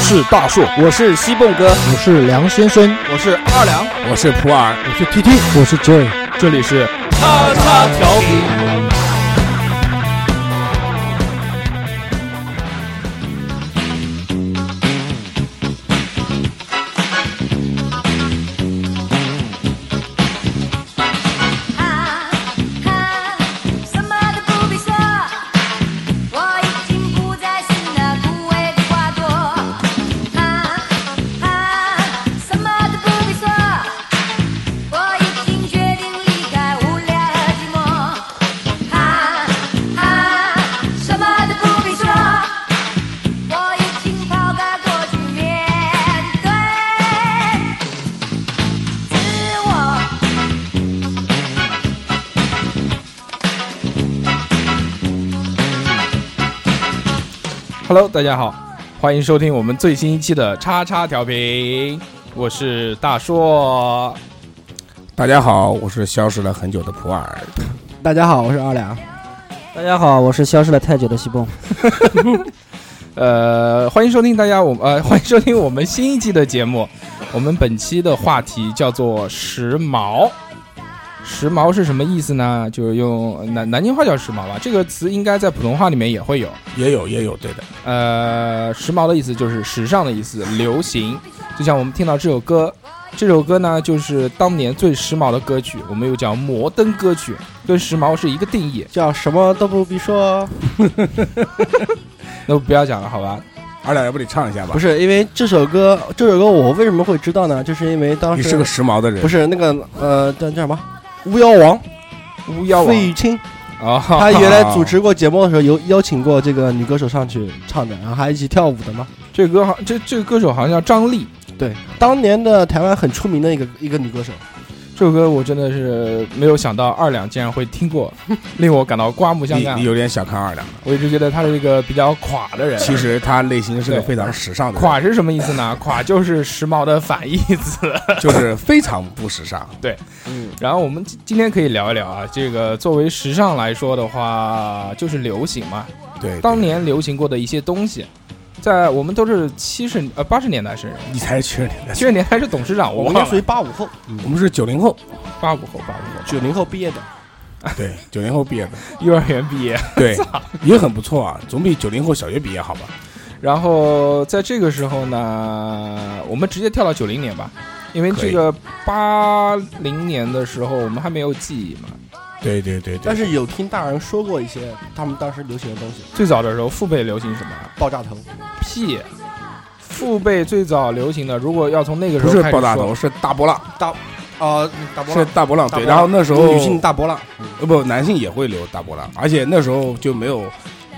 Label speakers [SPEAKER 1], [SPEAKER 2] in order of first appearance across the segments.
[SPEAKER 1] 是大树，我是西蹦哥，
[SPEAKER 2] 我是梁先生，
[SPEAKER 1] 我是二两，
[SPEAKER 3] 我是普洱，
[SPEAKER 2] 我是 TT，我是 Joy，
[SPEAKER 1] 这里是
[SPEAKER 4] 叉叉调频。
[SPEAKER 1] Hello，大家好，欢迎收听我们最新一期的叉叉调频，我是大硕。
[SPEAKER 3] 大家好，我是消失了很久的普洱。
[SPEAKER 2] 大家好，我是二两。
[SPEAKER 5] 大家好，我是消失了太久的西蹦。
[SPEAKER 1] 呃，欢迎收听大家，我们呃，欢迎收听我们新一季的节目。我们本期的话题叫做“时髦”。时髦是什么意思呢？就是用南南京话叫时髦吧，这个词应该在普通话里面也会有。
[SPEAKER 3] 也有也有，对的，
[SPEAKER 1] 呃，时髦的意思就是时尚的意思，流行。就像我们听到这首歌，这首歌呢就是当年最时髦的歌曲，我们又叫摩登歌曲，跟时髦是一个定义。
[SPEAKER 2] 叫什么都不必说，哦
[SPEAKER 1] 那不要讲了，好吧？
[SPEAKER 3] 二两，要不你唱一下吧？
[SPEAKER 2] 不是因为这首歌，这首歌我为什么会知道呢？就是因为当
[SPEAKER 3] 你
[SPEAKER 2] 时
[SPEAKER 3] 是个时髦的人，
[SPEAKER 2] 不
[SPEAKER 3] 是
[SPEAKER 2] 是那个呃叫叫什么巫妖王
[SPEAKER 1] 巫妖王
[SPEAKER 2] 费玉清，
[SPEAKER 1] 哦，
[SPEAKER 2] 他啊原来主持过节目的时候，有邀请过这个女歌手上去唱的，然后还一起跳舞的嘛。
[SPEAKER 1] 这个歌好，这这个歌手好像叫张丽。
[SPEAKER 2] 对，当年的台湾很出名的一个一个女歌手，
[SPEAKER 1] 这首歌我真的是没有想到二两竟然会听过，令我感到刮目相
[SPEAKER 3] 你你
[SPEAKER 1] 看。
[SPEAKER 3] 有点小看二两了。
[SPEAKER 1] 我一直觉得他是一个比较垮的人。
[SPEAKER 3] 其实他内心是个
[SPEAKER 1] 对
[SPEAKER 3] 非常时尚的人，
[SPEAKER 1] 垮是什么意思呢？垮就是时髦的反义词。
[SPEAKER 3] 就是非常不时尚。
[SPEAKER 2] 嗯
[SPEAKER 1] 然后我们今今天可以聊一聊啊，这个作为时尚来说的话，就是流行嘛，
[SPEAKER 3] 对，对
[SPEAKER 1] 当年流行过的一些东西，在我们都是七十呃八十年代生人，
[SPEAKER 3] 你才是七十年代，
[SPEAKER 1] 七十年代是董事长，
[SPEAKER 2] 我
[SPEAKER 1] 我
[SPEAKER 2] 们应该
[SPEAKER 1] 忘
[SPEAKER 2] 属于
[SPEAKER 1] 了，
[SPEAKER 2] 八五后，
[SPEAKER 3] 我们是九 零后，
[SPEAKER 1] 八五后八五后，
[SPEAKER 2] 九零后毕业的。
[SPEAKER 3] 对，九零后毕业 的，
[SPEAKER 1] 幼儿园毕业。
[SPEAKER 3] 对，也很不错啊，总比九零后小学毕业好吧？
[SPEAKER 1] 然后在这个时候呢，我们直接跳到九零年吧，因为
[SPEAKER 3] 可
[SPEAKER 1] 这
[SPEAKER 3] 以
[SPEAKER 1] 个八零年的时候我们还没有记忆嘛，
[SPEAKER 3] 对对对对，
[SPEAKER 2] 但是有听大人说过一些他们当时流行的东西，
[SPEAKER 1] 最早的时候父辈流行什么啊？
[SPEAKER 2] 爆炸头，
[SPEAKER 1] 屁！父辈最早流行的，如果要从那个时
[SPEAKER 3] 不
[SPEAKER 1] 候
[SPEAKER 3] 是
[SPEAKER 1] 开始
[SPEAKER 3] 爆炸
[SPEAKER 1] 说
[SPEAKER 3] 头，是大波浪，
[SPEAKER 2] 啊，大波
[SPEAKER 3] 是
[SPEAKER 2] 浪，
[SPEAKER 3] 大波浪。
[SPEAKER 2] 大波
[SPEAKER 3] 对，
[SPEAKER 2] 浪
[SPEAKER 3] 然后那时候
[SPEAKER 2] 女性大波浪，
[SPEAKER 3] 呃不，男性也会留大波浪，而且那时候就没有，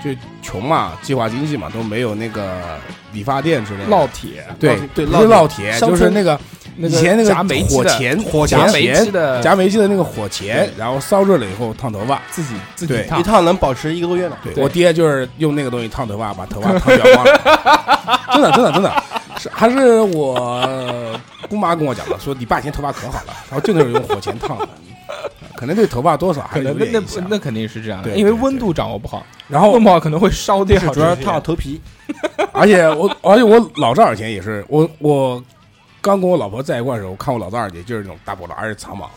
[SPEAKER 3] 就穷嘛，计划经济嘛，都没有那个理发店之类的。
[SPEAKER 1] 烙铁，
[SPEAKER 3] 对
[SPEAKER 2] 烙对
[SPEAKER 3] 不是烙
[SPEAKER 2] 烙
[SPEAKER 3] 铁，
[SPEAKER 2] 乡
[SPEAKER 3] 就是
[SPEAKER 2] 村
[SPEAKER 3] 那个
[SPEAKER 1] 那
[SPEAKER 3] 以
[SPEAKER 1] 个
[SPEAKER 3] 前那个
[SPEAKER 1] 夹煤气
[SPEAKER 3] 火
[SPEAKER 1] 的
[SPEAKER 3] 钳，火
[SPEAKER 1] 夹煤气
[SPEAKER 3] 钳，
[SPEAKER 1] 的，
[SPEAKER 3] 夹煤气的那个火钳
[SPEAKER 1] 对，
[SPEAKER 3] 然后烧热了以后烫头发。
[SPEAKER 1] 自己自己
[SPEAKER 3] 对
[SPEAKER 1] 烫
[SPEAKER 2] 一。趟能保持一个多月呢。
[SPEAKER 3] 对
[SPEAKER 1] 对
[SPEAKER 3] 我爹就是用那个东西烫头发，把头发烫掉光了。 真的，真的，真的，是还是我姑妈跟我讲的，说你爸以前头发可好了，然后就那种用火钳烫的，可能对头发多少
[SPEAKER 1] 可
[SPEAKER 3] 还是有
[SPEAKER 1] 能那
[SPEAKER 3] 点
[SPEAKER 1] 那
[SPEAKER 3] 影响。
[SPEAKER 1] 那肯定是这样的，
[SPEAKER 3] 对
[SPEAKER 1] 因为
[SPEAKER 3] 对哦
[SPEAKER 1] 温度掌握不好，
[SPEAKER 3] 然后
[SPEAKER 1] 弄不好可能会烧掉
[SPEAKER 2] 是。主要是烫头皮，
[SPEAKER 3] 而且我，而且我老丈人以前也是，我我刚跟我老婆在一块儿的时候，我看我老丈人也就是那种大波浪，而且长毛，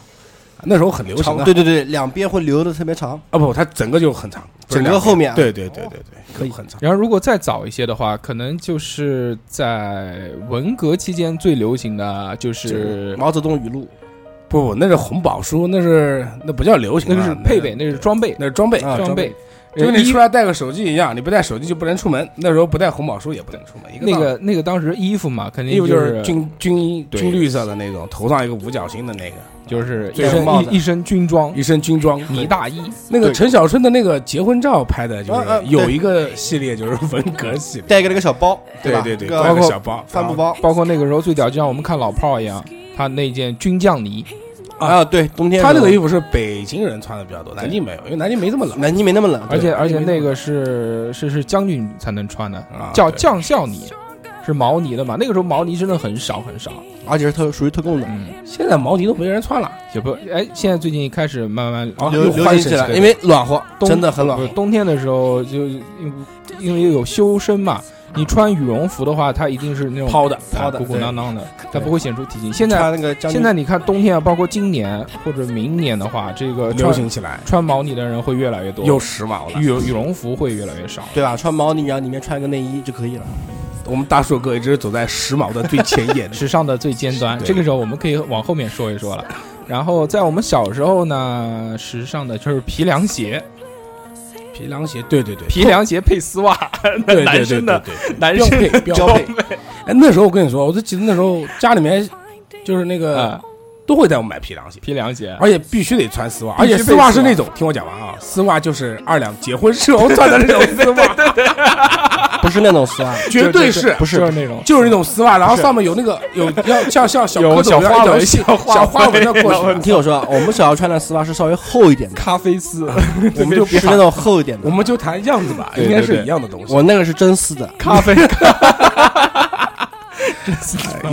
[SPEAKER 3] 那时候很流行
[SPEAKER 2] 长
[SPEAKER 3] 的。
[SPEAKER 2] 对对对，两边会留的特别长，
[SPEAKER 3] 啊不，他整个就很长，不是
[SPEAKER 2] 整个
[SPEAKER 3] 两边
[SPEAKER 2] 后面啊
[SPEAKER 3] 对对对对对，
[SPEAKER 2] 可以
[SPEAKER 3] 很长。
[SPEAKER 1] 然后如果再早一些的话，可能就是在文革期间最流行的啊就是
[SPEAKER 2] 毛泽东语录
[SPEAKER 3] 不不，那是红宝书，那是那不叫流行
[SPEAKER 1] 那
[SPEAKER 3] 啊，
[SPEAKER 1] 个是配备，那
[SPEAKER 3] 那
[SPEAKER 1] 是装备，
[SPEAKER 3] 那是装备。
[SPEAKER 2] 啊
[SPEAKER 1] 装
[SPEAKER 2] 备
[SPEAKER 1] 备。
[SPEAKER 3] 就跟
[SPEAKER 1] 呃
[SPEAKER 3] 你
[SPEAKER 1] 衣
[SPEAKER 3] 出来带个手机一样，你不带手机就不能出门。那时候不带红宝书也不能出门，一
[SPEAKER 1] 那
[SPEAKER 3] 道理
[SPEAKER 1] 个那个当时衣服嘛，肯定
[SPEAKER 3] 衣服
[SPEAKER 1] 就
[SPEAKER 3] 就是军军衣
[SPEAKER 1] 对
[SPEAKER 3] 军绿色的那种，头上一个五角星的那个，
[SPEAKER 1] 就是一
[SPEAKER 3] 最
[SPEAKER 2] 后帽
[SPEAKER 1] 身
[SPEAKER 2] 子
[SPEAKER 1] 一一身军装
[SPEAKER 3] 一身军装，
[SPEAKER 1] 呢大衣，
[SPEAKER 3] 那个
[SPEAKER 1] 对
[SPEAKER 3] 陈小春的那个结婚照拍的，就
[SPEAKER 2] 嗯嗯
[SPEAKER 3] 是有一个系列就是文革系列，
[SPEAKER 2] 带一个那个小包，吧？
[SPEAKER 3] 对对，
[SPEAKER 2] 那
[SPEAKER 3] 包
[SPEAKER 2] 个
[SPEAKER 3] 个小包，啊
[SPEAKER 2] 帆布包
[SPEAKER 1] 包括那个时候最屌，就像我们看老炮儿一样，他那件军将呢，
[SPEAKER 2] 啊，对，冬天
[SPEAKER 3] 然后。他那个衣
[SPEAKER 2] 服，
[SPEAKER 3] 服是北京人穿的比较多，南京没有，因为南京没这么冷
[SPEAKER 2] 南京没那么冷，
[SPEAKER 1] 而且
[SPEAKER 2] 对
[SPEAKER 1] 而且那
[SPEAKER 2] 没
[SPEAKER 1] 个是是是将军才能穿的，
[SPEAKER 3] 啊。
[SPEAKER 1] 叫
[SPEAKER 3] 对
[SPEAKER 1] 将校呢。是毛呢的嘛，那个时候毛呢真的很少很少，
[SPEAKER 2] 而且是特属于特供的，
[SPEAKER 1] 嗯，
[SPEAKER 3] 现在毛呢都没人穿了，
[SPEAKER 1] 也不哎，现在最近开始慢慢
[SPEAKER 3] 啊
[SPEAKER 2] 哦流
[SPEAKER 3] 又
[SPEAKER 2] 流
[SPEAKER 3] 换
[SPEAKER 2] 行
[SPEAKER 3] 一
[SPEAKER 2] 起
[SPEAKER 3] 身
[SPEAKER 2] 来，
[SPEAKER 3] 新
[SPEAKER 2] 因为暖和，
[SPEAKER 1] 冬
[SPEAKER 2] 真的很暖
[SPEAKER 1] 不
[SPEAKER 2] 和
[SPEAKER 1] 是。冬天的时候就因因为有修身嘛，你穿羽绒服的话，它一定是那种
[SPEAKER 3] 抛的
[SPEAKER 1] 啊
[SPEAKER 3] 抛的
[SPEAKER 1] 鼓鼓
[SPEAKER 3] 对
[SPEAKER 1] 囊囊的，它不会显出体型。现在
[SPEAKER 2] 穿那个将军
[SPEAKER 1] 现在你看冬天啊，包括今年或者明年的话，这个
[SPEAKER 3] 流
[SPEAKER 1] 穿
[SPEAKER 3] 行起来，
[SPEAKER 1] 穿毛呢的人会越来越多，
[SPEAKER 3] 有时髦了。
[SPEAKER 1] 羽羽绒服会越来越少。，
[SPEAKER 2] 对吧？穿毛呢，然后里面穿个内衣就可以了。
[SPEAKER 3] 我们大硕哥一直走在时髦的最前沿
[SPEAKER 1] 时尚的最尖端，
[SPEAKER 3] 对
[SPEAKER 1] 这个时候我们可以往后面说一说了。然后在我们小时候呢，时尚的就是皮凉鞋，
[SPEAKER 3] 皮凉鞋，对对对，
[SPEAKER 1] 皮凉鞋配丝 袜，
[SPEAKER 3] 对对
[SPEAKER 1] 男
[SPEAKER 3] 对对
[SPEAKER 1] 生
[SPEAKER 3] 对
[SPEAKER 1] 的
[SPEAKER 3] 对，
[SPEAKER 1] 男
[SPEAKER 3] 标
[SPEAKER 1] 生
[SPEAKER 3] 配 标配。哎，那时候我跟你说，我就记得那时候家里面就是那个
[SPEAKER 1] 啊，
[SPEAKER 3] 都会带我买皮凉鞋，
[SPEAKER 1] 皮凉鞋。
[SPEAKER 3] 嗯而且必须得穿丝袜，
[SPEAKER 1] 必
[SPEAKER 3] 而
[SPEAKER 1] 须
[SPEAKER 3] 且
[SPEAKER 1] 配
[SPEAKER 3] 丝袜是那种，听我讲完啊，丝袜就是二两结婚时候穿的那种丝袜，
[SPEAKER 2] 不是那种丝袜，
[SPEAKER 3] 绝对是。
[SPEAKER 2] 不是
[SPEAKER 1] 就是那种，
[SPEAKER 3] 就是那种丝袜，然后上面有那个有要像像小
[SPEAKER 1] 有
[SPEAKER 3] 蝌蚪
[SPEAKER 1] 小
[SPEAKER 3] 一样
[SPEAKER 1] 花
[SPEAKER 3] 一条
[SPEAKER 1] 纹
[SPEAKER 3] 线
[SPEAKER 1] 小花
[SPEAKER 3] 小花纹的
[SPEAKER 1] 纹
[SPEAKER 3] 过去
[SPEAKER 2] 你。听我说啊，我们小时候穿的丝袜是稍微厚一点的，
[SPEAKER 1] 咖啡 丝，
[SPEAKER 2] 我们就不是那种厚一点
[SPEAKER 3] 我
[SPEAKER 2] 的。
[SPEAKER 3] 们就谈样子吧，
[SPEAKER 1] 对
[SPEAKER 3] 应
[SPEAKER 1] 对
[SPEAKER 3] 该是
[SPEAKER 1] 对
[SPEAKER 3] 一样的东西。
[SPEAKER 2] 我那个是真丝的，
[SPEAKER 1] 咖啡，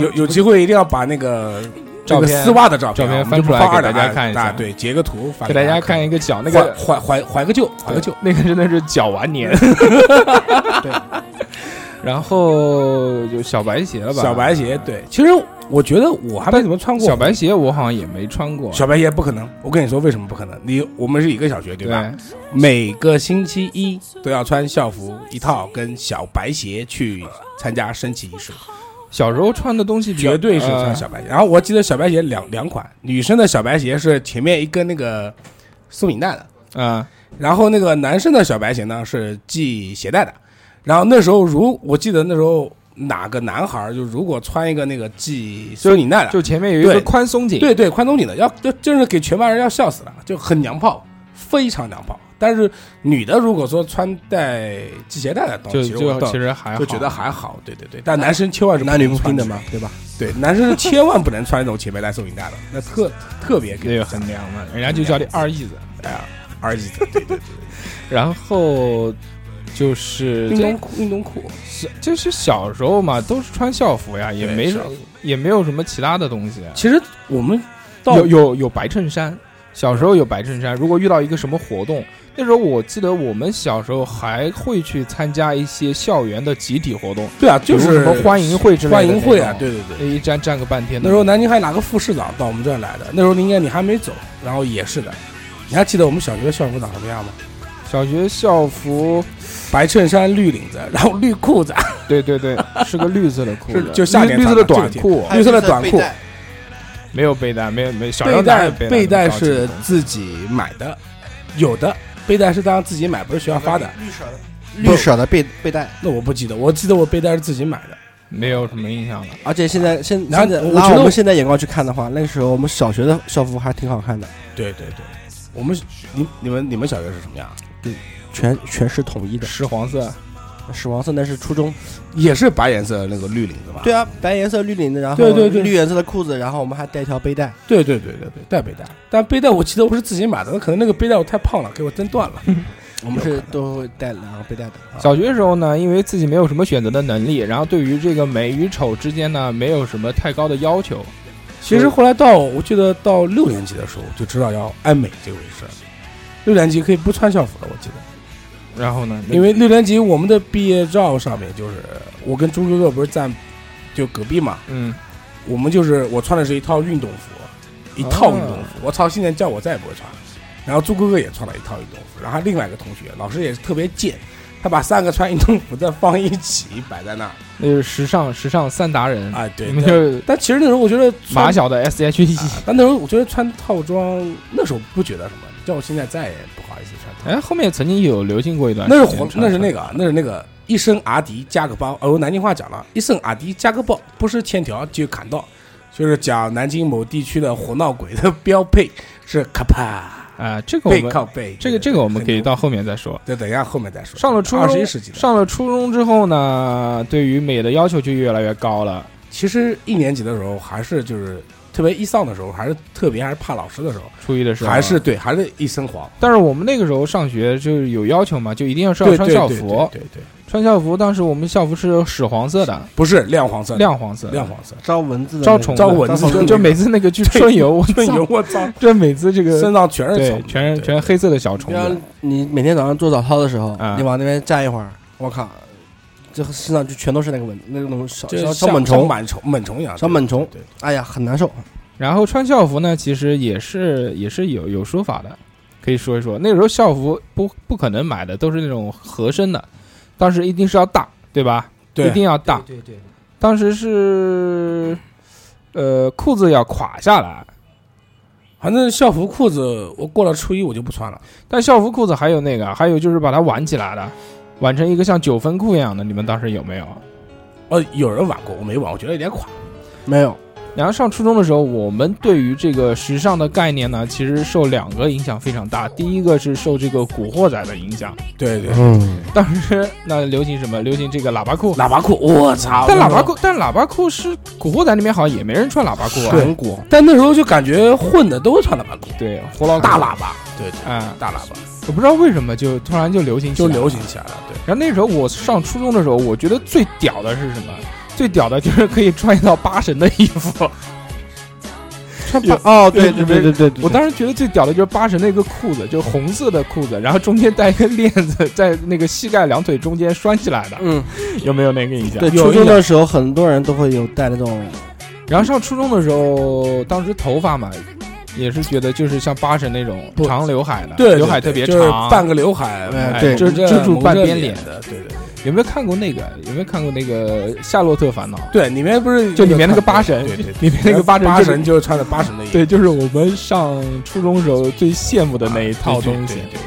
[SPEAKER 3] 有有机会一定要把那个
[SPEAKER 1] 照
[SPEAKER 3] 这个
[SPEAKER 1] 片
[SPEAKER 3] 丝袜的照片
[SPEAKER 1] 照
[SPEAKER 3] 啊
[SPEAKER 1] 片
[SPEAKER 3] 我们
[SPEAKER 1] 翻
[SPEAKER 3] 就
[SPEAKER 1] 出
[SPEAKER 3] 不
[SPEAKER 1] 来
[SPEAKER 3] 放
[SPEAKER 1] 给
[SPEAKER 3] 二两
[SPEAKER 1] 大家
[SPEAKER 3] 啊
[SPEAKER 1] 看一下
[SPEAKER 3] 啊对，截个图发
[SPEAKER 1] 给大家
[SPEAKER 3] 看
[SPEAKER 1] 看一个脚，那
[SPEAKER 3] 那
[SPEAKER 1] 个
[SPEAKER 3] 个怀怀怀个旧，怀个旧。
[SPEAKER 1] 那个真的是脚完 年。对，然后就小白鞋了吧？
[SPEAKER 3] 小白鞋，对，嗯其实我觉得我还没怎么穿过
[SPEAKER 1] 小白鞋我好像也没穿过。
[SPEAKER 3] 小白鞋不可能，我跟你说为什么不可能？你我们是一个小学对吧？
[SPEAKER 1] 对，
[SPEAKER 3] 每个星期一都要穿校服一套跟小白鞋去参加升旗仪式，
[SPEAKER 1] 小时候穿的东西比较
[SPEAKER 3] 绝对是
[SPEAKER 1] 呃
[SPEAKER 3] 穿小白鞋。然后我记得小白鞋两两款，女生的小白鞋是前面一根那个松紧带的，
[SPEAKER 1] 啊，
[SPEAKER 3] 然后那个男生的小白鞋呢是系鞋带的。然后那时候如我记得那时候哪个男孩儿就如果穿一个那个系松紧带的，
[SPEAKER 1] 就前面有一个
[SPEAKER 3] 对
[SPEAKER 1] 宽松紧，
[SPEAKER 3] 对对，宽松紧的，要要真是给全班人要笑死了，就很娘炮，非常娘炮。但是女的如果说穿戴系鞋带的东
[SPEAKER 1] 就
[SPEAKER 3] 西，其实我
[SPEAKER 1] 就
[SPEAKER 3] 倒
[SPEAKER 1] 其实还好
[SPEAKER 3] 就觉得还好，对对对。但男生千万是
[SPEAKER 2] 男女不平
[SPEAKER 3] 穿的
[SPEAKER 2] 等嘛，对吧？
[SPEAKER 3] 对，男生是千万不能穿那种前面带松紧带的，那特特别
[SPEAKER 1] 这
[SPEAKER 3] 给
[SPEAKER 1] 个很娘嘛，人家就叫这二义子。
[SPEAKER 3] 哎呀二级的，对对对，
[SPEAKER 1] 然后就是
[SPEAKER 3] 运动
[SPEAKER 1] 这
[SPEAKER 3] 裤运动裤，
[SPEAKER 1] 就是小时候嘛，都是穿校服呀，也
[SPEAKER 3] 对
[SPEAKER 1] 没
[SPEAKER 3] 是
[SPEAKER 1] 什也没有什么其他的东西。
[SPEAKER 3] 其实我们到
[SPEAKER 1] 有有有白衬衫，小时候有白衬衫。如果遇到一个什么活动，那时候我记得我们小时候还会去参加一些校园的集体活动，
[SPEAKER 3] 对啊，就
[SPEAKER 1] 比
[SPEAKER 3] 是
[SPEAKER 1] 如什么欢迎会之类的
[SPEAKER 3] 欢迎会啊
[SPEAKER 1] 那，种，哎
[SPEAKER 3] 对对对。
[SPEAKER 1] 那一站站个半天的。
[SPEAKER 3] 那时候南京还有哪个副市长到我们这儿来的？那时候应该你还没走，然后也是的。你还记得我们小学校服长什么样吗？
[SPEAKER 1] 小学校服，
[SPEAKER 3] 白衬衫、绿领子，然后绿 裤子，
[SPEAKER 1] 对对 对，是个绿色的裤子
[SPEAKER 3] 是，就夏天
[SPEAKER 1] 绿绿色
[SPEAKER 3] 穿
[SPEAKER 1] 的
[SPEAKER 3] 的
[SPEAKER 1] 短
[SPEAKER 3] 这个
[SPEAKER 1] 裤，
[SPEAKER 3] 绿色的短裤，
[SPEAKER 1] 没有背带，没有没有小时候
[SPEAKER 3] 背
[SPEAKER 1] 哪有
[SPEAKER 3] 带
[SPEAKER 1] 背
[SPEAKER 3] 背带
[SPEAKER 1] 那么高级的
[SPEAKER 3] 是
[SPEAKER 1] 东西
[SPEAKER 3] 自己买的，有的背带是当然自己买，不是学校发的。
[SPEAKER 2] 绿色的绿色的背背带，
[SPEAKER 3] 那我不记得，我记得我背带是自己买的。
[SPEAKER 1] 没有什么印象了。
[SPEAKER 2] 而且现在现
[SPEAKER 3] 然后
[SPEAKER 2] 现在
[SPEAKER 3] 我
[SPEAKER 2] 拿
[SPEAKER 3] 觉得
[SPEAKER 2] 我
[SPEAKER 3] 我
[SPEAKER 2] 们现在眼光去看的话，那个时候我们小学的校服还挺好看的，
[SPEAKER 3] 对对对，我们你你们你们小学是什么样？
[SPEAKER 2] 全全是统一的，
[SPEAKER 1] 石黄色，
[SPEAKER 2] 屎黄色那是初中。
[SPEAKER 3] 也是白颜色那个绿领子吧？
[SPEAKER 2] 对啊，白颜色绿领子，然后
[SPEAKER 3] 对对对
[SPEAKER 2] 绿颜色的裤子，然后我们还带一条背带。
[SPEAKER 3] 对对对对对，带背带，但背带我记得我是自己买的，可能那个背带我太胖了，给我蹬断 了。
[SPEAKER 2] 我们是都会带两个背带的。
[SPEAKER 1] 小学的时候呢，因为自己没有什么选择的能力，然后对于这个美与丑之间呢，没有什么太高的要求。
[SPEAKER 3] 其实后来到我记得到六年级的时候，就知道要爱美这回事儿。六年级可以不穿校服了，我记得，
[SPEAKER 1] 然后呢，
[SPEAKER 3] 因为六年级我们的毕业照上面就是我跟朱哥哥不是站就隔壁嘛，
[SPEAKER 1] 嗯，
[SPEAKER 3] 我们就是我穿的是一套运动服，一套运动服。我操，现在叫我再也不会穿。然后朱哥哥也穿了一套运动服，然后另外一个同学老师也是特别贱，他把三个穿运动服的放一起摆在那儿。
[SPEAKER 1] 那是时尚时尚三达人，
[SPEAKER 3] 啊，对
[SPEAKER 1] 你，们就
[SPEAKER 3] 但其实那时候我觉得穿
[SPEAKER 1] 马小的 S H E。
[SPEAKER 3] 啊但那时候我觉得穿套装，那时候不觉得什么，叫我现在再也不好意思穿套装。
[SPEAKER 1] 哎，后面曾经有流行过一段啊时
[SPEAKER 3] 那
[SPEAKER 1] 间
[SPEAKER 3] 是
[SPEAKER 1] 穿
[SPEAKER 3] 火
[SPEAKER 1] 的，，
[SPEAKER 3] 那是那个啊，那是那个一身阿迪加个包，哦，南京话讲了一身阿迪加个包，不是欠条就砍到，就是讲南京某地区的活闹鬼的标配是卡帕
[SPEAKER 1] 啊，这个我
[SPEAKER 3] 背
[SPEAKER 1] 们
[SPEAKER 3] 靠背，
[SPEAKER 1] 这个这个我们可以到后面再说。
[SPEAKER 3] 对，等一下后面再说。
[SPEAKER 1] 上了初
[SPEAKER 3] 二十一
[SPEAKER 1] 中，
[SPEAKER 3] 世纪的，
[SPEAKER 1] 上了初中之后呢，对于美的要求就越来越高了。
[SPEAKER 3] 其实一年级的时候还是就是特别一丧的时候，还是特别还是怕老师的时候，
[SPEAKER 1] 初一的时候
[SPEAKER 3] 还是，对还是一身黄，
[SPEAKER 1] 但是我们那个时候上学就是有要求嘛，就一定要是要
[SPEAKER 3] 对
[SPEAKER 1] 穿
[SPEAKER 3] 对
[SPEAKER 1] 校
[SPEAKER 3] 对
[SPEAKER 1] 服。
[SPEAKER 3] 对对对。
[SPEAKER 1] 穿校服，当时我们校服是屎黄色的，
[SPEAKER 3] 不是亮黄色的，
[SPEAKER 1] 亮黄色的，
[SPEAKER 3] 亮黄色，
[SPEAKER 2] 招蚊子的
[SPEAKER 1] 招
[SPEAKER 2] 那个
[SPEAKER 1] 虫子
[SPEAKER 3] 招蚊子
[SPEAKER 2] 招
[SPEAKER 1] 就
[SPEAKER 2] 虫
[SPEAKER 1] 就
[SPEAKER 3] 那个
[SPEAKER 1] 每次那个去春游， 我
[SPEAKER 3] 春
[SPEAKER 1] 操
[SPEAKER 3] 游，，我操，
[SPEAKER 1] 这每次这个
[SPEAKER 3] 身上全是
[SPEAKER 1] 对
[SPEAKER 3] 虫，，
[SPEAKER 1] 全是
[SPEAKER 3] 对
[SPEAKER 1] 全是黑色的小虫
[SPEAKER 2] 比方
[SPEAKER 1] 子，
[SPEAKER 2] 你每天早上做早操的时候，
[SPEAKER 1] 啊
[SPEAKER 2] 你往那边站一会儿，我靠，这身上就全都是那个蚊，那种小
[SPEAKER 3] 就
[SPEAKER 2] 小
[SPEAKER 3] 是
[SPEAKER 2] 小
[SPEAKER 3] 像
[SPEAKER 2] 螨
[SPEAKER 3] 像
[SPEAKER 2] 虫，
[SPEAKER 3] 螨虫，螨虫一样，
[SPEAKER 2] 小螨虫
[SPEAKER 3] 对，对
[SPEAKER 2] 哎呀，很难受。
[SPEAKER 1] 然后穿校服呢，其实也是也是有有说法的，可以说一说。那时候校服不不可能买的，都是那种合身的，当时一定是要大，对吧？
[SPEAKER 3] 对
[SPEAKER 1] 一定要大。
[SPEAKER 5] 对对，
[SPEAKER 1] 当时是，呃，裤子要垮下来，
[SPEAKER 3] 反正校服裤子，我过了初一我就不穿了。
[SPEAKER 1] 但校服裤子还有那个，还有就是把它挽起来的，挽成一个像九分裤一样的。你们当时有没有？
[SPEAKER 3] 呃，有人挽过，我没挽，我觉得有点垮。
[SPEAKER 2] 没有，
[SPEAKER 1] 然后上初中的时候，我们对于这个时尚的概念呢，其实受两个影响非常大。第一个是受这个《古惑仔》的影响，
[SPEAKER 3] 对对，
[SPEAKER 2] 嗯，
[SPEAKER 1] 当时那流行什么？流行这个喇叭裤。
[SPEAKER 3] 喇叭裤，我操！
[SPEAKER 1] 但喇叭裤，但喇叭裤是《古惑仔》里面好像也没人穿喇叭裤啊。
[SPEAKER 3] 对
[SPEAKER 2] 韩国
[SPEAKER 3] 但那时候就感觉混的都穿喇叭裤，
[SPEAKER 1] 对，活老
[SPEAKER 3] 大喇叭，对，对
[SPEAKER 1] 啊、
[SPEAKER 3] 大喇叭
[SPEAKER 1] 我不知道为什么就突然就流行起
[SPEAKER 3] 就
[SPEAKER 1] 来
[SPEAKER 3] 流
[SPEAKER 1] 了
[SPEAKER 3] 行起来了。对，
[SPEAKER 1] 然后那时候我上初中的时候，我觉得最屌的是什么？最屌的就是可以穿一套八神的衣服。 穿八，
[SPEAKER 2] 哦，对
[SPEAKER 1] 对
[SPEAKER 2] 对
[SPEAKER 1] 对
[SPEAKER 2] 对对对，
[SPEAKER 1] 我当时觉得最屌的就是八神那个裤子，就红色的裤子，然后中间带一个链子，在那个膝盖两腿中间拴起来的，
[SPEAKER 2] 嗯，
[SPEAKER 1] 有没有那个印象？
[SPEAKER 2] 对，
[SPEAKER 3] 有
[SPEAKER 2] 初
[SPEAKER 3] 一
[SPEAKER 2] 中
[SPEAKER 3] 点
[SPEAKER 2] 的时候很多人都会有戴那种，
[SPEAKER 1] 然后上初中的时候，当时头发嘛，也是觉得就是像八神那种
[SPEAKER 3] 不
[SPEAKER 1] 长刘海的，
[SPEAKER 3] 对，对
[SPEAKER 1] 刘海特别
[SPEAKER 3] 就是
[SPEAKER 1] 长，
[SPEAKER 3] 半个刘海，
[SPEAKER 2] 哎
[SPEAKER 3] 哎
[SPEAKER 2] 对
[SPEAKER 3] 蒙着
[SPEAKER 1] 遮住
[SPEAKER 3] 蒙着
[SPEAKER 1] 半边
[SPEAKER 3] 脸
[SPEAKER 1] 脸
[SPEAKER 3] 的，对对
[SPEAKER 1] 有没有看过那个？有没有看过那个《夏洛特烦恼》？
[SPEAKER 3] 对，里面不 是
[SPEAKER 1] 就里面那个
[SPEAKER 3] 有看
[SPEAKER 1] 八神
[SPEAKER 3] 对对，对
[SPEAKER 1] 里面 那个八神
[SPEAKER 3] 八
[SPEAKER 1] 就是
[SPEAKER 3] 神就是穿的八神的衣服，
[SPEAKER 1] 对，就是我们上初中时候最羡慕的那一套
[SPEAKER 3] 啊对
[SPEAKER 1] 东西
[SPEAKER 3] 对。对对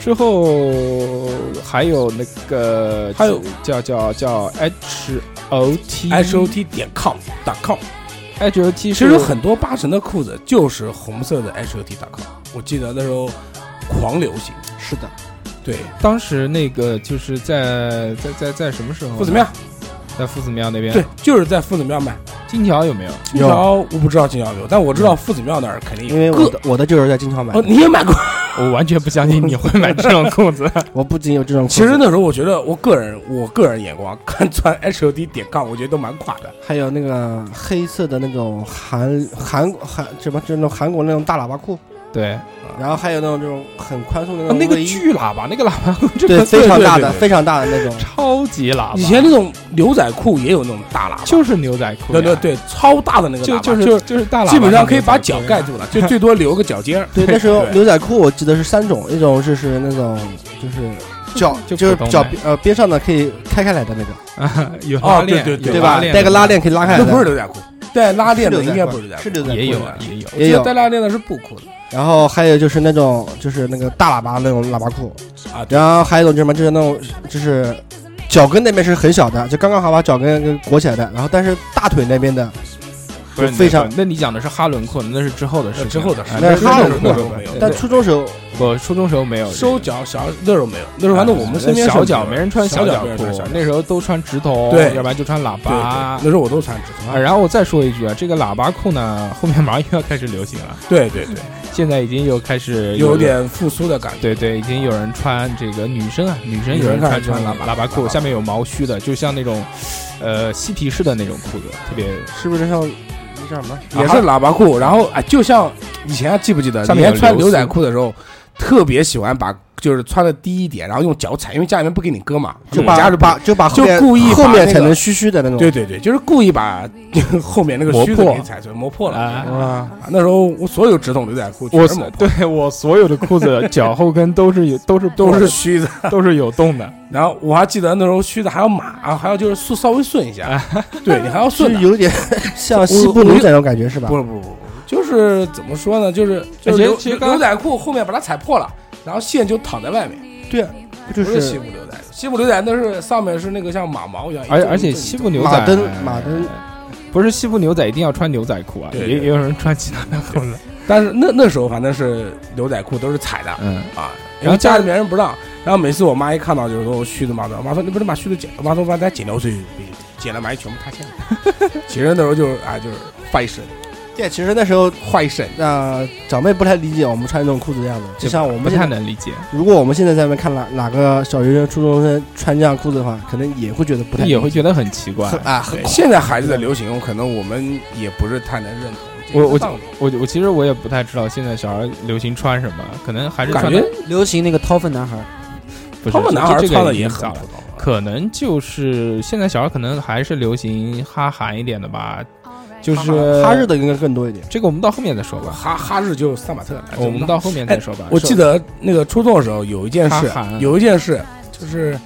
[SPEAKER 1] 之后还有那个，
[SPEAKER 3] 还有
[SPEAKER 1] 叫叫叫 H O T
[SPEAKER 3] 对，H O T 点 com 打 com，
[SPEAKER 1] H O T
[SPEAKER 3] 其实很多八神的裤子就是红色的 H O T 打 com，我记得那时候狂流行，
[SPEAKER 2] 是的，
[SPEAKER 3] 对，
[SPEAKER 1] 当时那个就是在在在在什么时候？
[SPEAKER 3] 夫子庙，
[SPEAKER 1] 在夫子庙那边。
[SPEAKER 3] 对，，就是在夫子庙买。
[SPEAKER 1] 金条有没有？
[SPEAKER 3] 金条我不知道金条有，但我知道夫子庙那儿肯定有。
[SPEAKER 2] 因为
[SPEAKER 3] 各
[SPEAKER 2] 我的我的就是在经常买
[SPEAKER 3] 哦，，你也买过？
[SPEAKER 1] 我完全不相信你会买这种裤子。
[SPEAKER 2] 我不仅有这种裤子，
[SPEAKER 3] 其实那时候我觉得，我个人我个人眼光看穿 H O D 点杠，我觉得都蛮垮的。
[SPEAKER 2] 还有那个黑色的那种韩韩韩什么，就是那种韩国那种大喇叭裤，
[SPEAKER 1] 对，
[SPEAKER 2] 然后还有那种这种很宽松的
[SPEAKER 1] 啊
[SPEAKER 2] 那种
[SPEAKER 1] 那个
[SPEAKER 2] 卫衣
[SPEAKER 1] 巨喇叭，那个喇叭裤 真
[SPEAKER 2] 对
[SPEAKER 1] 的
[SPEAKER 2] 非常大
[SPEAKER 3] 对
[SPEAKER 2] 的
[SPEAKER 3] 对对
[SPEAKER 2] 非常大 的那种，
[SPEAKER 1] 超级喇叭，
[SPEAKER 3] 以前那种牛仔裤也有那种大喇叭，
[SPEAKER 1] 就是牛仔裤呀，
[SPEAKER 3] 对对对，超大的那个喇
[SPEAKER 1] 就
[SPEAKER 3] 叭，
[SPEAKER 1] 就是
[SPEAKER 3] 就是
[SPEAKER 1] 就是大喇叭，
[SPEAKER 3] 基本上可以把脚盖。住了，就最多留个脚尖儿。
[SPEAKER 2] 对，那时候
[SPEAKER 3] 对
[SPEAKER 2] 牛仔裤我记得是三种，一种就是那种就是脚
[SPEAKER 1] 就
[SPEAKER 2] 就是
[SPEAKER 1] 普通
[SPEAKER 2] 脚
[SPEAKER 1] 的
[SPEAKER 2] 边呃边上的可以开开来的那种，
[SPEAKER 1] 啊，有拉链，
[SPEAKER 3] 哦对对
[SPEAKER 1] 有
[SPEAKER 2] 对
[SPEAKER 1] 拉
[SPEAKER 2] 吧？
[SPEAKER 1] 链
[SPEAKER 2] 带个拉链可以拉开来
[SPEAKER 3] 那
[SPEAKER 2] 的，
[SPEAKER 3] 不是牛仔裤，带拉链的
[SPEAKER 2] 哎是牛仔
[SPEAKER 3] 应该
[SPEAKER 2] 裤
[SPEAKER 3] 不是牛仔
[SPEAKER 2] 是
[SPEAKER 3] 裤。
[SPEAKER 2] 牛仔裤
[SPEAKER 1] 也有啊
[SPEAKER 2] 的
[SPEAKER 1] 也有，
[SPEAKER 3] 我
[SPEAKER 2] 也
[SPEAKER 3] 记得
[SPEAKER 2] 有
[SPEAKER 3] 带拉链的是布裤的
[SPEAKER 2] 然后还有就是那种就是那个大喇叭那种喇叭裤，
[SPEAKER 3] 啊，对
[SPEAKER 2] 然后还有一种就是什么就是那种就是脚跟那边是很小的，就刚刚好把脚跟给裹起来的，然后但是大腿那边的
[SPEAKER 1] 不是
[SPEAKER 2] 非常
[SPEAKER 1] 那那你讲的是哈伦裤，那是之后的事情，
[SPEAKER 3] 呃之后的事
[SPEAKER 1] 哎
[SPEAKER 2] 那
[SPEAKER 1] 那
[SPEAKER 2] 是哈伦
[SPEAKER 1] 那
[SPEAKER 2] 裤
[SPEAKER 1] 时候
[SPEAKER 3] 没
[SPEAKER 1] 没有
[SPEAKER 3] 有，
[SPEAKER 2] 但
[SPEAKER 1] 对
[SPEAKER 2] 初中时候
[SPEAKER 1] 我初中时候没有
[SPEAKER 3] 收
[SPEAKER 1] 这个。
[SPEAKER 3] 脚小那时候没有，那时候反正我们身边是
[SPEAKER 1] 小脚
[SPEAKER 3] 有
[SPEAKER 1] 没人穿
[SPEAKER 3] 啊小
[SPEAKER 1] 脚
[SPEAKER 3] 没人
[SPEAKER 1] 裤
[SPEAKER 3] 穿小脚，
[SPEAKER 1] 那时候都穿直筒，
[SPEAKER 3] 对
[SPEAKER 1] 要不然就穿喇
[SPEAKER 3] 对，
[SPEAKER 1] 叭
[SPEAKER 3] 对哎那。时候我都穿直筒
[SPEAKER 1] 啊，。然后我再说一句啊，这个喇叭裤呢，后面马上又要开始流行了，
[SPEAKER 3] 对对对，
[SPEAKER 1] 现在已经又开始
[SPEAKER 3] 有，点复苏的感觉。
[SPEAKER 1] 对对，已经有人穿这个女生啊，女生有人
[SPEAKER 3] 女生
[SPEAKER 1] 穿
[SPEAKER 3] 开始
[SPEAKER 1] 穿
[SPEAKER 3] 穿
[SPEAKER 1] 喇
[SPEAKER 3] 喇叭
[SPEAKER 1] 喇叭
[SPEAKER 3] 喇
[SPEAKER 1] 裤，
[SPEAKER 3] 叭
[SPEAKER 1] 下面有毛须的，就像那种，呃，嬉皮士的那种裤子，特别
[SPEAKER 2] 是不是像那叫什么？
[SPEAKER 3] 也是喇叭裤，然后哎，就像以前还记不记得，
[SPEAKER 1] 上
[SPEAKER 3] 以
[SPEAKER 1] 面有
[SPEAKER 3] 前穿
[SPEAKER 1] 流
[SPEAKER 3] 牛
[SPEAKER 1] 苏
[SPEAKER 3] 仔裤的时候，特别喜欢把就是穿的低一点，然后用脚踩，因为家里面不给你割嘛，
[SPEAKER 2] 就
[SPEAKER 3] 我
[SPEAKER 2] 把
[SPEAKER 3] 家是不
[SPEAKER 2] 把就把后
[SPEAKER 3] 就
[SPEAKER 2] 面
[SPEAKER 3] 故意把
[SPEAKER 2] 后面
[SPEAKER 3] 那
[SPEAKER 2] 才
[SPEAKER 3] 个
[SPEAKER 2] 能虚虚的那种，
[SPEAKER 3] 嗯对对对，就是故意把 后面那个
[SPEAKER 1] 磨
[SPEAKER 3] 须子
[SPEAKER 1] 破
[SPEAKER 3] 给踩出来，磨破了。
[SPEAKER 1] 啊
[SPEAKER 2] 啊，
[SPEAKER 3] 啊那时候我所有直筒牛仔裤
[SPEAKER 1] 我
[SPEAKER 3] 全是磨破，
[SPEAKER 1] 对我所有的裤子脚后跟都是有都是
[SPEAKER 3] 都是须子。
[SPEAKER 1] 都是有洞的，
[SPEAKER 3] 然后我还记得那时候须子还要码，还要就是顺稍微顺一下，
[SPEAKER 1] 哎
[SPEAKER 3] 对你还要
[SPEAKER 2] 就
[SPEAKER 3] 顺
[SPEAKER 2] 是
[SPEAKER 3] 的。
[SPEAKER 2] 有 点像西部牛仔那种感觉是吧
[SPEAKER 3] 不？是不是不是，就是怎么说呢？就是
[SPEAKER 1] 而且
[SPEAKER 3] 就是牛
[SPEAKER 1] 哎其实刚
[SPEAKER 3] 牛仔裤后面把它踩破了，然后线就躺在外面。
[SPEAKER 2] 对啊，就
[SPEAKER 3] 不是西
[SPEAKER 2] 是
[SPEAKER 3] 部牛仔，西部牛仔那是上面是那个像马毛一样，一
[SPEAKER 1] 而
[SPEAKER 3] 种
[SPEAKER 1] 哎而且
[SPEAKER 3] 一种
[SPEAKER 1] 西部牛仔
[SPEAKER 2] 马灯马灯
[SPEAKER 1] 不是西部牛仔一定要穿牛仔裤啊，
[SPEAKER 3] 对对
[SPEAKER 1] 也也有人穿其他的裤子，
[SPEAKER 3] 但是那那时候反正是牛仔裤都是踩的
[SPEAKER 1] 嗯，
[SPEAKER 3] 啊，
[SPEAKER 1] 然
[SPEAKER 3] 然
[SPEAKER 1] 后
[SPEAKER 3] 后
[SPEAKER 1] 家
[SPEAKER 3] 家里面人不让，然后每次我妈一看到就是说我须的妈的，妈说你不能把须子剪，妈说把它剪掉最，剪了买全部塌陷了。其实那时候就是啊，就是发一身，
[SPEAKER 2] 对，其实那时候
[SPEAKER 3] 画一身，
[SPEAKER 2] 那长辈不太理解我们穿这种裤子的样子，就像我
[SPEAKER 1] 不
[SPEAKER 2] 们现
[SPEAKER 1] 太
[SPEAKER 2] 在，
[SPEAKER 1] 能理解，
[SPEAKER 2] 如果我们现在在外面看哪哪个小学生、初中生穿这样裤子的话，可能也会觉得不太
[SPEAKER 1] 也会觉得很奇怪
[SPEAKER 2] 很。啊，很
[SPEAKER 3] 对现在孩子的流行，可能我们也不是太能认同。
[SPEAKER 1] 我我
[SPEAKER 3] 这个道理
[SPEAKER 1] 我我其实我也不太知道现在小孩流行穿什么，可能还是
[SPEAKER 3] 感
[SPEAKER 1] 穿
[SPEAKER 3] 觉
[SPEAKER 1] 的
[SPEAKER 5] 流行那个掏粪男孩，
[SPEAKER 1] 不是
[SPEAKER 3] 他们男孩
[SPEAKER 1] 这这个
[SPEAKER 3] 穿的
[SPEAKER 1] 已经
[SPEAKER 3] 也很
[SPEAKER 1] 早了
[SPEAKER 3] 普通了，
[SPEAKER 1] 可能就是现在小孩可能还是流行哈韩一点的吧，就
[SPEAKER 2] 哈
[SPEAKER 1] 是
[SPEAKER 2] 哈日的应该更多一点。
[SPEAKER 1] 这个我们到后面再说吧，
[SPEAKER 3] 哈哈日就三把特了。
[SPEAKER 1] 我们到后面再说吧。
[SPEAKER 3] 哎我记
[SPEAKER 1] 得
[SPEAKER 3] 得那个初中的时候有一件事
[SPEAKER 1] 哈韩，
[SPEAKER 3] 有一件事就是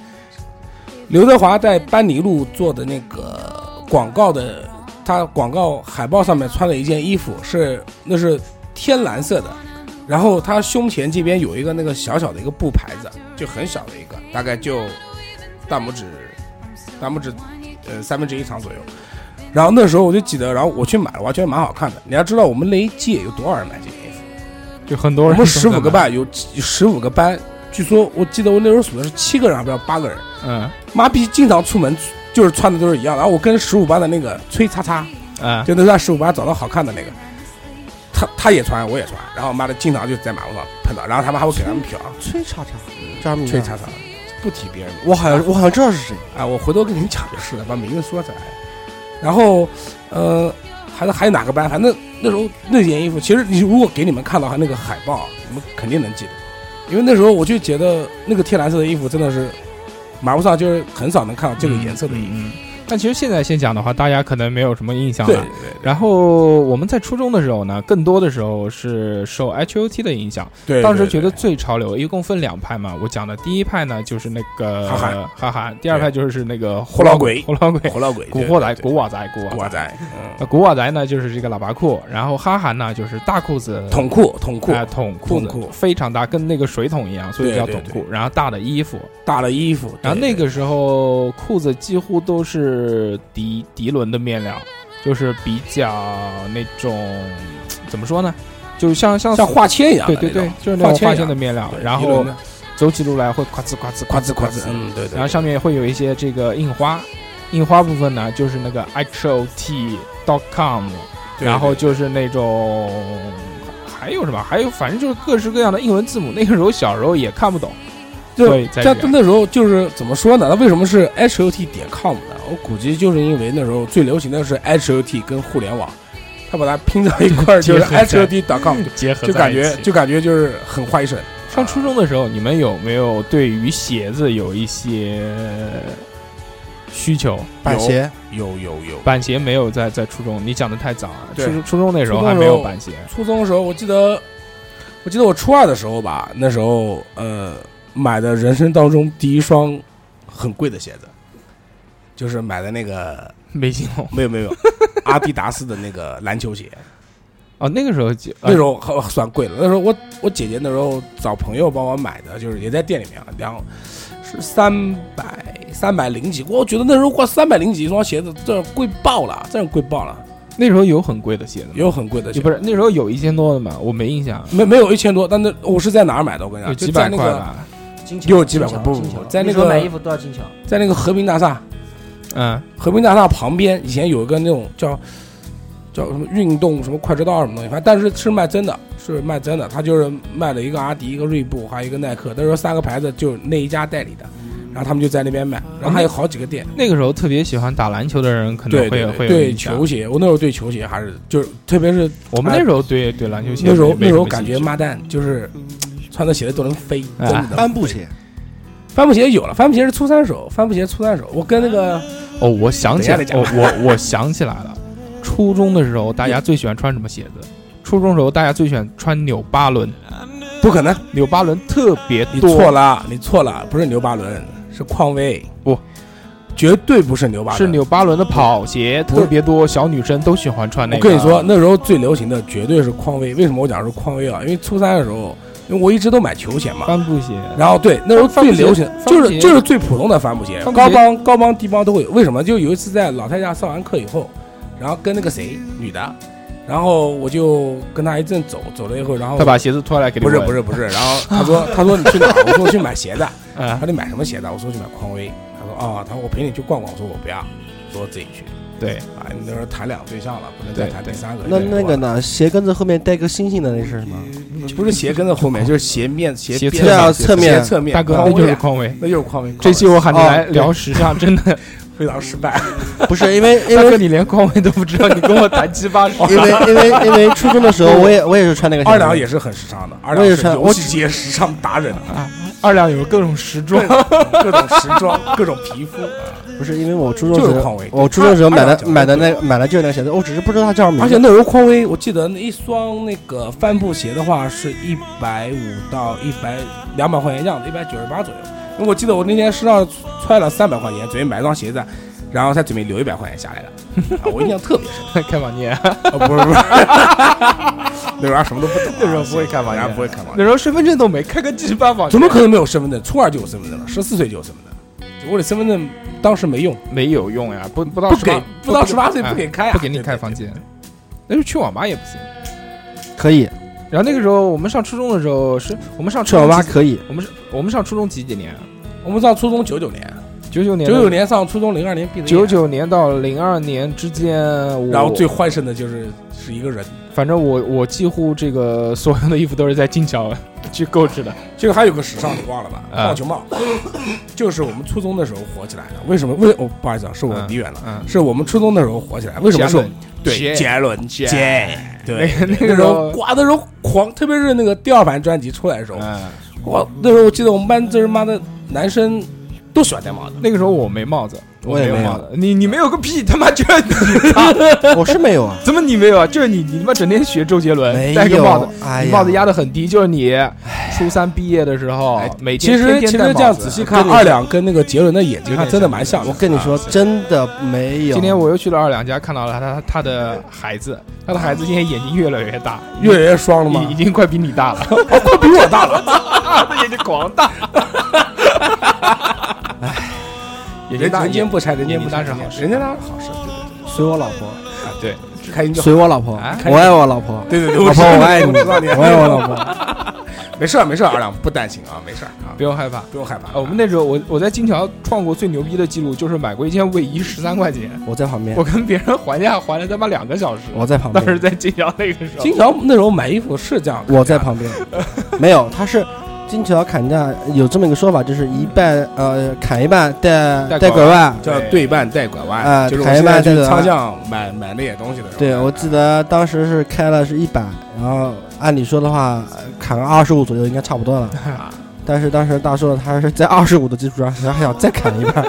[SPEAKER 3] 刘德华在班尼路做的那个广告的，他广告海报上面穿的一件衣服是那是天蓝色的，然后他胸前这边有一个那个小小的一个布牌子，就很小的一个，大概就大拇指大拇指呃三分之一长左右。然后那时候我就记得，然后我去买了，我还觉得蛮好看的。你要知道我们那一届有多少人买这件衣服？
[SPEAKER 1] 就很多
[SPEAKER 3] 我
[SPEAKER 1] 人
[SPEAKER 3] 们
[SPEAKER 1] 说
[SPEAKER 3] 十五
[SPEAKER 1] 的
[SPEAKER 3] 个
[SPEAKER 1] 嘛，
[SPEAKER 3] 班有十五个班，据说我记得我那时候数的是七个人，还不知道八个人。
[SPEAKER 1] 嗯
[SPEAKER 3] 妈逼，经常出门就是穿的都是一样的。然后我跟十五班的那个崔叉叉，
[SPEAKER 1] 啊，
[SPEAKER 3] 就能让十五班找到好看的那个，他他也穿，我也穿。然后妈的，经常就在马路上碰到，然后他们还会给他们嫖。
[SPEAKER 2] 崔叉叉，张明，
[SPEAKER 3] 崔叉，叉，不提别人名字
[SPEAKER 2] 我好像我好像知道是谁，
[SPEAKER 3] 啊，我回头跟你讲就是了，把名字说出来。然后，呃，还是还有哪个班？反正那时候那件衣服，其实你如果给你们看到他那个海报，你们肯定能记得，因为那时候我就觉得那个天蓝色的衣服真的是马路上就是很少能看到这个颜色的衣服。
[SPEAKER 1] 嗯。嗯但其实现在先讲的话，大家可能没有什么印象
[SPEAKER 3] 对
[SPEAKER 1] 了。嗯然后我们在初中的时候呢，更多的时候是受 H O T 的影响。
[SPEAKER 3] 对，
[SPEAKER 1] 当时觉
[SPEAKER 3] 得
[SPEAKER 1] 得最潮流，一共分两派嘛。我讲的第一派呢，就是那个
[SPEAKER 3] 哈韩
[SPEAKER 1] 哈韩，第二派就是那个
[SPEAKER 3] 胡老鬼
[SPEAKER 1] 胡老鬼、
[SPEAKER 3] 火老鬼、
[SPEAKER 1] 古惑仔、古
[SPEAKER 3] 古
[SPEAKER 1] 惑仔、古惑
[SPEAKER 3] 惑
[SPEAKER 1] 仔。
[SPEAKER 3] 仔、嗯
[SPEAKER 1] 那古惑仔呢，就是这个喇叭裤，然后哈韩呢，就是大裤子、
[SPEAKER 3] 筒裤、筒裤
[SPEAKER 1] 啊、筒裤子
[SPEAKER 3] 筒裤
[SPEAKER 1] 非常大，跟那个水桶一样，所以
[SPEAKER 3] 对
[SPEAKER 1] 叫
[SPEAKER 3] 对
[SPEAKER 1] 筒
[SPEAKER 3] 对
[SPEAKER 1] 裤。然后大的衣服，
[SPEAKER 3] 大的衣服，
[SPEAKER 1] 然后
[SPEAKER 3] 对
[SPEAKER 1] 那个时候裤子几乎都是涤涤纶的面料，就是比较那种怎么说呢，就像像
[SPEAKER 3] 像画签一样
[SPEAKER 1] 对
[SPEAKER 3] 的
[SPEAKER 1] 对
[SPEAKER 3] 那种，
[SPEAKER 1] 对，就是那种
[SPEAKER 3] 画
[SPEAKER 1] 画
[SPEAKER 3] 签
[SPEAKER 1] 线
[SPEAKER 3] 一
[SPEAKER 1] 的
[SPEAKER 3] 样
[SPEAKER 1] 面料，
[SPEAKER 3] 对
[SPEAKER 1] 然
[SPEAKER 3] 一轮
[SPEAKER 1] 后
[SPEAKER 3] 的
[SPEAKER 1] 走起路来会夸哧夸哧夸
[SPEAKER 3] 夸哧
[SPEAKER 1] 哧
[SPEAKER 3] 夸
[SPEAKER 1] 夸
[SPEAKER 3] 哧
[SPEAKER 1] 哧，，
[SPEAKER 3] 嗯对对，
[SPEAKER 1] 然后上面会有一些这个印花，印花部分呢就是那个 hot.com，
[SPEAKER 3] 对
[SPEAKER 1] 然后
[SPEAKER 3] 对
[SPEAKER 1] 就是那种还有什么，还有反正就是各式各样的英文字母，那个时候小时候也看不懂，
[SPEAKER 3] 就
[SPEAKER 1] 所以在
[SPEAKER 3] 在
[SPEAKER 1] 这样
[SPEAKER 3] 那时候就是怎么说呢？它为什么是 H O T 点 com 呢？我估计就是因为那时候最流行的是 H O T 跟互联网，它把它拼到一 块儿，就是
[SPEAKER 1] 结合起
[SPEAKER 3] H
[SPEAKER 1] 来
[SPEAKER 3] O T 点 com，
[SPEAKER 1] 结合
[SPEAKER 3] 就
[SPEAKER 1] 在
[SPEAKER 3] 感
[SPEAKER 1] 一
[SPEAKER 3] 觉
[SPEAKER 1] 起
[SPEAKER 3] 就感觉就是很坏神。
[SPEAKER 1] 上初中的时候，你们有没有对于鞋子有一些需求？
[SPEAKER 2] 板鞋，
[SPEAKER 3] 有有有。
[SPEAKER 1] 板鞋没有在在初中，你讲的太早了。
[SPEAKER 3] 对
[SPEAKER 1] 初初中那时候
[SPEAKER 3] 初中
[SPEAKER 1] 还
[SPEAKER 3] 时
[SPEAKER 1] 没有
[SPEAKER 3] 候
[SPEAKER 1] 板鞋，
[SPEAKER 3] 初中的时候，我记得，我记得我初二的时候吧，那时候呃买的人生当中第一双很贵的鞋子，就是买的那个
[SPEAKER 1] 没信用
[SPEAKER 3] 没有没有阿迪达斯的那个篮球鞋。
[SPEAKER 1] 哦。那个时候就
[SPEAKER 3] 那时候还算贵了。那时候我我姐姐那时候找朋友帮我买的，就是也在店里面，然后是三百三百零几。我觉得那时候花三百零几一双鞋子，这贵爆了，真是贵爆了，
[SPEAKER 1] 那时候有很贵的鞋子
[SPEAKER 3] 也
[SPEAKER 1] 吗？
[SPEAKER 3] 有很贵的鞋
[SPEAKER 1] 也。不是那时候有一千多的嘛，我没印象，
[SPEAKER 3] 没没有一千多，但那我是在哪儿买的？我跟你
[SPEAKER 1] 有
[SPEAKER 3] 讲，
[SPEAKER 1] 几
[SPEAKER 3] 啊
[SPEAKER 1] 百
[SPEAKER 3] 就在
[SPEAKER 1] 块
[SPEAKER 3] 那个
[SPEAKER 1] 吧。
[SPEAKER 5] 金
[SPEAKER 3] 有几百块不不
[SPEAKER 5] 金桥
[SPEAKER 3] 不在那
[SPEAKER 5] 时候
[SPEAKER 3] 个
[SPEAKER 5] 买衣服都要金桥，啊
[SPEAKER 3] 在那个和平大厦，
[SPEAKER 1] 嗯，
[SPEAKER 3] 和平大厦旁边以前有一个那种叫叫什么运动什么快车道什么东西，反正但是是卖真的，是卖真的。他就是卖了一个阿迪、一个锐步，还有一个耐克，那时候三个牌子就那一家代理的，
[SPEAKER 1] 嗯
[SPEAKER 3] 然后他们就在那边卖，然后还有好几个店。
[SPEAKER 1] 那个时候特别喜欢打篮球的人可能
[SPEAKER 3] 对
[SPEAKER 1] 会
[SPEAKER 3] 对
[SPEAKER 1] 会
[SPEAKER 3] 对，
[SPEAKER 1] 有
[SPEAKER 3] 对
[SPEAKER 1] 印象嗯
[SPEAKER 3] 球。鞋，我那时候对球鞋还是就是，特别是
[SPEAKER 1] 我们那时候对对篮球鞋
[SPEAKER 3] 那时候
[SPEAKER 1] 没
[SPEAKER 3] 那
[SPEAKER 1] 什
[SPEAKER 3] 时候
[SPEAKER 1] 么
[SPEAKER 3] 感
[SPEAKER 1] 兴
[SPEAKER 3] 觉
[SPEAKER 1] 趣
[SPEAKER 3] 妈蛋就是穿的鞋子都能飞，真
[SPEAKER 1] 哎
[SPEAKER 3] 的
[SPEAKER 2] 帆布鞋，
[SPEAKER 3] 帆布鞋有了，帆布鞋是初三手，帆布鞋初三手，我跟那个
[SPEAKER 1] 哦，我想起来，
[SPEAKER 3] 等一下
[SPEAKER 1] 我
[SPEAKER 3] 再讲
[SPEAKER 1] 我我想起来了，初中的时候大家最喜欢穿什么鞋子？初中时候大家最喜欢穿纽巴伦，
[SPEAKER 3] 不可能，
[SPEAKER 1] 纽巴伦特别
[SPEAKER 3] 你
[SPEAKER 1] 多，
[SPEAKER 3] 错了，啊你错了，不是牛巴伦，是匡威，
[SPEAKER 1] 不，
[SPEAKER 3] 绝对不是牛巴伦。
[SPEAKER 1] 哦是纽巴伦的跑鞋
[SPEAKER 3] 不是
[SPEAKER 1] 特别多，小女生都喜欢穿那
[SPEAKER 3] 我
[SPEAKER 1] 个。
[SPEAKER 3] 跟你说，，那时候最流行的绝对是匡威。为什么我讲是匡威啊？因为初三的时候，因为我一直都买球鞋嘛。
[SPEAKER 1] 帆布鞋，
[SPEAKER 3] 然后对，那时候
[SPEAKER 1] 帆
[SPEAKER 3] 最
[SPEAKER 1] 布鞋
[SPEAKER 3] 流行
[SPEAKER 1] 帆布
[SPEAKER 3] 就是
[SPEAKER 1] 鞋
[SPEAKER 3] 就是最普通的帆布鞋，
[SPEAKER 1] 帆布鞋
[SPEAKER 3] 高帮高帮低帮都会有。为什么？就有一次在老太家上完课以后，然后跟那个谁女的，然后我就跟她一阵走，走了以后，然后
[SPEAKER 1] 他把鞋子脱下来给你
[SPEAKER 3] 不是
[SPEAKER 1] 闻
[SPEAKER 3] 不是不是，然后她说她说你去哪儿？我说我去买鞋子。
[SPEAKER 1] 啊
[SPEAKER 3] 哦他说你买什么鞋子啊？我说去买匡威。他说啊、他说我陪你去逛逛。我说我不要，说我自己去。
[SPEAKER 1] 对，
[SPEAKER 3] 啊，你都是谈两个对象了，不能再
[SPEAKER 1] 对
[SPEAKER 3] 谈第三个。
[SPEAKER 2] 那
[SPEAKER 3] 对
[SPEAKER 2] 那个
[SPEAKER 3] 吧
[SPEAKER 2] 呢？鞋跟子后面带个星星的那是什么？
[SPEAKER 3] 不是斜跟在后面，就是斜面、斜
[SPEAKER 1] 斜
[SPEAKER 3] 边
[SPEAKER 1] 侧
[SPEAKER 3] 上
[SPEAKER 2] 面啊侧面
[SPEAKER 3] 斜侧面。
[SPEAKER 1] 哦大哥，那
[SPEAKER 3] 匡
[SPEAKER 1] 就
[SPEAKER 3] 威
[SPEAKER 1] 是
[SPEAKER 3] 啊
[SPEAKER 1] 匡威。
[SPEAKER 3] 那就是匡威。
[SPEAKER 1] 这期我喊你
[SPEAKER 2] 哦
[SPEAKER 1] 来聊时尚， 真的，
[SPEAKER 3] 非常失 败。
[SPEAKER 2] 不是因 为因
[SPEAKER 1] 大
[SPEAKER 2] 为
[SPEAKER 1] 哥你连匡威都不知道，你跟我谈鸡巴
[SPEAKER 3] 哦
[SPEAKER 2] 因为因为因为初中的 时候，我也我也是穿那个鞋。
[SPEAKER 3] 二两也是很时尚的，二两
[SPEAKER 2] 我也
[SPEAKER 3] 是
[SPEAKER 2] 穿
[SPEAKER 3] 游
[SPEAKER 2] 我
[SPEAKER 3] 戏界时尚达人，
[SPEAKER 1] 二两有各种时装
[SPEAKER 3] 各，种各种时装，各种皮肤，
[SPEAKER 2] 不是因为我初中的
[SPEAKER 3] 就是
[SPEAKER 2] 时候，
[SPEAKER 3] 匡威。
[SPEAKER 2] 我初中的时候买
[SPEAKER 3] 二
[SPEAKER 2] 的
[SPEAKER 3] 两脚
[SPEAKER 2] 买的那买的就是那个鞋子，我只是不知道它叫什么名
[SPEAKER 3] 而
[SPEAKER 2] 字。
[SPEAKER 3] 且那时候匡威，我记得那一双那个帆布鞋的话是一百五到一百两百块钱样子，一百九十八左右。因为我记得我那天身上揣了三百块钱，准备买双鞋子，然后才准备留一百块钱下来的。啊我印象特别 深。
[SPEAKER 1] 开网页，
[SPEAKER 3] 啊，不是不是， 那时候什么都不懂啊，
[SPEAKER 1] 那时候不会看网页
[SPEAKER 3] 那时候不会看网页
[SPEAKER 1] 那，时候身份证都没，开个鸡巴网页，
[SPEAKER 3] 怎么可能没有身份证？初二就有身份证了，十四岁就有身份证。我的身份证当时没用，
[SPEAKER 1] 没有用呀？不不到
[SPEAKER 3] 不
[SPEAKER 1] 十
[SPEAKER 3] 给
[SPEAKER 1] 八，
[SPEAKER 3] 不到十八岁不给
[SPEAKER 1] 哎
[SPEAKER 3] 开啊
[SPEAKER 1] 不给你开房间，那时候去网吧也不行。
[SPEAKER 2] 可以，
[SPEAKER 1] 然后哎那个时候我们上初中的时候，是我们上初
[SPEAKER 2] 吃网
[SPEAKER 1] 中
[SPEAKER 2] 吧
[SPEAKER 1] 几，
[SPEAKER 2] 可 以。
[SPEAKER 1] 我们是我们上初中几几年啊？
[SPEAKER 3] 我们上初中九九年，
[SPEAKER 1] 九九年，
[SPEAKER 3] 九九，年上初中，零二年毕业，
[SPEAKER 1] 九，九年到零二年之间，我
[SPEAKER 3] 然后最欢声的就是是一个人。
[SPEAKER 1] 反正我我几乎这个所有的衣服都是在金桥去购置的。
[SPEAKER 3] 这个还有个时尚，你忘了吧？
[SPEAKER 1] 啊
[SPEAKER 3] 棒球帽， 就是我们初中的时候火起来的。为什么？为哦，不好意思啊，是我
[SPEAKER 1] 嗯
[SPEAKER 3] 离远了。
[SPEAKER 1] 嗯，
[SPEAKER 3] 是我们初中的时候火起来，为什么是我们？对，
[SPEAKER 1] 杰
[SPEAKER 3] 杰伦，
[SPEAKER 1] 杰
[SPEAKER 3] 杰，对，
[SPEAKER 1] 那那个
[SPEAKER 3] 那时
[SPEAKER 1] 时
[SPEAKER 3] 候
[SPEAKER 1] 候，
[SPEAKER 3] 哇，那时候狂，特别是那个第二盘专辑出来的时候，
[SPEAKER 1] 嗯，
[SPEAKER 3] 哇，那时候我记得我们班这是妈的男生都喜欢戴帽子，
[SPEAKER 1] 那个时候我没帽子，
[SPEAKER 2] 我也
[SPEAKER 1] 没有
[SPEAKER 2] 没有
[SPEAKER 1] 帽子。你你没有个屁，他妈就
[SPEAKER 2] 我是没有啊，
[SPEAKER 1] 怎么你没有啊？就是你你他妈整天学周杰伦，
[SPEAKER 2] 没
[SPEAKER 1] 戴个
[SPEAKER 2] 有
[SPEAKER 1] 帽子，。
[SPEAKER 2] 哎
[SPEAKER 1] 你
[SPEAKER 2] 呀，
[SPEAKER 1] 帽子压得很低，就是你初三毕业的时候
[SPEAKER 3] 哎，
[SPEAKER 1] 每
[SPEAKER 3] 其
[SPEAKER 1] 天
[SPEAKER 3] 实
[SPEAKER 1] 天
[SPEAKER 3] 其
[SPEAKER 1] 天戴
[SPEAKER 3] 实这样
[SPEAKER 1] 帽子啊
[SPEAKER 3] 仔细看，二两跟那个杰伦的眼睛还真的蛮像的。啊
[SPEAKER 2] 我跟你说，真的没有。
[SPEAKER 1] 今天我又去了二两家，看到了他他的孩子，他的孩子现在眼睛越来越大，
[SPEAKER 3] 越来越双了
[SPEAKER 1] 已已
[SPEAKER 3] 吗？哦
[SPEAKER 1] 经快比你 大了，
[SPEAKER 3] 快比我大了，
[SPEAKER 1] 他眼睛狂大。眼睛
[SPEAKER 3] 人
[SPEAKER 1] 大
[SPEAKER 3] 人间不拆，人
[SPEAKER 1] 眼
[SPEAKER 3] 间不
[SPEAKER 1] 睛
[SPEAKER 3] 拆
[SPEAKER 1] 大是好事啊
[SPEAKER 3] 人间大是好事，对
[SPEAKER 2] 随我老婆，哎
[SPEAKER 1] 对，
[SPEAKER 3] 对对，开心就好。
[SPEAKER 2] 随我老婆
[SPEAKER 1] 啊，
[SPEAKER 2] 我爱我老婆，
[SPEAKER 3] 对对对，
[SPEAKER 2] 老
[SPEAKER 3] 知
[SPEAKER 2] 婆
[SPEAKER 3] 道
[SPEAKER 2] 我爱你，
[SPEAKER 3] 我知道你
[SPEAKER 2] 我爱我老婆。
[SPEAKER 3] 没事儿没事儿，二两不担心啊，没事儿啊哦
[SPEAKER 1] 不，用害怕。
[SPEAKER 3] 不用害怕。
[SPEAKER 1] 啊，我们那时候我我在金桥创过最牛逼的记录，就是买过一件卫衣十三块
[SPEAKER 3] 哎
[SPEAKER 1] 钱，
[SPEAKER 2] 我在旁边
[SPEAKER 1] 我，跟别人还价还了他妈两个小时。
[SPEAKER 2] 我在旁
[SPEAKER 1] 当时
[SPEAKER 2] 边，
[SPEAKER 1] 在金桥那个时候，
[SPEAKER 3] 金条那时候买衣服是这样，
[SPEAKER 2] 我在旁边，没有，他是。金桥砍价有这么一个说法，就是一半呃砍一半带
[SPEAKER 1] 带
[SPEAKER 2] 带
[SPEAKER 1] 拐
[SPEAKER 2] 啊拐弯，
[SPEAKER 3] 叫对半带拐弯，
[SPEAKER 2] 啊
[SPEAKER 3] 就是我
[SPEAKER 2] 台
[SPEAKER 3] 现在
[SPEAKER 2] 湾
[SPEAKER 3] 去
[SPEAKER 2] 带拐
[SPEAKER 3] 仓
[SPEAKER 2] 弯
[SPEAKER 3] 巷买买那些东西的时候。
[SPEAKER 2] 对，我记得当时是开了是一百，然后按理说的话，呃砍个二十五左右应该差不多了。但是当时大硕他是在二十五的基础上，他还想再砍一半，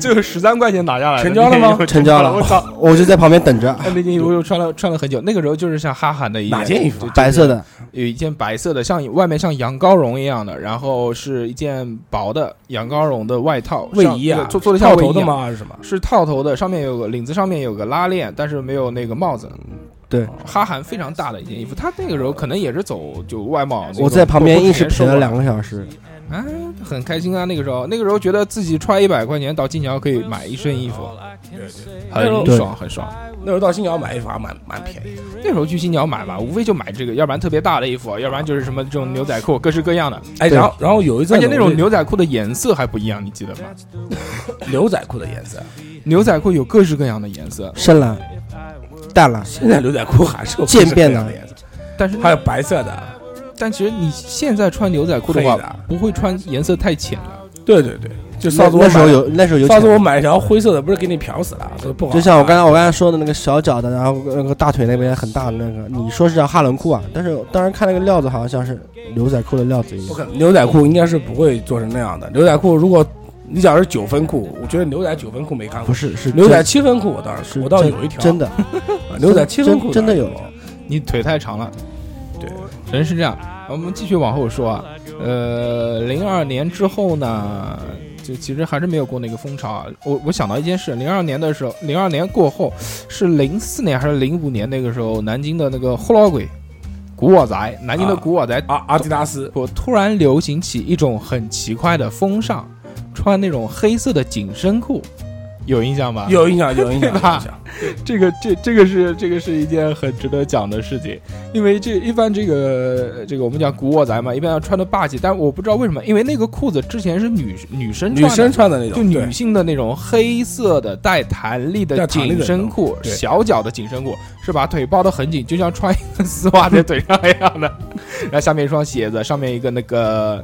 [SPEAKER 1] 最后十三块钱拿下来的
[SPEAKER 3] 成交了吗
[SPEAKER 1] 那 件衣服
[SPEAKER 2] 成交了
[SPEAKER 1] 我操！
[SPEAKER 2] 我就在旁边等着，
[SPEAKER 1] 哎那件衣服又穿了穿了很久，那个时候就是像哈韩的一
[SPEAKER 3] 哪件衣服啊
[SPEAKER 1] 就
[SPEAKER 2] 白色的，
[SPEAKER 1] 有一件白色的，像外面像羊羔绒一样的，然后是一件薄的羊羔绒的外套，
[SPEAKER 3] 卫
[SPEAKER 1] 上
[SPEAKER 3] 衣啊
[SPEAKER 1] 对，做做的像
[SPEAKER 3] 套
[SPEAKER 1] 卫衣
[SPEAKER 3] 头的
[SPEAKER 1] 一样？
[SPEAKER 3] 吗？还是什么？
[SPEAKER 1] 是套头的，上面有个领子，上面有个拉链，但是没有那个帽子。
[SPEAKER 3] 嗯
[SPEAKER 2] 对，
[SPEAKER 1] 哈韩非常大的一件衣服，他那个时候可能也是走就外贸那种。
[SPEAKER 2] 我在旁边
[SPEAKER 1] 做
[SPEAKER 2] 硬
[SPEAKER 1] 做
[SPEAKER 2] 是
[SPEAKER 1] 甜
[SPEAKER 2] 陪
[SPEAKER 1] 瘦
[SPEAKER 2] 了
[SPEAKER 1] 啊
[SPEAKER 2] 两个小时。
[SPEAKER 1] 啊，很开心啊！那个时候，那个时候觉得自己揣一百块钱到金桥可以买一身衣服，
[SPEAKER 3] 对对。
[SPEAKER 1] 很
[SPEAKER 2] 对
[SPEAKER 1] 爽很爽。
[SPEAKER 3] 那时候到新疆买衣服还蛮蛮便宜的，
[SPEAKER 1] 那时候去新桥买吧，无非就买这个，要不然特别大的衣服，要不然就是什么这种牛仔裤，各式各样的。
[SPEAKER 3] 哎，
[SPEAKER 2] 对
[SPEAKER 3] 然后然后有一阵
[SPEAKER 1] 而且
[SPEAKER 3] 子我
[SPEAKER 1] 那
[SPEAKER 3] 就，
[SPEAKER 1] 种牛仔裤的颜色还不一样，你记得吗？
[SPEAKER 3] 牛仔裤的颜色，
[SPEAKER 1] 牛仔裤有各式各样的颜色，
[SPEAKER 2] 深蓝、淡蓝，
[SPEAKER 3] 现在牛仔裤还是 有
[SPEAKER 2] 渐变的
[SPEAKER 3] 各式各样的颜色，
[SPEAKER 1] 但是
[SPEAKER 3] 还有白色的、啊
[SPEAKER 1] 但其实你现在穿牛仔裤的
[SPEAKER 3] 黑
[SPEAKER 1] 话，
[SPEAKER 3] 的，啊
[SPEAKER 1] 不会穿颜色太浅的。
[SPEAKER 3] 对对对，
[SPEAKER 2] 那
[SPEAKER 3] 就上次我
[SPEAKER 2] 那时候
[SPEAKER 3] 买
[SPEAKER 2] 有那时候有
[SPEAKER 3] 上次我
[SPEAKER 2] 钱，
[SPEAKER 3] 买一条灰色的，不是给你漂死了，这不好
[SPEAKER 2] 就
[SPEAKER 3] 看。啊
[SPEAKER 2] 像我刚才我刚才说的那个小脚的，然后那个大腿那边很大的那个，你说是叫哈伦裤啊？但是当时看那个料子好像像是牛仔裤的料子一
[SPEAKER 3] 不
[SPEAKER 2] 样。
[SPEAKER 3] 可能，牛仔裤应该是不会做成那样的。牛仔裤如果你讲是九分裤，我觉得牛仔九分裤没看
[SPEAKER 2] 不
[SPEAKER 3] 过，
[SPEAKER 2] 是，是
[SPEAKER 3] 牛仔
[SPEAKER 2] 真
[SPEAKER 3] 七分裤我倒
[SPEAKER 2] 是
[SPEAKER 3] 是我倒
[SPEAKER 2] 真
[SPEAKER 3] 有一条
[SPEAKER 2] 真的，
[SPEAKER 3] 啊牛仔七分裤啊
[SPEAKER 2] 真真的有
[SPEAKER 1] 你腿太长了，
[SPEAKER 3] 对，
[SPEAKER 1] 人是这样。我们继续往后说啊，呃，零二年之后呢，就其实还是没有过那个风潮啊。我我想到一件事，零二年的时候，零二年过后是零四年还是零五年那个时候，南京的那个后老鬼，古惑仔，南京的
[SPEAKER 3] 啊
[SPEAKER 1] 古惑仔
[SPEAKER 3] 阿阿迪达斯
[SPEAKER 1] 我突然流行起一种很奇怪的风尚，穿那种黑色的紧身裤，有印象吧？
[SPEAKER 3] 有印象有印象有
[SPEAKER 1] 对
[SPEAKER 3] 印
[SPEAKER 1] 吧
[SPEAKER 3] 象，
[SPEAKER 1] 这个这这个是这个是一件很值得讲的事情，因为这一般这个这个我们讲古惑仔嘛，一般要穿的霸气，但我不知道为什么，因为那个裤子之前是女女生
[SPEAKER 3] 女
[SPEAKER 1] 穿的
[SPEAKER 3] 生穿的那种，
[SPEAKER 1] 就
[SPEAKER 3] 对
[SPEAKER 1] 女性的那种黑色的带弹力的
[SPEAKER 3] 带弹力的
[SPEAKER 1] 紧身裤，
[SPEAKER 3] 对
[SPEAKER 1] 小脚的紧身裤，是把腿包得很紧，就像穿一个丝袜在腿上一样的。 然后下面一双鞋子，上面一个那个，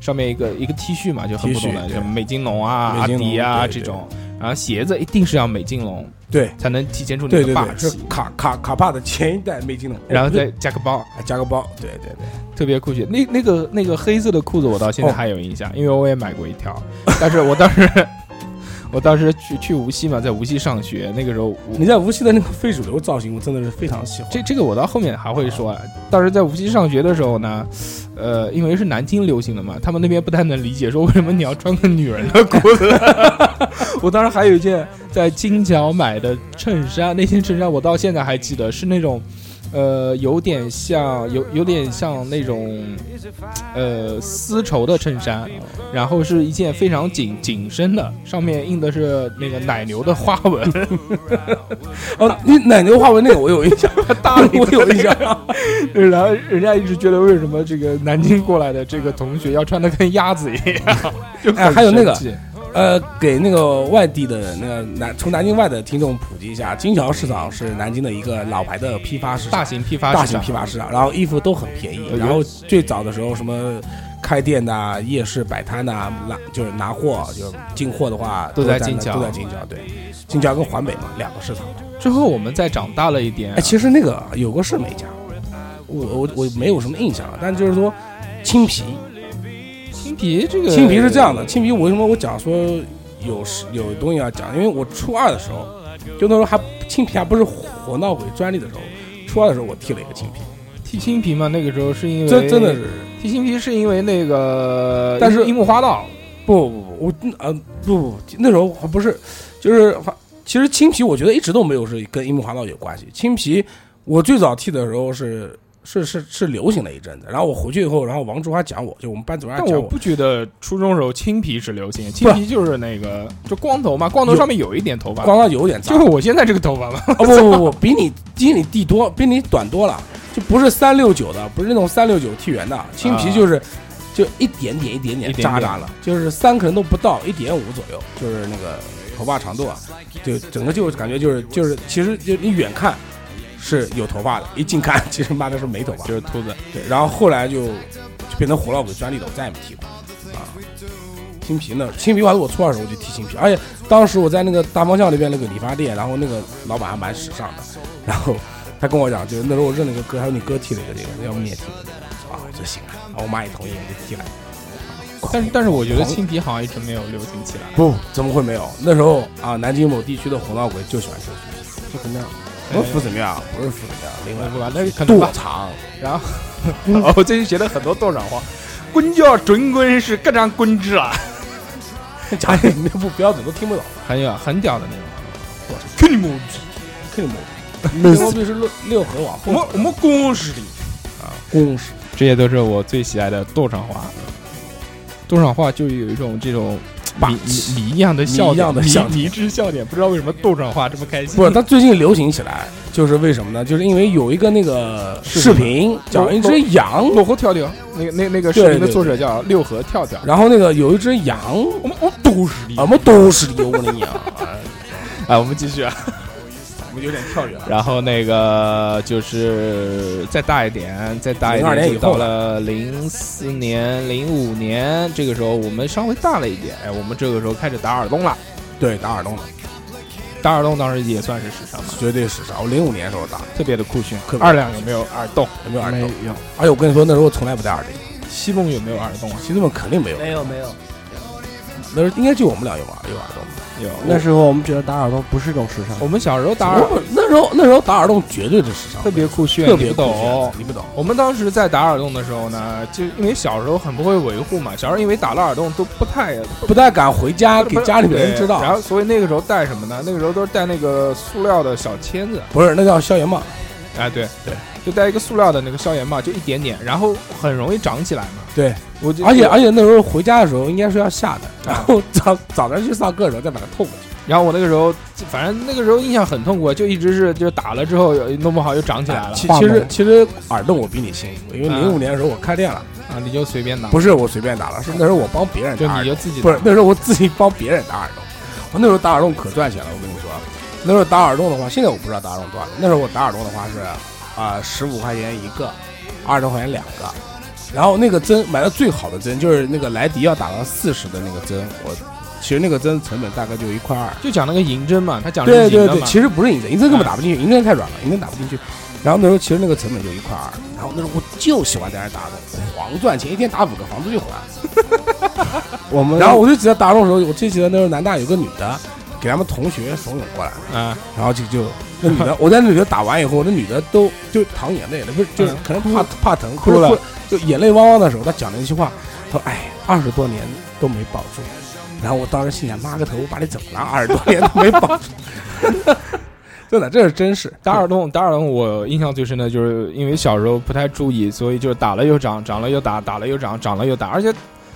[SPEAKER 1] 上面一个一个 T 恤嘛，就很普通
[SPEAKER 3] T
[SPEAKER 1] 的，
[SPEAKER 3] 恤对
[SPEAKER 1] 什么美津浓啊、阿
[SPEAKER 3] 美津浓
[SPEAKER 1] 迪啊
[SPEAKER 3] 对
[SPEAKER 1] 这
[SPEAKER 3] 对
[SPEAKER 1] 种。然后鞋子一定是要美津浓，
[SPEAKER 3] 对
[SPEAKER 1] 才能体现出你
[SPEAKER 3] 对
[SPEAKER 1] 的
[SPEAKER 3] 对
[SPEAKER 1] 霸
[SPEAKER 3] 对，是
[SPEAKER 1] 气。
[SPEAKER 3] 卡卡卡帕的前一代魅金龙，
[SPEAKER 1] 然后
[SPEAKER 3] 哦不对
[SPEAKER 1] 再加个包，
[SPEAKER 3] 还加个包，对对对，
[SPEAKER 1] 特别酷炫。那那个那个黑色的裤子，我到现在
[SPEAKER 3] 哦
[SPEAKER 1] 还有印象，因为我也买过一条。但是我当时， 我当时去去无锡嘛，在无锡上学，那个时候我
[SPEAKER 3] 你在无锡的那个非主流造型，我真的是非常喜欢。
[SPEAKER 1] 这这个我到后面还会说。啊，当时在无锡上学的时候呢，呃，因为是南京流行的嘛，他们那边不太能理解，说为什么你要穿个女人的裤 子。 我当时还有一件在金角买的衬衫，那件衬衫我到现在还记得，是那种。呃，有点像，有有点像那种，呃，丝绸的衬衫，然后是一件非常紧紧身的，上面印的是那个奶牛的花纹，
[SPEAKER 3] 哦，你奶牛花纹那个我有印象，
[SPEAKER 1] 大
[SPEAKER 3] 我有印象。
[SPEAKER 1] 然后人家一直觉得为什么这个南京过来的这个同学要穿的跟鸭子一样，就很
[SPEAKER 3] 哎还有那个
[SPEAKER 1] 生气
[SPEAKER 3] 呃，给那个外地的那个南从南京外的听众普及一下，金桥市场是南京的一个老牌的批发市场
[SPEAKER 1] 大，型批发
[SPEAKER 3] 大
[SPEAKER 1] 市
[SPEAKER 3] 型
[SPEAKER 1] 场
[SPEAKER 3] 批发市场，然后衣服都很便宜
[SPEAKER 1] 呃。
[SPEAKER 3] 然后最早的时候，什么开店呐、夜市摆摊呐、拿就是拿货，就是进货的话，
[SPEAKER 1] 都
[SPEAKER 3] 都
[SPEAKER 1] 在
[SPEAKER 3] 那
[SPEAKER 1] 金桥
[SPEAKER 3] 都在金桥。对，金桥跟环北嘛，两个市场。
[SPEAKER 1] 之后我们再长大了一点
[SPEAKER 3] 哎，，其实那个有个是美家，我我我没有什么印象，但就是说青皮，
[SPEAKER 1] 青皮这个
[SPEAKER 3] 青皮是这样的，青皮为什么我讲说有时有东西要讲？因为我初二的时候，就那时候还青皮还不是火闹鬼专利的时候，初二的时候我剃了一个青皮，
[SPEAKER 1] 剃青皮嘛，那个时候是因为
[SPEAKER 3] 真真的是
[SPEAKER 1] 剃青皮是因为那个，
[SPEAKER 3] 但是
[SPEAKER 1] 樱木花道
[SPEAKER 3] 不不不，我呃不不，那时候还不是，就是其实青皮我觉得一直都没有是跟樱木花道有关系。青皮我最早剃的时候是是是是流行了一阵子，然后我回去以后，然后王竹还讲我，就我们班主任
[SPEAKER 1] 但
[SPEAKER 3] 还讲
[SPEAKER 1] 哎我不觉得初中时候青皮是流行，青皮就是那个就光头嘛，光头
[SPEAKER 3] 有
[SPEAKER 1] 上面有一点头发，
[SPEAKER 3] 光到有点杂
[SPEAKER 1] 就是我现在这个头发嘛，
[SPEAKER 3] 哦不不不，比你比你地多，比你短多了，就不是三六九的，不是那种三六九剃圆的，青皮就是、就一点点一点点
[SPEAKER 1] 一点点
[SPEAKER 3] 扎扎了，就是三可能都不到一点五左右，就是那个头发长度啊，就整个就是感觉就是就是其实就你远看是有头发的，一近看其实妈的是没头发，
[SPEAKER 1] 就是秃子。
[SPEAKER 3] 对，然后后来就就变成火老鬼专利了，我再也没剃过啊。青皮呢？青皮还是我初二的时候我就剃青皮，而且当时我在那个大方向那边那个理发店，然后那个老板还蛮时尚的，然后他跟我讲，就是那时候我认了一个哥，他说你哥剃了一个这个，要不你也剃一个？啊，我说行啊，然后我妈也同意，我就剃了。
[SPEAKER 1] 但是但是我觉得
[SPEAKER 3] 狂
[SPEAKER 1] 青皮好像一直没有流行起来。
[SPEAKER 3] 不怎么会没有？那时候啊，南京某地区的红闹鬼就喜欢修皮，就跟那样。不是服怎么样？不是服怎么样？另外哎
[SPEAKER 1] 不吧，那可能吧
[SPEAKER 3] 多。 长？
[SPEAKER 1] 然后 我最近学了很多多少话，滚叫准滚是各种滚之啊，
[SPEAKER 3] 讲你那不标准都听不懂。
[SPEAKER 1] 很有很屌的那种。
[SPEAKER 3] 克里姆，克里姆，那毛病是六六合往后
[SPEAKER 1] 我们公司里，
[SPEAKER 3] 公式，
[SPEAKER 1] 这些都是我最喜爱的多少话。多少话就有一种这种
[SPEAKER 3] 霸
[SPEAKER 1] 迷
[SPEAKER 3] 气
[SPEAKER 1] 迷迷一样的笑
[SPEAKER 3] 迷一样的
[SPEAKER 1] 迷
[SPEAKER 3] 笑点
[SPEAKER 1] 迷之笑点，不知道为什么多少话这么开心。
[SPEAKER 3] 不是，它最近流行起来，就是为什么呢？就是因为有一个那个视频讲一只羊，
[SPEAKER 1] 裸河跳跳，那个那那个
[SPEAKER 3] 对
[SPEAKER 1] 视频的
[SPEAKER 3] 对
[SPEAKER 1] 作者叫六合跳跳。
[SPEAKER 3] 然后那个有一只羊，
[SPEAKER 1] 我们我们都是的
[SPEAKER 3] 我们都是的，我跟你讲，
[SPEAKER 1] 啊，我们继续啊。
[SPEAKER 3] 我有点跳远了。啊
[SPEAKER 1] 然后那个就是再大一点，再大一
[SPEAKER 3] 02
[SPEAKER 1] 点，
[SPEAKER 3] 年
[SPEAKER 1] 就
[SPEAKER 3] 以后
[SPEAKER 1] 到了零四年、零五年，这个时候我们稍微大了一点，哎，我们这个时候开始打耳洞了。
[SPEAKER 3] 对，打耳洞了，
[SPEAKER 1] 打耳洞当时也算是时尚嘛，
[SPEAKER 3] 绝对时尚。我零五年的时候打的，
[SPEAKER 1] 特别的酷炫
[SPEAKER 3] 特。别
[SPEAKER 1] 二两有没有耳洞？
[SPEAKER 3] 有没有耳
[SPEAKER 2] 没
[SPEAKER 3] 洞？
[SPEAKER 2] 有，
[SPEAKER 3] 而且我跟你说，那时候我从来不戴耳钉，
[SPEAKER 1] 西梦有没有耳洞啊？
[SPEAKER 3] 其实我们肯定没有。
[SPEAKER 5] 没有没有，
[SPEAKER 3] 那时候应该就我们俩有耳有耳洞。
[SPEAKER 1] 有。
[SPEAKER 2] 那时候我们觉得打耳洞不是一种时尚
[SPEAKER 1] 我，们小时候打耳
[SPEAKER 3] 我那时候那时候打耳洞绝对是时尚，
[SPEAKER 1] 特别酷炫，
[SPEAKER 3] 特别
[SPEAKER 1] 你不懂
[SPEAKER 3] 酷炫。你不懂。
[SPEAKER 1] 我们当时在打耳洞的时候呢，就因为小时候很不会维护嘛，小时候因为打了耳洞都不太
[SPEAKER 3] 不太敢回家给家里面人知
[SPEAKER 1] 对然
[SPEAKER 3] 道，
[SPEAKER 1] 后所以那个时候戴什么呢？那个时候都是戴那个塑料的小签子，
[SPEAKER 3] 不是那叫校园帽，
[SPEAKER 1] 哎，对
[SPEAKER 3] 对，
[SPEAKER 1] 就戴一个塑料的那个消炎帽，就一点点，然后很容易长起来嘛。
[SPEAKER 3] 对，
[SPEAKER 1] 我就
[SPEAKER 3] 而且而且那时候回家的时候应该是要下的，然后早早上去上课的时候再把它透过去，
[SPEAKER 1] 然后我那个时候，反正那个时候印象很痛苦，就一直是就打了之后弄不好又长起来了
[SPEAKER 3] 其
[SPEAKER 2] 画
[SPEAKER 3] 其实
[SPEAKER 2] 眉
[SPEAKER 3] 其实耳洞我比你轻，因为
[SPEAKER 1] 啊
[SPEAKER 3] 零五年的时候我开店了，
[SPEAKER 1] 啊，你就随便打，
[SPEAKER 3] 不是我随便打了，是那时候我帮别人
[SPEAKER 1] 就
[SPEAKER 3] 打耳
[SPEAKER 1] 你就
[SPEAKER 3] 洞，
[SPEAKER 1] 自己
[SPEAKER 3] 不
[SPEAKER 1] 打
[SPEAKER 3] 是那时候我自己帮别人打耳洞，我那时候打耳洞可赚钱了，我跟你说，那时候打耳洞的话，现在我不知道打耳洞多少钱，那时候我打耳洞的话是啊十五块钱一个，二十块钱两个。然后那个针买的最好的针就是那个莱迪要打到四十的那个针，我其实那个针成本大概就一块二，
[SPEAKER 1] 就讲那个银针嘛，他讲的
[SPEAKER 3] 对
[SPEAKER 1] 是银
[SPEAKER 3] 对
[SPEAKER 1] 啊的
[SPEAKER 3] 对，
[SPEAKER 1] 嘛，啊
[SPEAKER 3] 其实不是银针，银针根本打不进去，银针太软了，银针打不进去。然后那时候其实那个成本就一块二，然后那时候我就喜欢在那儿打洞，狂赚钱，一天打五个房租就还。
[SPEAKER 2] 我们
[SPEAKER 3] 然后我就记得打洞的时候，我最记得那时候南大有个女的，给他们同学怂恿过来，
[SPEAKER 1] 啊，
[SPEAKER 3] 然后就就那女的，我在那女的打完以后，那女的都就淌眼泪了，不是就是
[SPEAKER 1] 嗯
[SPEAKER 3] 可能怕怕疼，
[SPEAKER 1] 哭
[SPEAKER 3] 不是
[SPEAKER 1] 了
[SPEAKER 3] 不是，就眼泪汪汪的时候，她讲了一句话，她说：“哎，二十多年都没保住。”然后我当时心想：“妈个头，我把你怎么了？二十多年都没保住。” 真的，这是真事。
[SPEAKER 1] 打耳洞，打耳洞，我印象最深的就是因为小时候不太注意，所以就是打了又长，长了又打，打了又长，长了又打，而且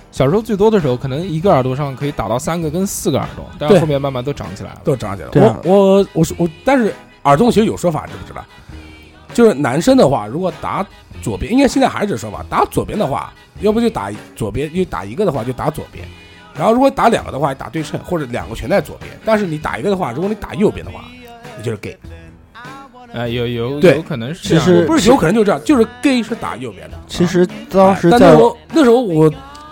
[SPEAKER 1] 小时候最多的时候，可能一个耳朵上可以打到三个跟四个耳洞，但是
[SPEAKER 3] 对
[SPEAKER 1] 后面慢慢都长起来了。
[SPEAKER 3] 都长起来
[SPEAKER 2] 对啊
[SPEAKER 3] 了。我我我说我，但是耳洞其实有说法，知不知道？就是男生的话，如果打左边，应该现在还是这说法，打左边的话，要不就打左边，就打一个的话就打左边，然后如果打两个的话打对称，或者两个全在左边。但是你打一个的话，如果你打右边的话，你就是 gay。
[SPEAKER 1] 哎，有有
[SPEAKER 3] 对
[SPEAKER 1] 有可能是
[SPEAKER 2] 其
[SPEAKER 1] 这样
[SPEAKER 2] 实
[SPEAKER 3] 不是有可能就这样，就是 gay 是打右边的。
[SPEAKER 2] 其实当时
[SPEAKER 3] 啊但那
[SPEAKER 2] 在
[SPEAKER 3] 时候那时候我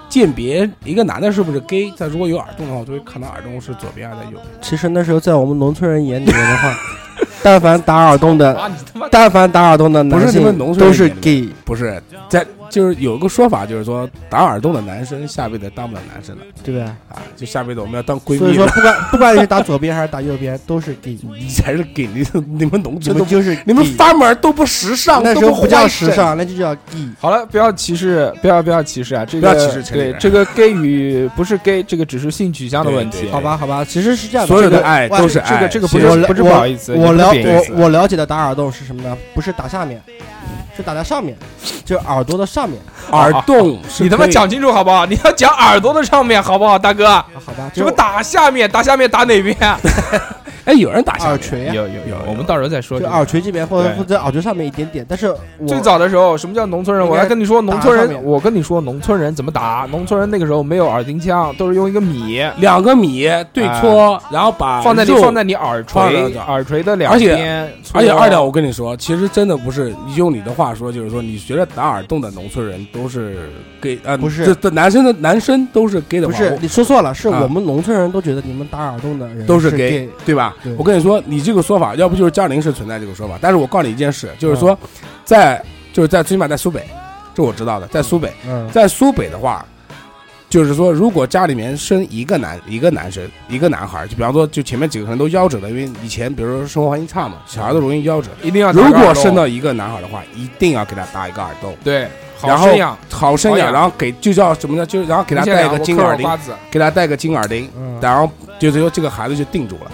[SPEAKER 3] 鉴别一个男的是不是 gay，他如果有耳洞的话，我就会看到耳洞是左边还是在右边。
[SPEAKER 2] 其实那时候在我们农村人眼里面的话， 但凡打耳洞的，
[SPEAKER 1] 啊，你他妈
[SPEAKER 2] 但凡打耳洞的男
[SPEAKER 3] 不是你们
[SPEAKER 2] 性
[SPEAKER 3] 农村
[SPEAKER 2] 都
[SPEAKER 3] 人
[SPEAKER 2] 是
[SPEAKER 3] 眼里
[SPEAKER 2] gay，
[SPEAKER 3] 不是在，就是有个说法，就是说打耳洞的男生下辈子当不了男生了
[SPEAKER 2] 对不对？
[SPEAKER 3] 啊，就下辈子我们要当闺
[SPEAKER 2] 所以
[SPEAKER 3] 蜜
[SPEAKER 2] 说
[SPEAKER 3] 了。
[SPEAKER 2] 不管不管你是打左边还是打右边，都是 gay，
[SPEAKER 3] 你才是给你你们农
[SPEAKER 2] 你
[SPEAKER 3] 村
[SPEAKER 2] 们
[SPEAKER 3] 都
[SPEAKER 2] 就是
[SPEAKER 3] 你们
[SPEAKER 2] gay
[SPEAKER 3] 阀门都不时尚，
[SPEAKER 2] 那时
[SPEAKER 3] 都
[SPEAKER 2] 候不叫
[SPEAKER 3] 坏
[SPEAKER 2] 时
[SPEAKER 3] 人，
[SPEAKER 2] 尚，那就叫 gay。
[SPEAKER 1] 好了，不要歧视，不要不要歧视啊！这个
[SPEAKER 3] 不要歧视城里
[SPEAKER 1] 对
[SPEAKER 3] 人
[SPEAKER 1] 这个 gay 与不是 gay，这个只是性取向的问
[SPEAKER 3] 对
[SPEAKER 1] 题
[SPEAKER 3] 对。
[SPEAKER 2] 好吧，好吧，其实是这样的，
[SPEAKER 3] 所有
[SPEAKER 2] 这
[SPEAKER 3] 的
[SPEAKER 2] 个
[SPEAKER 3] 爱
[SPEAKER 2] 哇
[SPEAKER 3] 都是爱，
[SPEAKER 1] 这个这个不
[SPEAKER 3] 其实
[SPEAKER 1] 是
[SPEAKER 2] 我
[SPEAKER 1] 不是不好意思
[SPEAKER 2] 我了
[SPEAKER 1] 也不是贬义词
[SPEAKER 2] 我我了解的打耳洞是什么呢？不是打下面，是打在上面，就是耳朵的上面。
[SPEAKER 3] 耳洞
[SPEAKER 2] 哦
[SPEAKER 3] 是可
[SPEAKER 1] 你
[SPEAKER 3] 以，
[SPEAKER 1] 他妈讲清楚好不好？你要讲耳朵的上面好不好，大哥？
[SPEAKER 2] 啊好吧，
[SPEAKER 1] 什么打下面？打下面打哪边？
[SPEAKER 3] 哎，有人打
[SPEAKER 2] 就
[SPEAKER 3] 下
[SPEAKER 2] 是耳
[SPEAKER 3] 面，
[SPEAKER 2] 垂啊？
[SPEAKER 1] 有有
[SPEAKER 3] 有
[SPEAKER 1] 我们到时候再说
[SPEAKER 2] 就
[SPEAKER 1] 这个。
[SPEAKER 2] 耳垂这边，或者
[SPEAKER 1] 对
[SPEAKER 2] 或者在耳垂上面一点点。但是我
[SPEAKER 1] 最早的时候，什么叫农村人？
[SPEAKER 2] 应
[SPEAKER 1] 我
[SPEAKER 2] 该
[SPEAKER 1] 来跟你说，农村
[SPEAKER 2] 打上
[SPEAKER 1] 人，
[SPEAKER 2] 面
[SPEAKER 1] 我跟你说，农村人怎么打？农村人那个时候没有耳钉枪，都是用一个米
[SPEAKER 3] 两个米对搓，
[SPEAKER 2] 哎
[SPEAKER 3] 然后把
[SPEAKER 1] 放在你
[SPEAKER 3] 肉
[SPEAKER 1] 放在你耳
[SPEAKER 3] 放在
[SPEAKER 1] 垂
[SPEAKER 3] 这儿
[SPEAKER 1] 耳垂的两
[SPEAKER 3] 而且
[SPEAKER 1] 边，
[SPEAKER 3] 而且哎二两，我跟你说，其实真的不是，你用你的话说，就是说，你觉得打耳洞的农村人都是 gay，呃，
[SPEAKER 2] 不是
[SPEAKER 3] 这这男生的男生都是 gay 的
[SPEAKER 2] 不
[SPEAKER 3] 话，
[SPEAKER 2] 是
[SPEAKER 3] 我
[SPEAKER 2] 你说错了，是
[SPEAKER 3] 啊
[SPEAKER 2] 我们农村人都觉得你们打耳洞的人
[SPEAKER 3] 都
[SPEAKER 2] 是
[SPEAKER 3] 是 gay，对吧
[SPEAKER 2] 对？
[SPEAKER 3] 我跟你说，你这个说法，要不就是江宁是存在这个说法，但是我告诉你一件事，就是说，在就是在最起码在苏北，这我知道的，在苏北，
[SPEAKER 2] 嗯，
[SPEAKER 3] 在苏北的话，就是说，如果家里面生一个男一个男生一个男孩儿，就比方说，就前面几个可能都夭折了，因为以前比如说生活环境差嘛，小孩都容易夭折。
[SPEAKER 1] 一定要打
[SPEAKER 3] 如
[SPEAKER 1] 个
[SPEAKER 3] 果
[SPEAKER 1] 耳洞
[SPEAKER 3] 生到一个男孩儿的话，一定要给他打一个耳洞，
[SPEAKER 1] 对，好
[SPEAKER 3] 然后
[SPEAKER 1] 生养，
[SPEAKER 3] 好生
[SPEAKER 1] 好
[SPEAKER 3] 养，
[SPEAKER 1] 养
[SPEAKER 3] 然后给就叫什么呢？就然后给他戴一个金耳钉
[SPEAKER 1] 瓜，子，
[SPEAKER 3] 给他戴个金耳钉，
[SPEAKER 2] 嗯
[SPEAKER 3] 然后就是说这个孩子就定住了，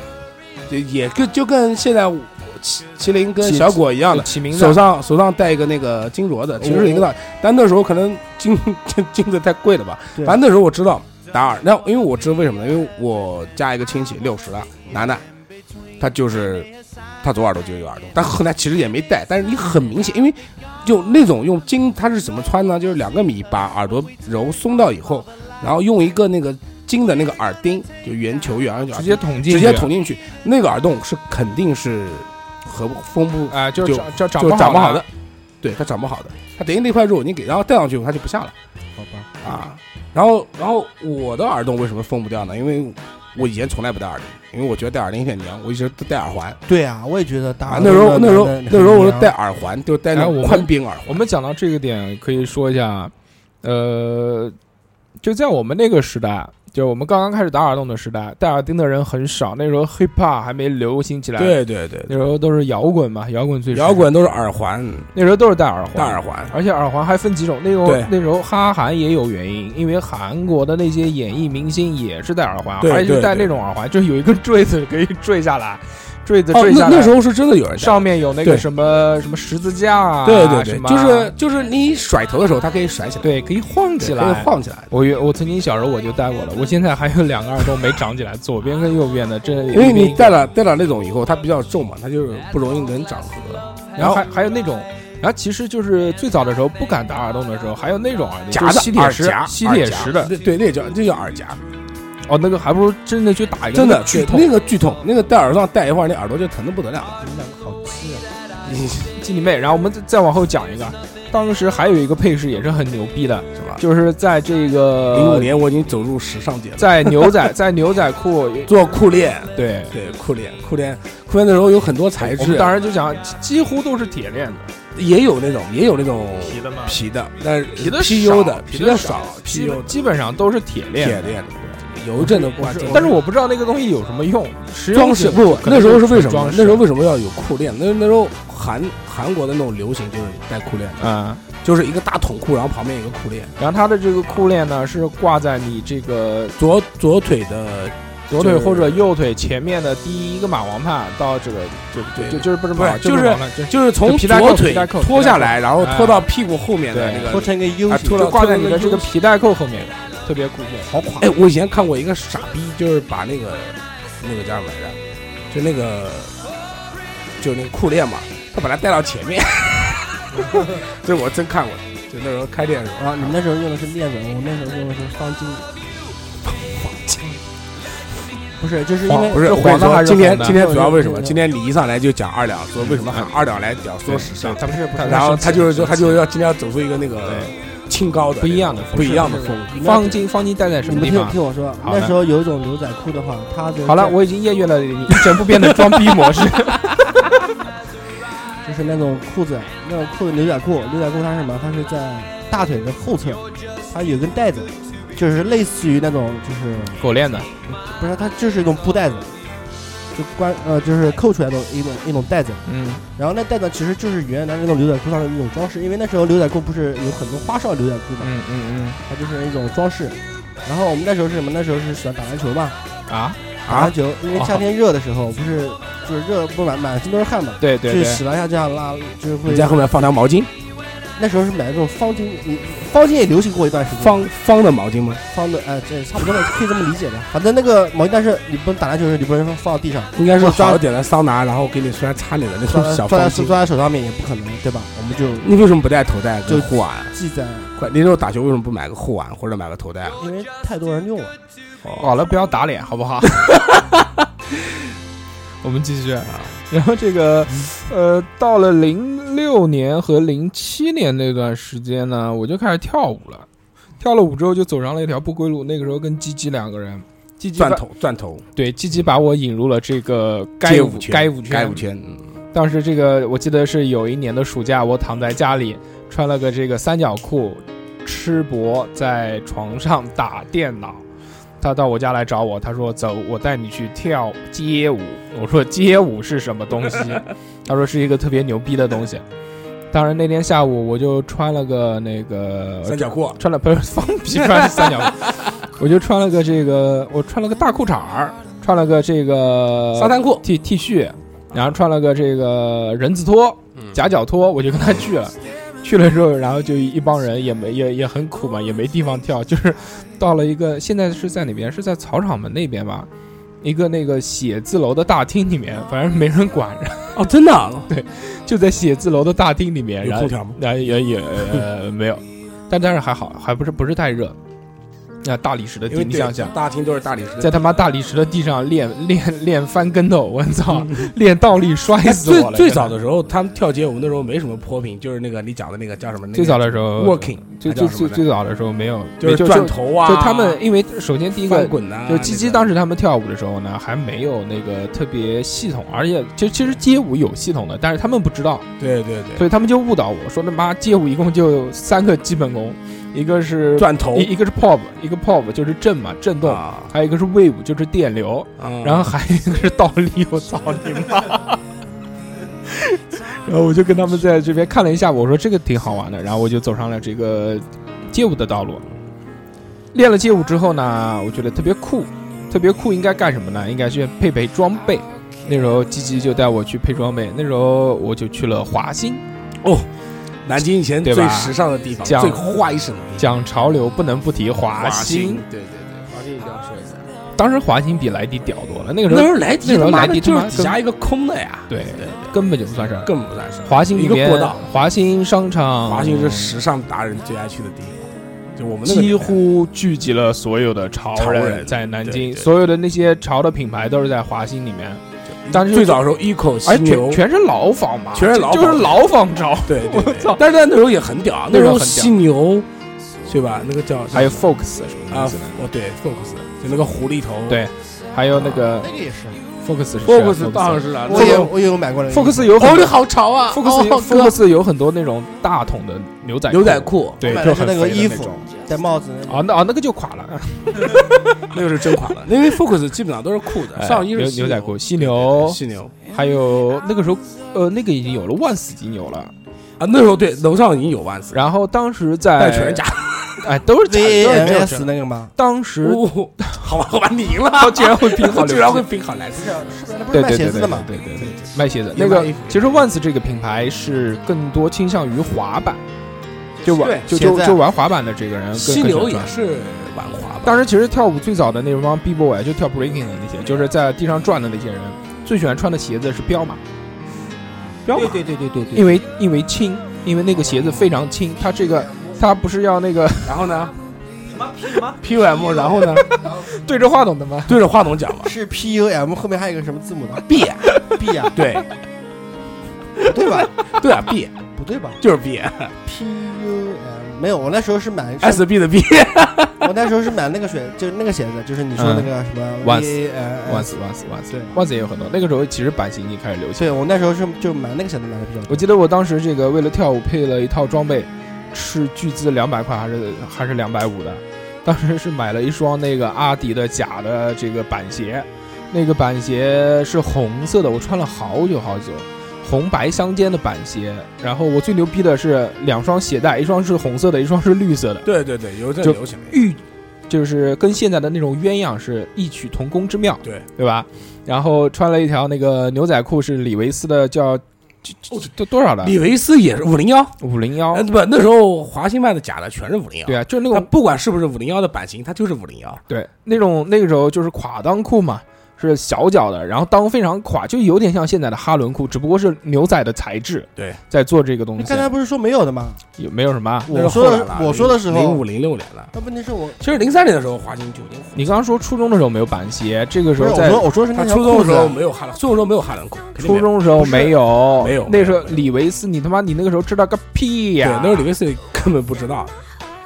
[SPEAKER 3] 就也跟就跟现在我麒麒麟跟
[SPEAKER 1] 起
[SPEAKER 3] 小果一样的，
[SPEAKER 1] 起名字
[SPEAKER 3] 手上手上戴一个那个金镯
[SPEAKER 1] 哦
[SPEAKER 3] 子，其实是一个道理。但那时候可能金 金金子太贵了吧，
[SPEAKER 2] 对
[SPEAKER 3] 反正那时候我知道打耳，那因为我知道为什么呢？因为我家一个亲戚六十了，男的，他就是他左耳朵就有耳洞，但后来其实也没戴，但是你很明显，因为就那种用金，它是怎么穿呢？就是两个米把耳朵揉松到以后，然后用一个那个金的那个耳钉，就圆球圆耳钉
[SPEAKER 1] 直接捅进去，
[SPEAKER 3] 直接捅进去，那个耳洞是肯定是合不封不
[SPEAKER 1] 啊，就
[SPEAKER 3] 就
[SPEAKER 1] 长就长
[SPEAKER 3] 就长
[SPEAKER 1] 不
[SPEAKER 3] 不
[SPEAKER 1] 好
[SPEAKER 3] 好
[SPEAKER 1] 的
[SPEAKER 3] 的，，对，它长不好的，它等于那块肉你给然后戴上去，它就不下了
[SPEAKER 2] 好吧，
[SPEAKER 1] 嗯
[SPEAKER 3] 啊。然后然后我的耳洞为什么封不掉呢？因为我以前从来不戴耳钉，因为我觉得戴耳钉有点娘，我一直都戴耳环。
[SPEAKER 2] 对啊，我也觉得打
[SPEAKER 3] 啊
[SPEAKER 2] 耳，
[SPEAKER 3] 那时候
[SPEAKER 2] 洞的
[SPEAKER 3] 那时候
[SPEAKER 2] 男的
[SPEAKER 3] 那时候我
[SPEAKER 2] 很
[SPEAKER 3] 是戴
[SPEAKER 2] 娘
[SPEAKER 3] 耳环，就是戴那
[SPEAKER 1] 哎我
[SPEAKER 3] 种
[SPEAKER 1] 们
[SPEAKER 3] 宽边耳环。
[SPEAKER 1] 我们讲到这个点，可以说一下，呃，就在我们那个时代，就我们刚刚开始打耳洞的时代，戴耳钉的人很少。那时候 hiphop 还没流行起来，，
[SPEAKER 3] 对对对，
[SPEAKER 1] 那时候都是摇滚嘛，摇滚最盛
[SPEAKER 3] 摇，滚都是耳环，
[SPEAKER 1] 那时候都是戴耳环，
[SPEAKER 3] 戴耳，环。
[SPEAKER 1] 而且耳环还分几种。那时候
[SPEAKER 3] 对
[SPEAKER 1] 那时候哈韩也有原因，因为韩国的那些演艺明星也是戴耳环，
[SPEAKER 3] 对
[SPEAKER 1] 还是
[SPEAKER 3] 对
[SPEAKER 1] 戴那
[SPEAKER 3] 对
[SPEAKER 1] 种耳环，就是有一根坠子可以坠下来。坠子
[SPEAKER 3] 哦，
[SPEAKER 1] 坠
[SPEAKER 3] 那
[SPEAKER 1] 下来，
[SPEAKER 3] 那时候是真的有人戴
[SPEAKER 1] 上面有那个
[SPEAKER 3] 对
[SPEAKER 1] 什么什么十字架啊，
[SPEAKER 3] 对对对
[SPEAKER 1] 什，么啊
[SPEAKER 3] 就是就是你甩头的时候，它可以甩起来，
[SPEAKER 1] 对，可以晃
[SPEAKER 3] 对
[SPEAKER 1] 起
[SPEAKER 3] 可以
[SPEAKER 1] 来。
[SPEAKER 3] 晃起来。
[SPEAKER 1] 我原我曾经小时候我就戴过了，我现在还有两个耳洞没长起来，左边跟右边的，这
[SPEAKER 3] 因为哎你戴了戴了那种以后，它比较重嘛，它就是不容易能长合。
[SPEAKER 1] 然后还还有那种，然后其实就是最早的时候不敢打耳洞的时候，还有那种耳钉，
[SPEAKER 3] 夹
[SPEAKER 1] 就是
[SPEAKER 3] 的
[SPEAKER 1] 吸铁
[SPEAKER 3] 耳
[SPEAKER 1] 石
[SPEAKER 3] 夹，，
[SPEAKER 1] 吸
[SPEAKER 3] 耳
[SPEAKER 1] 铁
[SPEAKER 3] 夹
[SPEAKER 1] 石的，
[SPEAKER 3] 对对，那叫那叫耳夹，
[SPEAKER 1] 哦，那个还不如真的去打一个，
[SPEAKER 3] 真
[SPEAKER 1] 那
[SPEAKER 3] 的
[SPEAKER 1] 个剧
[SPEAKER 3] 对
[SPEAKER 1] 痛，
[SPEAKER 3] 那个剧痛，那个戴耳上戴一会儿，那耳朵就疼的不得了。你们两个好气啊！
[SPEAKER 1] 鸡你妹！然后我们再再往后讲一个，当时还有一个配饰也是很牛逼的，
[SPEAKER 3] 是吧？
[SPEAKER 1] 就是在这
[SPEAKER 3] 零五
[SPEAKER 1] 个
[SPEAKER 3] 年我已经走入时尚界了，
[SPEAKER 1] 在牛仔 在牛仔裤
[SPEAKER 3] 做裤链，
[SPEAKER 1] 对。
[SPEAKER 3] 对裤链，裤链，裤链那时候有很多材
[SPEAKER 1] 我们
[SPEAKER 3] 质，
[SPEAKER 1] 当时就讲，几几乎都是铁链子，
[SPEAKER 3] 也有那种也有那种
[SPEAKER 1] 皮的吗
[SPEAKER 3] 皮的，但是
[SPEAKER 1] 皮的
[SPEAKER 3] PU
[SPEAKER 1] 少
[SPEAKER 3] 的
[SPEAKER 1] 皮
[SPEAKER 3] 皮
[SPEAKER 1] 的
[SPEAKER 3] 的
[SPEAKER 1] 少
[SPEAKER 3] 少
[SPEAKER 1] 基
[SPEAKER 3] ，PU
[SPEAKER 1] 本基本上都是铁链
[SPEAKER 3] 铁
[SPEAKER 1] 子。
[SPEAKER 3] 链的，邮政的挂
[SPEAKER 1] 我是
[SPEAKER 3] 件。
[SPEAKER 1] 但是我不知道那个东西有什么用，实用
[SPEAKER 3] 装
[SPEAKER 1] 性
[SPEAKER 3] 饰不，
[SPEAKER 1] 可能
[SPEAKER 3] 那时候是为什
[SPEAKER 1] 装
[SPEAKER 3] 么？
[SPEAKER 1] 饰
[SPEAKER 3] 那时候为什么要有裤链？那那时候韩韩国的那种流行就是带裤链，
[SPEAKER 1] 啊、
[SPEAKER 3] 就是一个大筒裤，然后旁边有一个裤链，
[SPEAKER 1] 然后它的这个裤链呢是挂在你这个
[SPEAKER 3] 左左腿的
[SPEAKER 1] 左腿或者右腿前面的第一个马王帕到这个就
[SPEAKER 3] 对
[SPEAKER 1] 就就是不是
[SPEAKER 3] 不是
[SPEAKER 1] 马
[SPEAKER 3] 就是
[SPEAKER 1] 是马王帕
[SPEAKER 3] 就是从
[SPEAKER 1] 就皮带扣
[SPEAKER 3] 左
[SPEAKER 1] 皮
[SPEAKER 3] 腿
[SPEAKER 1] 带扣
[SPEAKER 3] 脱下来，然后
[SPEAKER 1] 哎
[SPEAKER 3] 脱到屁股后面的
[SPEAKER 1] 对
[SPEAKER 3] 那
[SPEAKER 2] 拖
[SPEAKER 3] 个。
[SPEAKER 2] 成一个 U
[SPEAKER 3] 啊
[SPEAKER 2] 型，
[SPEAKER 3] 脱
[SPEAKER 1] 就
[SPEAKER 3] 了
[SPEAKER 1] 挂在你的
[SPEAKER 3] 脱
[SPEAKER 1] 这个皮带扣后面，特别酷炫。
[SPEAKER 2] 好垮
[SPEAKER 3] 哎，我以前看过一个傻逼，就是把那个那个叫什么来着，就那个就那个裤链嘛，他把它带到前面。 这我真看过，就那时候开店的时候
[SPEAKER 2] 啊！你们那时候用的是链子，我那时候用的是方巾。不是，就是因为
[SPEAKER 3] 不是，
[SPEAKER 1] 是
[SPEAKER 3] 我跟
[SPEAKER 1] 黄
[SPEAKER 3] 你
[SPEAKER 1] 的还
[SPEAKER 3] 说，
[SPEAKER 1] 是
[SPEAKER 3] 今
[SPEAKER 1] 红
[SPEAKER 3] 天
[SPEAKER 1] 的
[SPEAKER 3] 今天主要为什
[SPEAKER 2] 对
[SPEAKER 3] 么？
[SPEAKER 2] 对对
[SPEAKER 3] 今天你一上来就讲二两，说为什么喊
[SPEAKER 1] 嗯
[SPEAKER 3] 二两来讲说时尚，
[SPEAKER 1] 他不是不是，
[SPEAKER 3] 然后他就是说他就是是要今天要走出一个那个清高的
[SPEAKER 1] 不一样的风格
[SPEAKER 3] 不一样的风
[SPEAKER 2] 你们
[SPEAKER 3] 格。
[SPEAKER 1] 方巾方巾戴在什
[SPEAKER 2] 你
[SPEAKER 1] 么地
[SPEAKER 2] 们听
[SPEAKER 1] 方？啊
[SPEAKER 2] 听我说，
[SPEAKER 1] 好的
[SPEAKER 2] 那时候有一种牛仔裤的话，它的
[SPEAKER 1] 好了，
[SPEAKER 2] 这
[SPEAKER 1] 我已经厌倦了你一成不变的装逼模 式。
[SPEAKER 2] 就是那种裤子，那种裤子牛仔裤，牛仔裤它是什么？它是在大腿的后侧，它有根带子，就是类似于那种就是
[SPEAKER 1] 狗链子，
[SPEAKER 2] 不是它就是一种布带子，就关呃就是扣出来的一种一种带子。
[SPEAKER 1] 嗯，
[SPEAKER 2] 然后那带子其实就是原来那种牛仔裤上的一种装饰，因为那时候牛仔裤不是有很多花哨牛仔裤嘛，
[SPEAKER 1] 嗯嗯
[SPEAKER 2] 它就是一种装饰。然后我们那时候是什么？那时候是喜欢打篮球嘛，
[SPEAKER 1] 嗯啊，
[SPEAKER 2] 打篮球，因为夏天热的时候不是就是热不满满身都是汗嘛，
[SPEAKER 1] 对对
[SPEAKER 2] 去
[SPEAKER 1] 对，
[SPEAKER 2] 洗了一下这样拉，就是会
[SPEAKER 3] 你在后面放条毛
[SPEAKER 1] 嗯
[SPEAKER 3] 巾，
[SPEAKER 2] 那时候是买那种方巾，嗯方巾也流行过一段时间，
[SPEAKER 3] 方方的毛巾吗？
[SPEAKER 2] 方的，哎，这差不多了，可以这么理解的。反正那个毛巾，但是你不能打篮球的时候，你不能放放到 地上，
[SPEAKER 3] 应该是
[SPEAKER 2] 我抓
[SPEAKER 3] 好一点的桑拿，然后给你虽然擦脸的那
[SPEAKER 2] 抓
[SPEAKER 3] 种小
[SPEAKER 2] 抓
[SPEAKER 3] 方
[SPEAKER 2] 在手
[SPEAKER 3] 巾。
[SPEAKER 2] 抓在手上面也不可能，对吧？我们就
[SPEAKER 3] 你为什么不戴头带跟
[SPEAKER 2] 就
[SPEAKER 3] 护腕？
[SPEAKER 2] 记在，
[SPEAKER 3] 快，你那时候打球为什么不买个护腕或者买个头带？
[SPEAKER 2] 因为太多人用了。
[SPEAKER 3] 哦
[SPEAKER 1] 好了，不要打脸，好 不好？我们继续啊， 然后这个，
[SPEAKER 3] 嗯
[SPEAKER 1] 呃，到了零六年和零七年那段时间呢，我就开始跳舞了。跳了舞之后，就走上了一条不归路。那个时候跟鸡鸡两个人，鸡鸡把
[SPEAKER 3] 钻头钻头
[SPEAKER 1] 对鸡鸡把我引入了这个该
[SPEAKER 3] 街
[SPEAKER 1] 舞
[SPEAKER 3] 舞圈
[SPEAKER 1] 该舞圈
[SPEAKER 3] 该舞圈，嗯
[SPEAKER 1] 当时这个我记得是有一年的暑假，我躺在家里穿了个这个三角裤，吃播在床上打电脑。 他到我家来找我，他说：“走，我带你去跳街舞。”我说：“街舞是什么东西？” 他说：“是一个特别牛逼的东西。”当然那天下午我就穿了个那个
[SPEAKER 3] 三角裤
[SPEAKER 1] 穿了不是放屁穿三角裤，我就穿了个这个我穿了个大裤衩儿，穿了个这个
[SPEAKER 3] 沙滩裤，
[SPEAKER 1] T T 恤，然后穿了个这个人字拖、
[SPEAKER 3] 嗯
[SPEAKER 1] 夹脚拖，我就跟他去 了。去了之后，然后就一帮人也没也也很苦嘛，也没地方跳，就是到了一个现在是在哪边？是在草场门那边吧，一个那个写字楼的大厅里面，
[SPEAKER 3] 嗯
[SPEAKER 1] 反正没人管，
[SPEAKER 3] 哦，真的啊
[SPEAKER 1] 就在写字楼的大厅里面，
[SPEAKER 3] 有
[SPEAKER 1] 然后
[SPEAKER 3] 空调吗？
[SPEAKER 1] 那也也呃没有，但但是还好，还不是不是太热。那大理石的
[SPEAKER 3] 因
[SPEAKER 1] 地，
[SPEAKER 3] 为
[SPEAKER 1] 你想想，
[SPEAKER 3] 大厅都是大理石的
[SPEAKER 1] 在他妈大理石的地上练练练翻跟头，我操，练倒立摔
[SPEAKER 3] 嗯哎
[SPEAKER 1] 死
[SPEAKER 3] 最
[SPEAKER 1] 我了。
[SPEAKER 3] 最
[SPEAKER 1] 真的
[SPEAKER 3] 早的时候，他们跳街舞那时候没什么泼平，就是那个你讲的那个叫什么？那个
[SPEAKER 1] 最早的时呃候
[SPEAKER 3] working，
[SPEAKER 1] 最
[SPEAKER 3] 还
[SPEAKER 1] 最
[SPEAKER 3] 叫什么
[SPEAKER 1] 最
[SPEAKER 3] 呢
[SPEAKER 1] 最早的时候没有，没
[SPEAKER 3] 是转头啊，
[SPEAKER 1] 就他们，因为首先第一
[SPEAKER 3] 翻
[SPEAKER 1] 个
[SPEAKER 3] 滚啊，
[SPEAKER 1] 就鸡鸡
[SPEAKER 3] 那个
[SPEAKER 1] 当时他们跳舞的时候呢，还没有那个特别系统，而且就其实街舞有系统的，但是他们不知道，
[SPEAKER 3] 对对对，
[SPEAKER 1] 所以他们就误导我说他妈街舞一共就三个基本功，一个是
[SPEAKER 3] 转头
[SPEAKER 1] 一一个是 pop，一个 pop 就是震嘛震动，
[SPEAKER 3] 啊，
[SPEAKER 1] 还有一个是 wave 就是电流，然后还有一个是倒立，我操你妈！ 然后我就跟他们在这边看了一下，我说这个挺好玩的，然后我就走上了这个街舞的道路。练了街舞之后呢，我觉得特别酷，特别酷应该干什么呢？应该去配备装备。那时候鸡鸡就带我去配装备，那时候我就去了华兴，
[SPEAKER 3] 哦南京以前
[SPEAKER 1] 对
[SPEAKER 3] 最
[SPEAKER 1] 吧
[SPEAKER 3] 时尚的地方，
[SPEAKER 1] 讲
[SPEAKER 3] 最花一省的地方，
[SPEAKER 1] 讲潮流不能不提华兴。，
[SPEAKER 3] 对对对，华兴一定要说一下。
[SPEAKER 1] 当时华兴比莱迪屌多了，那个时
[SPEAKER 3] 那时
[SPEAKER 1] 候
[SPEAKER 3] 候莱迪
[SPEAKER 1] 那时
[SPEAKER 3] 他
[SPEAKER 1] 候
[SPEAKER 3] 妈
[SPEAKER 1] 莱
[SPEAKER 3] 的
[SPEAKER 1] 迪
[SPEAKER 3] 就
[SPEAKER 1] 他妈
[SPEAKER 3] 是底下一个空的呀，
[SPEAKER 1] 对
[SPEAKER 3] 对对，
[SPEAKER 1] 根本就不算事儿。
[SPEAKER 3] 根本不算是
[SPEAKER 1] 华兴里
[SPEAKER 3] 一个
[SPEAKER 1] 面嗯
[SPEAKER 3] 过道，
[SPEAKER 1] 华兴商场，
[SPEAKER 3] 华兴是时尚达人最爱去的地方，就我们那个
[SPEAKER 1] 几
[SPEAKER 3] 年代
[SPEAKER 1] 乎聚集了所有的潮
[SPEAKER 3] 潮
[SPEAKER 1] 人
[SPEAKER 3] 人
[SPEAKER 1] 在南
[SPEAKER 3] 对
[SPEAKER 1] 京，
[SPEAKER 3] 对
[SPEAKER 1] 所有的那些潮的品牌都是在华兴里面，当时
[SPEAKER 3] 最早的时候，eco
[SPEAKER 1] 而
[SPEAKER 3] 犀
[SPEAKER 1] 全
[SPEAKER 3] 牛，
[SPEAKER 1] 哎全是牢房嘛，
[SPEAKER 3] 全是牢
[SPEAKER 1] 就
[SPEAKER 3] 房
[SPEAKER 1] 就是牢房潮，
[SPEAKER 3] 对对对
[SPEAKER 1] 我操
[SPEAKER 3] 但是在那时候也很屌啊，
[SPEAKER 1] 那
[SPEAKER 3] 那
[SPEAKER 1] 时
[SPEAKER 3] 时
[SPEAKER 1] 候很
[SPEAKER 3] 候
[SPEAKER 1] 屌
[SPEAKER 3] 犀牛，对吧？那个叫
[SPEAKER 1] 还有 Fox 什么
[SPEAKER 3] 啊
[SPEAKER 1] 东西的，，
[SPEAKER 3] 哦对，Fox 就那个狐狸头，
[SPEAKER 1] 对还有那个
[SPEAKER 6] 那个也是，
[SPEAKER 1] Fox 是谁啊
[SPEAKER 3] Fox 当然是了，
[SPEAKER 6] 我也我也有买过那个
[SPEAKER 1] Fox 有
[SPEAKER 6] 哦，
[SPEAKER 1] 很
[SPEAKER 6] 这
[SPEAKER 1] 多
[SPEAKER 6] 好潮啊
[SPEAKER 1] Fox 有
[SPEAKER 6] 哦哥
[SPEAKER 1] Fox 有很多那种大桶的牛仔
[SPEAKER 3] 牛仔，裤，
[SPEAKER 1] 对
[SPEAKER 2] 我，买
[SPEAKER 1] 就
[SPEAKER 2] 的是
[SPEAKER 1] 很
[SPEAKER 2] 那个
[SPEAKER 1] 肥的
[SPEAKER 2] 衣
[SPEAKER 1] 那
[SPEAKER 2] 服
[SPEAKER 1] 种
[SPEAKER 2] 戴帽子，
[SPEAKER 1] 啊，那啊那个就垮了，
[SPEAKER 3] 那个是真款了，因为 Focus 基本上都是裤子，
[SPEAKER 1] 哎
[SPEAKER 3] 上衣
[SPEAKER 1] 牛
[SPEAKER 3] 是犀
[SPEAKER 1] 牛仔裤，犀
[SPEAKER 3] 对
[SPEAKER 1] 牛，
[SPEAKER 3] 犀牛
[SPEAKER 1] 还有那个时候呃那个已经有了万斯已经有了，
[SPEAKER 3] 啊，那时候对楼上已经有万斯，
[SPEAKER 1] 然后当时在
[SPEAKER 3] 但全是假，
[SPEAKER 1] 哎都是假的
[SPEAKER 2] V
[SPEAKER 1] 都
[SPEAKER 2] A
[SPEAKER 1] 是没
[SPEAKER 2] N
[SPEAKER 1] 有
[SPEAKER 2] S 那个吗？
[SPEAKER 1] 当时
[SPEAKER 3] 哦 好吧好吧，你赢了，
[SPEAKER 1] 他居然 会拼哎好
[SPEAKER 3] 居
[SPEAKER 1] 流
[SPEAKER 3] 然
[SPEAKER 1] 行
[SPEAKER 3] 会。拼好莱斯，
[SPEAKER 2] 那不
[SPEAKER 1] 对对对
[SPEAKER 2] 是卖鞋
[SPEAKER 1] 对
[SPEAKER 2] 子的嘛？
[SPEAKER 1] 对对对，卖鞋子。那
[SPEAKER 3] 也卖
[SPEAKER 1] 个
[SPEAKER 3] 衣服
[SPEAKER 1] 其实 Once 这个品牌是更多倾向于滑板，就玩
[SPEAKER 3] 对
[SPEAKER 1] 就
[SPEAKER 2] 鞋
[SPEAKER 1] 就
[SPEAKER 2] 子啊
[SPEAKER 1] 就玩滑板的这个人更
[SPEAKER 3] 犀牛。
[SPEAKER 1] 更喜欢
[SPEAKER 3] 也
[SPEAKER 1] 转
[SPEAKER 3] 是玩滑吧，
[SPEAKER 1] 当时其实跳舞最早的那帮 B boy 就跳 breaking 的那些，就是在地上转的那些人，最喜欢穿的鞋子是彪马，彪马，
[SPEAKER 5] 对对对对对
[SPEAKER 1] 因为因为轻，因为那个鞋子非常轻，它这个它不是要那个
[SPEAKER 3] 然后呢
[SPEAKER 5] 什么
[SPEAKER 3] P U M，然后呢
[SPEAKER 1] 对着话筒的吗？
[SPEAKER 3] 对着话筒讲嘛
[SPEAKER 6] 是 P U M 后面还有一个什么字 母的？
[SPEAKER 3] ，B 呀
[SPEAKER 6] B 呀，
[SPEAKER 3] 对
[SPEAKER 2] 啊不对吧？
[SPEAKER 3] 对啊 B
[SPEAKER 2] 不对吧
[SPEAKER 3] 就 是 B
[SPEAKER 2] ？P U M 没有，我那时候是买，
[SPEAKER 3] S B 的 B，
[SPEAKER 2] 我那时候是买那个水，就是那个鞋子，就是你说那
[SPEAKER 3] 嗯
[SPEAKER 2] 个什么
[SPEAKER 1] 万
[SPEAKER 2] V A
[SPEAKER 1] 万
[SPEAKER 2] N S。
[SPEAKER 1] 斯万斯万斯
[SPEAKER 2] 对，
[SPEAKER 1] 万斯也有很多。那个时候其实版型已经开始流行。
[SPEAKER 2] 对，我那时候是就买那个鞋子买的比较多。
[SPEAKER 1] 我记得我当时这个为了跳舞配了一套装备，是巨资两百块还是还是两百五的，当时是买了一双那个阿迪的假的这个板鞋，那个板鞋是红色的，我穿了好久好久。红白相间的板鞋，然后我最牛逼的是两双鞋带，一双是红色的，一双是绿色的，
[SPEAKER 3] 对对对，有一阵
[SPEAKER 1] 就啊
[SPEAKER 3] 流行，
[SPEAKER 1] 玉就是跟现在的那种鸳鸯是异曲同工之妙，
[SPEAKER 3] 对
[SPEAKER 1] 对吧？然后穿了一条那个牛仔裤，是李维斯的，叫就就就多少的
[SPEAKER 3] 李维斯也是五零幺，
[SPEAKER 1] 五零幺
[SPEAKER 3] 哎，不，那时候华星卖的假的全是五零幺，
[SPEAKER 1] 对啊，就那
[SPEAKER 3] 它
[SPEAKER 1] 种
[SPEAKER 3] 不管是不是五零幺的版型，它就是五零幺，
[SPEAKER 1] 对那种那个时候就是垮裆裤嘛，是小脚的，然后裆非常垮，就有点像现在的哈伦裤，只不过是牛仔的材质。
[SPEAKER 3] 对，
[SPEAKER 1] 在做这个东
[SPEAKER 2] 你
[SPEAKER 1] 西
[SPEAKER 2] 刚，才不是说没有的吗？
[SPEAKER 1] 也没有什么啊。
[SPEAKER 2] 我说的我说的时
[SPEAKER 3] 零
[SPEAKER 2] 候
[SPEAKER 3] 五，零六年了，
[SPEAKER 2] 那问题是我
[SPEAKER 3] 其实零三年的时候华星就已经火了。
[SPEAKER 1] 你刚刚说初中的时候没有板鞋，这个时
[SPEAKER 2] 不是
[SPEAKER 1] 候
[SPEAKER 2] 我
[SPEAKER 1] 在
[SPEAKER 2] 说我说是
[SPEAKER 3] 他
[SPEAKER 2] 那条
[SPEAKER 3] 初中
[SPEAKER 2] 裤
[SPEAKER 3] 的
[SPEAKER 2] 子
[SPEAKER 3] 时候，没有哈兰，初中的时候没有哈兰裤，肯定没
[SPEAKER 1] 初
[SPEAKER 3] 有
[SPEAKER 1] 中的时候没有，
[SPEAKER 3] 不是没有
[SPEAKER 1] 那时候
[SPEAKER 3] 没有
[SPEAKER 1] 李维斯，你他妈你那个时候知道个屁
[SPEAKER 3] 对，
[SPEAKER 1] 呀、
[SPEAKER 3] 那时候李维斯根本不知道，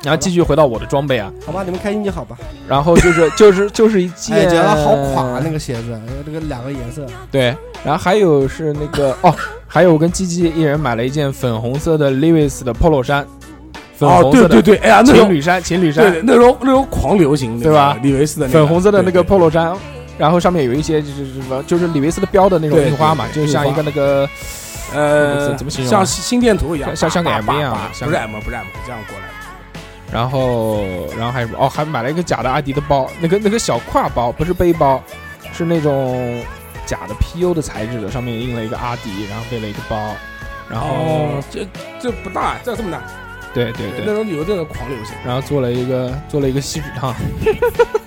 [SPEAKER 1] 然后继续回到我的装备啊，
[SPEAKER 2] 好吧，你们开心就好吧。
[SPEAKER 1] 然后就是就是就是一
[SPEAKER 2] 哎，
[SPEAKER 1] 件，
[SPEAKER 2] 觉得好垮那个鞋子，那个两个颜色，
[SPEAKER 1] 对，然后还有是那个哦，还有我跟鸡鸡一人买了一件粉红色的 Levi's 的 polo 衫，粉
[SPEAKER 3] 哦，
[SPEAKER 1] 红色
[SPEAKER 3] 对
[SPEAKER 1] 的
[SPEAKER 3] 对对，哎呀，那时候
[SPEAKER 1] 情侣衫，情侣
[SPEAKER 3] 对
[SPEAKER 1] 衫，
[SPEAKER 3] 对，那时候那时候狂流行，那个
[SPEAKER 1] 对吧
[SPEAKER 3] 李维斯的那个
[SPEAKER 1] 粉红色的那个
[SPEAKER 3] 对对
[SPEAKER 1] polo 衫，然后上面有一些就是什么，就是李维斯的标的那种
[SPEAKER 3] 对
[SPEAKER 1] 印花嘛，
[SPEAKER 3] 对
[SPEAKER 1] 就
[SPEAKER 3] 对
[SPEAKER 1] 像一个那个
[SPEAKER 3] 呃，
[SPEAKER 1] 怎怎么形容啊
[SPEAKER 3] 像心心电图一样，
[SPEAKER 1] 像像个
[SPEAKER 3] 叭叭
[SPEAKER 1] M 一样啊
[SPEAKER 3] 叭叭
[SPEAKER 1] 像
[SPEAKER 3] 不是 M，不是 M，这样过来的。
[SPEAKER 1] 然后，然后还有什么？哦，还买了一个假的阿迪的包，那个那个小挎包，不是背包，是那种假的 PU 的材质的，上面印了一个阿迪，然后背了一个包，然后、
[SPEAKER 3] 哦，这这不大，这这么大，
[SPEAKER 1] 对对
[SPEAKER 3] 那
[SPEAKER 1] 对，
[SPEAKER 3] 时候有这个狂流行，
[SPEAKER 1] 然后做了一个做了一个锡纸烫，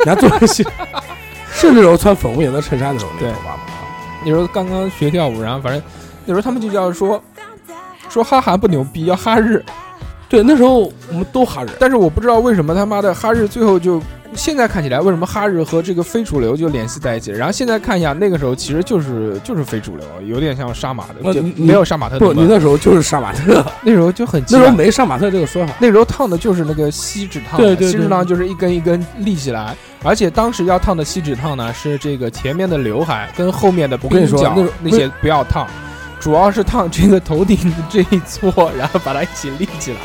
[SPEAKER 3] 然后做了些，是那时候穿粉红颜色衬衫的时候那个头发吗？
[SPEAKER 1] 那时候刚刚学跳舞，然后反正那时候他们就叫说说哈韩不牛逼，要哈日，
[SPEAKER 3] 对，那时候我们都哈人，
[SPEAKER 1] 但是我不知道为什么他妈的哈日最后就现在看起来为什么哈日和这个非主流就联系在一起了，然后现在看一下那个时候其实就是就是非主流，有点像杀马
[SPEAKER 3] 那
[SPEAKER 1] 的，就
[SPEAKER 3] 你
[SPEAKER 1] 没有杀马特
[SPEAKER 3] 不，你
[SPEAKER 1] 那么
[SPEAKER 3] 那时候就是杀马特，
[SPEAKER 1] 那时候就很奇
[SPEAKER 3] 那
[SPEAKER 1] 怪
[SPEAKER 3] 时候没杀马特这个说法。
[SPEAKER 1] 那时候烫的就是那个锡纸烫，
[SPEAKER 3] 对对对
[SPEAKER 1] 锡纸烫就是一根一根立起来，而且当时要烫的锡纸烫呢是这个前面的刘海跟后面的
[SPEAKER 3] 我跟
[SPEAKER 1] 鬓
[SPEAKER 3] 你说
[SPEAKER 1] 角
[SPEAKER 3] 那时候
[SPEAKER 1] 那些不要烫。主要是烫这个头顶这一撮，然后把它一起立起来。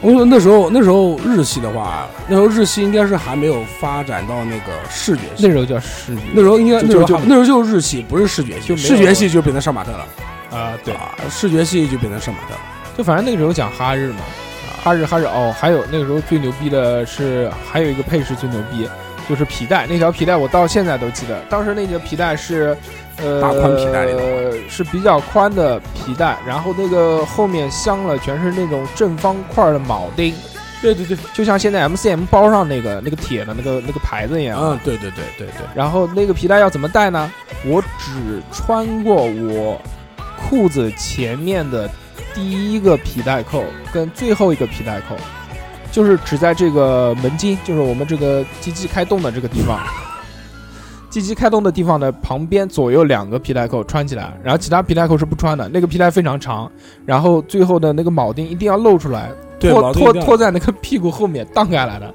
[SPEAKER 3] 我跟你说那时候那时候日系的话，那时候日系应该是还没有发展到那个视觉系
[SPEAKER 1] 那。时候叫视觉
[SPEAKER 3] 那时候应该
[SPEAKER 1] 就
[SPEAKER 3] 那时候
[SPEAKER 1] 就
[SPEAKER 3] 还那时候就是日系，不是视觉
[SPEAKER 1] 就
[SPEAKER 3] 系，
[SPEAKER 1] 没有
[SPEAKER 3] 视觉系就变成杀马特了。
[SPEAKER 1] 啊、对，
[SPEAKER 3] 啊，视觉系就变成杀马特了。
[SPEAKER 1] 就反正那个时候讲哈日嘛，哈日哈日哦，还有那个时候最牛逼的是还有一个配饰最牛逼，就是皮带，那条皮带我到现在都记得。当时那条皮带是，呃，
[SPEAKER 3] 大宽皮带那
[SPEAKER 1] 是比较宽的皮带，然后那个后面镶了全是那种正方块的铆钉，
[SPEAKER 3] 对对对，
[SPEAKER 1] 就像现在 MCM 包上那个那个铁的那个那个牌子一样。
[SPEAKER 3] 嗯，对对对对对，
[SPEAKER 1] 然后那个皮带要怎么带呢？我只穿过我裤子前面的第一个皮带扣跟最后一个皮带扣，就是只在这个门襟，就是我们这个鸡鸡开洞的这个地方。 鸡鸡开洞的地方的旁边左右两个皮带扣穿起来，然后其他皮带扣是不穿的。那个皮带非常长，然后最后的那个铆钉一定要露出来，
[SPEAKER 3] 对
[SPEAKER 1] 拖
[SPEAKER 3] 铆钉
[SPEAKER 1] 拖
[SPEAKER 3] 一定要
[SPEAKER 1] 拖在那个屁股后面荡开来的。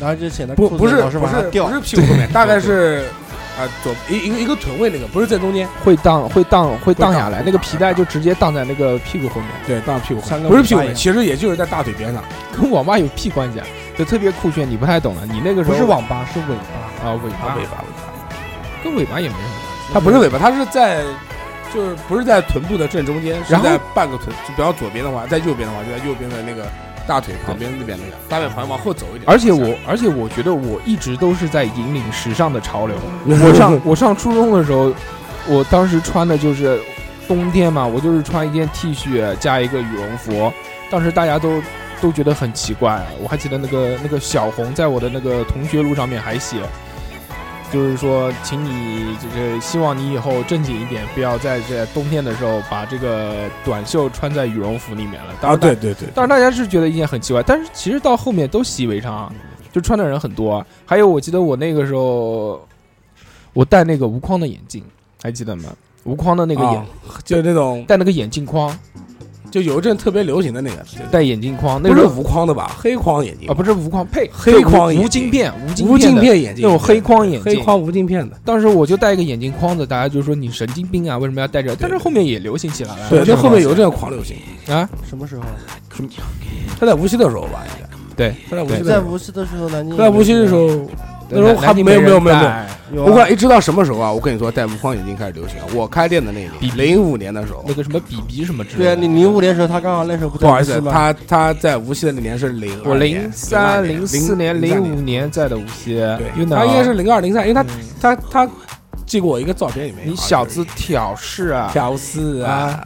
[SPEAKER 2] 然后就显得
[SPEAKER 3] 不
[SPEAKER 2] 裤子
[SPEAKER 3] 不是
[SPEAKER 2] 老是
[SPEAKER 3] 不
[SPEAKER 2] 往下
[SPEAKER 3] 是
[SPEAKER 2] 掉
[SPEAKER 3] 不，是屁股 后面，大概是啊左一一个一个臀位那个，不是在中间，
[SPEAKER 1] 会荡会荡会荡
[SPEAKER 3] 荡
[SPEAKER 1] 下来，那个皮带就直接荡在那个屁股后 面，
[SPEAKER 3] 对，大屁股后面
[SPEAKER 2] 三个
[SPEAKER 3] 不是
[SPEAKER 2] 尾巴
[SPEAKER 3] 屁股后
[SPEAKER 2] 一
[SPEAKER 3] 面，
[SPEAKER 2] 样
[SPEAKER 3] 其实也就是在大腿边上，
[SPEAKER 1] 跟网吧有屁关系啊？就特别酷炫，你不太懂了。啊你那个时
[SPEAKER 2] 不
[SPEAKER 1] 候
[SPEAKER 2] 是网吧是尾巴，
[SPEAKER 1] 啊尾巴，
[SPEAKER 3] 巴尾巴，
[SPEAKER 1] 跟尾巴也没什么。
[SPEAKER 3] 它不是尾巴，它是在就是不是在臀部的正中间，是
[SPEAKER 1] 然后
[SPEAKER 3] 在半个臀，就比方左边的话，在右边的话就在右边的那个大腿旁边那边那个大腿旁边往后走一点，
[SPEAKER 1] 而且我而且我觉得我一直都是在引领时尚的潮流。我上我上初中的时候，我当时穿的就是冬天嘛，我就是穿一件 T 恤加一个羽绒服，当时大家都。都觉得很奇怪，我还记得那个那个小红在我的那个同学录上面还写，就是说，请你就是希望你以后正经一点，不要在这冬天的时候把这个短袖穿在羽绒服里面了。当
[SPEAKER 3] 啊
[SPEAKER 1] 然大
[SPEAKER 3] 对对对，
[SPEAKER 1] 当然大家是觉得一件很奇怪，但是其实到后面都习以为常啊，就穿的人很多。啊还有我记得我那个时候，我戴那个无框的眼镜，还记得吗？无框的那个眼，
[SPEAKER 3] 啊就是那种
[SPEAKER 1] 戴那个眼镜框，
[SPEAKER 3] 就有一阵特别流行的那个，
[SPEAKER 1] 戴眼镜框，那
[SPEAKER 3] 不
[SPEAKER 1] 个
[SPEAKER 3] 是
[SPEAKER 1] 时候
[SPEAKER 3] 无框的吧？黑框眼镜
[SPEAKER 1] 啊，不是无框，呸，
[SPEAKER 3] 黑
[SPEAKER 1] 对
[SPEAKER 3] 框眼
[SPEAKER 1] 无无镜
[SPEAKER 3] 镜
[SPEAKER 1] 片，无镜
[SPEAKER 3] 无镜
[SPEAKER 1] 的
[SPEAKER 3] 片眼镜，
[SPEAKER 1] 那种黑框眼
[SPEAKER 3] 黑
[SPEAKER 1] 镜。
[SPEAKER 3] 框无镜片的。
[SPEAKER 1] 当时我就戴一个眼镜框子，大家就说你神经病啊，为什么要戴这个？但是
[SPEAKER 3] 对
[SPEAKER 1] 后面也流行起来了。
[SPEAKER 3] 对，就后面有一阵狂流行，
[SPEAKER 1] 啊，
[SPEAKER 2] 什么时候？
[SPEAKER 3] 他在无锡的时候吧，应该
[SPEAKER 1] 对，
[SPEAKER 3] 他在无锡
[SPEAKER 2] 在
[SPEAKER 3] 的时候，
[SPEAKER 2] 无锡的时候，南京
[SPEAKER 3] 在无锡的时候，那时候还
[SPEAKER 1] 南京
[SPEAKER 3] 没有没有
[SPEAKER 1] 人
[SPEAKER 3] 没有没有
[SPEAKER 1] 戴
[SPEAKER 2] 有啊，
[SPEAKER 3] 我管一直到什么时候啊？我跟你说，戴无框眼镜开始流行啊，我开店的那
[SPEAKER 1] 比
[SPEAKER 3] 年，零五年的时候
[SPEAKER 1] 那，个什么 BB 什么之类
[SPEAKER 2] 对啊，
[SPEAKER 1] 的。
[SPEAKER 2] 你零五年的时候他刚好那时候不在
[SPEAKER 3] 不好意
[SPEAKER 2] 无
[SPEAKER 3] 思，
[SPEAKER 2] 锡吗
[SPEAKER 3] 他他在无锡的那年是零，
[SPEAKER 1] 我零三、零四年、啊零
[SPEAKER 3] 零
[SPEAKER 1] 五，年在的无锡，
[SPEAKER 3] 对，
[SPEAKER 1] You know
[SPEAKER 3] 他应该是零二零三，因为他
[SPEAKER 1] 嗯
[SPEAKER 3] 他他寄过我一个照片，里面
[SPEAKER 1] 你小子挑事啊！
[SPEAKER 3] 屌丝啊！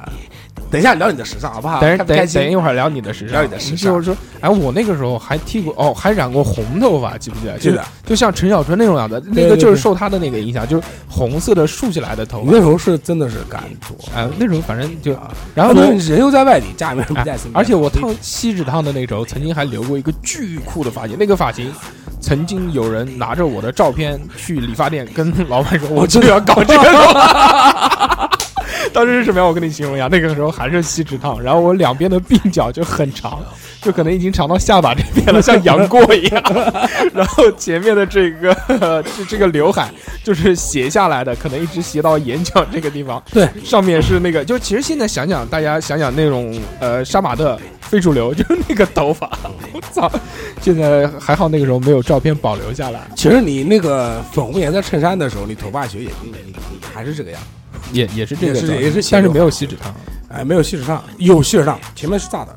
[SPEAKER 3] 等一下聊你的时尚好不好？
[SPEAKER 1] 等
[SPEAKER 3] 开
[SPEAKER 1] 等
[SPEAKER 3] 不开
[SPEAKER 1] 等
[SPEAKER 3] 心
[SPEAKER 1] 一会儿聊你的时尚，
[SPEAKER 3] 聊你的时尚
[SPEAKER 1] 就是说，哎，我那个时候还剃过哦，还染过红头发，记不记得？
[SPEAKER 3] 记
[SPEAKER 1] 就
[SPEAKER 3] 得
[SPEAKER 1] 就像陈小春那种样子，那
[SPEAKER 3] 对
[SPEAKER 1] 个
[SPEAKER 3] 对
[SPEAKER 1] 就是
[SPEAKER 3] 对
[SPEAKER 1] 受他的那个影响，就是红色的竖起来的头
[SPEAKER 3] 你
[SPEAKER 1] 发。
[SPEAKER 3] 那时候是真的是敢做，
[SPEAKER 1] 哎，那时候反正就
[SPEAKER 3] 啊，
[SPEAKER 1] 然后
[SPEAKER 3] 不
[SPEAKER 1] 呢
[SPEAKER 3] 是，人又在外地，家里面不
[SPEAKER 1] 哎
[SPEAKER 3] 在身边，
[SPEAKER 1] 而且我烫锡纸烫的那时候，曾经还留过一个巨酷的发型，那个发型。曾经有人拿着我的照片去理发店跟老板说：“我就要搞这个。”当时是什么样？我跟你形容一下，那个时候还是锡纸烫，然后我两边的鬓角就很 长，就可能已经长到下巴这边了，像杨过一样。 然后前面的这个 这这个刘海就是斜下来的，可能一直斜到眼角这个地方。
[SPEAKER 3] 对，
[SPEAKER 1] 上面是那个，就其实现在想想，大家想想那种呃杀马特非主流，就是那个头发， 我操！现在还好那个时候没有照片保留下来，
[SPEAKER 3] 其实你那个粉红颜色衬衫的时候，你头发其实也还是这个样，
[SPEAKER 1] 也也是这个
[SPEAKER 3] 也是
[SPEAKER 1] 造型
[SPEAKER 3] 也是斜
[SPEAKER 1] 但是
[SPEAKER 3] 流
[SPEAKER 1] 没有锡纸烫。
[SPEAKER 3] 哎，没有细指上，有细指上，前面是炸的。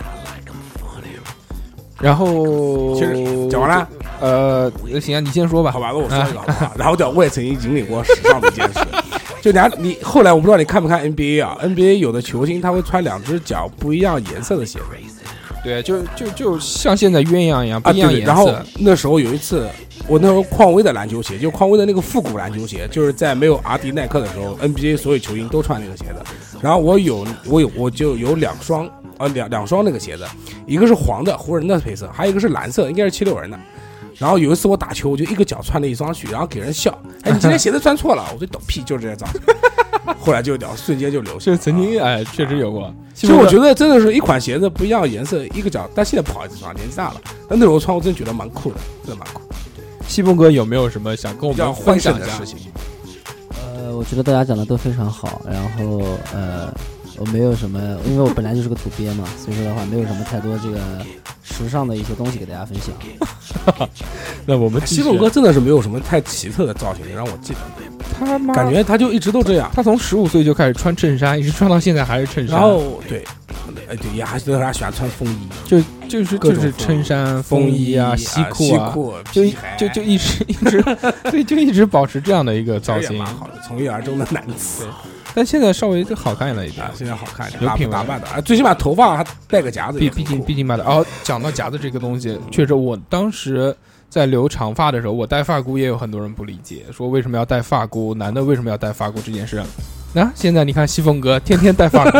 [SPEAKER 1] 然后
[SPEAKER 3] 其实讲完了，
[SPEAKER 1] 呃，行啊，你先说吧，
[SPEAKER 3] 好吧，那我说一个好不好？然后讲，我也曾经引领过时尚的一件事，就俩你后来我不知道你看不看 NBA 啊？NBA 有的球星他会穿两只脚不一样颜色的鞋子
[SPEAKER 1] 对，就就就像现在鸳鸯一样，不
[SPEAKER 3] 啊，
[SPEAKER 1] 一样
[SPEAKER 3] 对。
[SPEAKER 1] 颜色。
[SPEAKER 3] 然后那时候有一次，我那时候匡威的篮球鞋，就匡威的那个复古篮球鞋，就是在没有阿迪耐克的时候，NBA 所有球星都穿那个鞋子。然后我有我有我就有两双呃两两双那个鞋子，一个是黄的湖人的配色，还有一个是蓝色，应该是七六人的。然后有一次我打球，我就一个脚穿了一双去，然后给人笑，哎，你今天鞋子穿错了，我说懂屁，就是这张。 后来就聊，瞬间就流行啊
[SPEAKER 1] 就
[SPEAKER 3] 了。
[SPEAKER 1] 曾经哎，确实有过。
[SPEAKER 3] 其实我觉得真的是一款鞋子不一样颜色，一个脚，但现在不好意思穿，年纪大了。但那时候穿我真觉得蛮酷的，真的蛮酷，
[SPEAKER 1] 西风哥有没有什么想跟我
[SPEAKER 3] 比较
[SPEAKER 1] 们
[SPEAKER 3] 欢
[SPEAKER 1] 分
[SPEAKER 3] 盛
[SPEAKER 1] 享
[SPEAKER 3] 的
[SPEAKER 1] 一下
[SPEAKER 3] 事？情。
[SPEAKER 5] 呃，我觉得大家讲的都非常好，然后呃，我没有什么，因为我本来就是个土鳖嘛，所以说的话没有什么太多这个时尚的一些东西给大家分享。
[SPEAKER 1] 那我们继续
[SPEAKER 3] 西贡哥真的是没有什么太奇特的造型，让我记得。
[SPEAKER 1] 他妈
[SPEAKER 3] 感觉他就一直都这样。
[SPEAKER 1] 他从十五岁就开始穿衬衫，一直穿到现在还是衬衫，
[SPEAKER 3] 然后对，哎对，也还是为啥喜欢穿风衣、
[SPEAKER 1] 就就是
[SPEAKER 3] 各
[SPEAKER 1] 就
[SPEAKER 3] 种
[SPEAKER 1] 是
[SPEAKER 3] 风
[SPEAKER 1] 衬衫、风衣啊、西
[SPEAKER 3] 西
[SPEAKER 1] 裤啊，
[SPEAKER 3] 裤
[SPEAKER 1] 就
[SPEAKER 3] 皮鞋啊
[SPEAKER 1] 就就一直 一直，所以就一直保持这样的一个造
[SPEAKER 3] 这也
[SPEAKER 1] 型
[SPEAKER 3] 蛮，好的，从一而终的男子
[SPEAKER 1] 但现在稍微就好看了一点
[SPEAKER 3] 啊，。现在好看，
[SPEAKER 1] 有品味
[SPEAKER 3] 打扮的，啊最起码头发还带个夹子
[SPEAKER 1] 毕
[SPEAKER 3] 也
[SPEAKER 1] 毕
[SPEAKER 3] 很
[SPEAKER 1] 竟
[SPEAKER 3] 酷，
[SPEAKER 1] 毕竟买的哦，讲到夹子这个东西，确实我当时在留长发的时候，我戴发箍也有很多人不理解，说为什么要戴发箍，男的为什么要戴发箍这件事。啊那、现在你看西风哥天天戴发箍，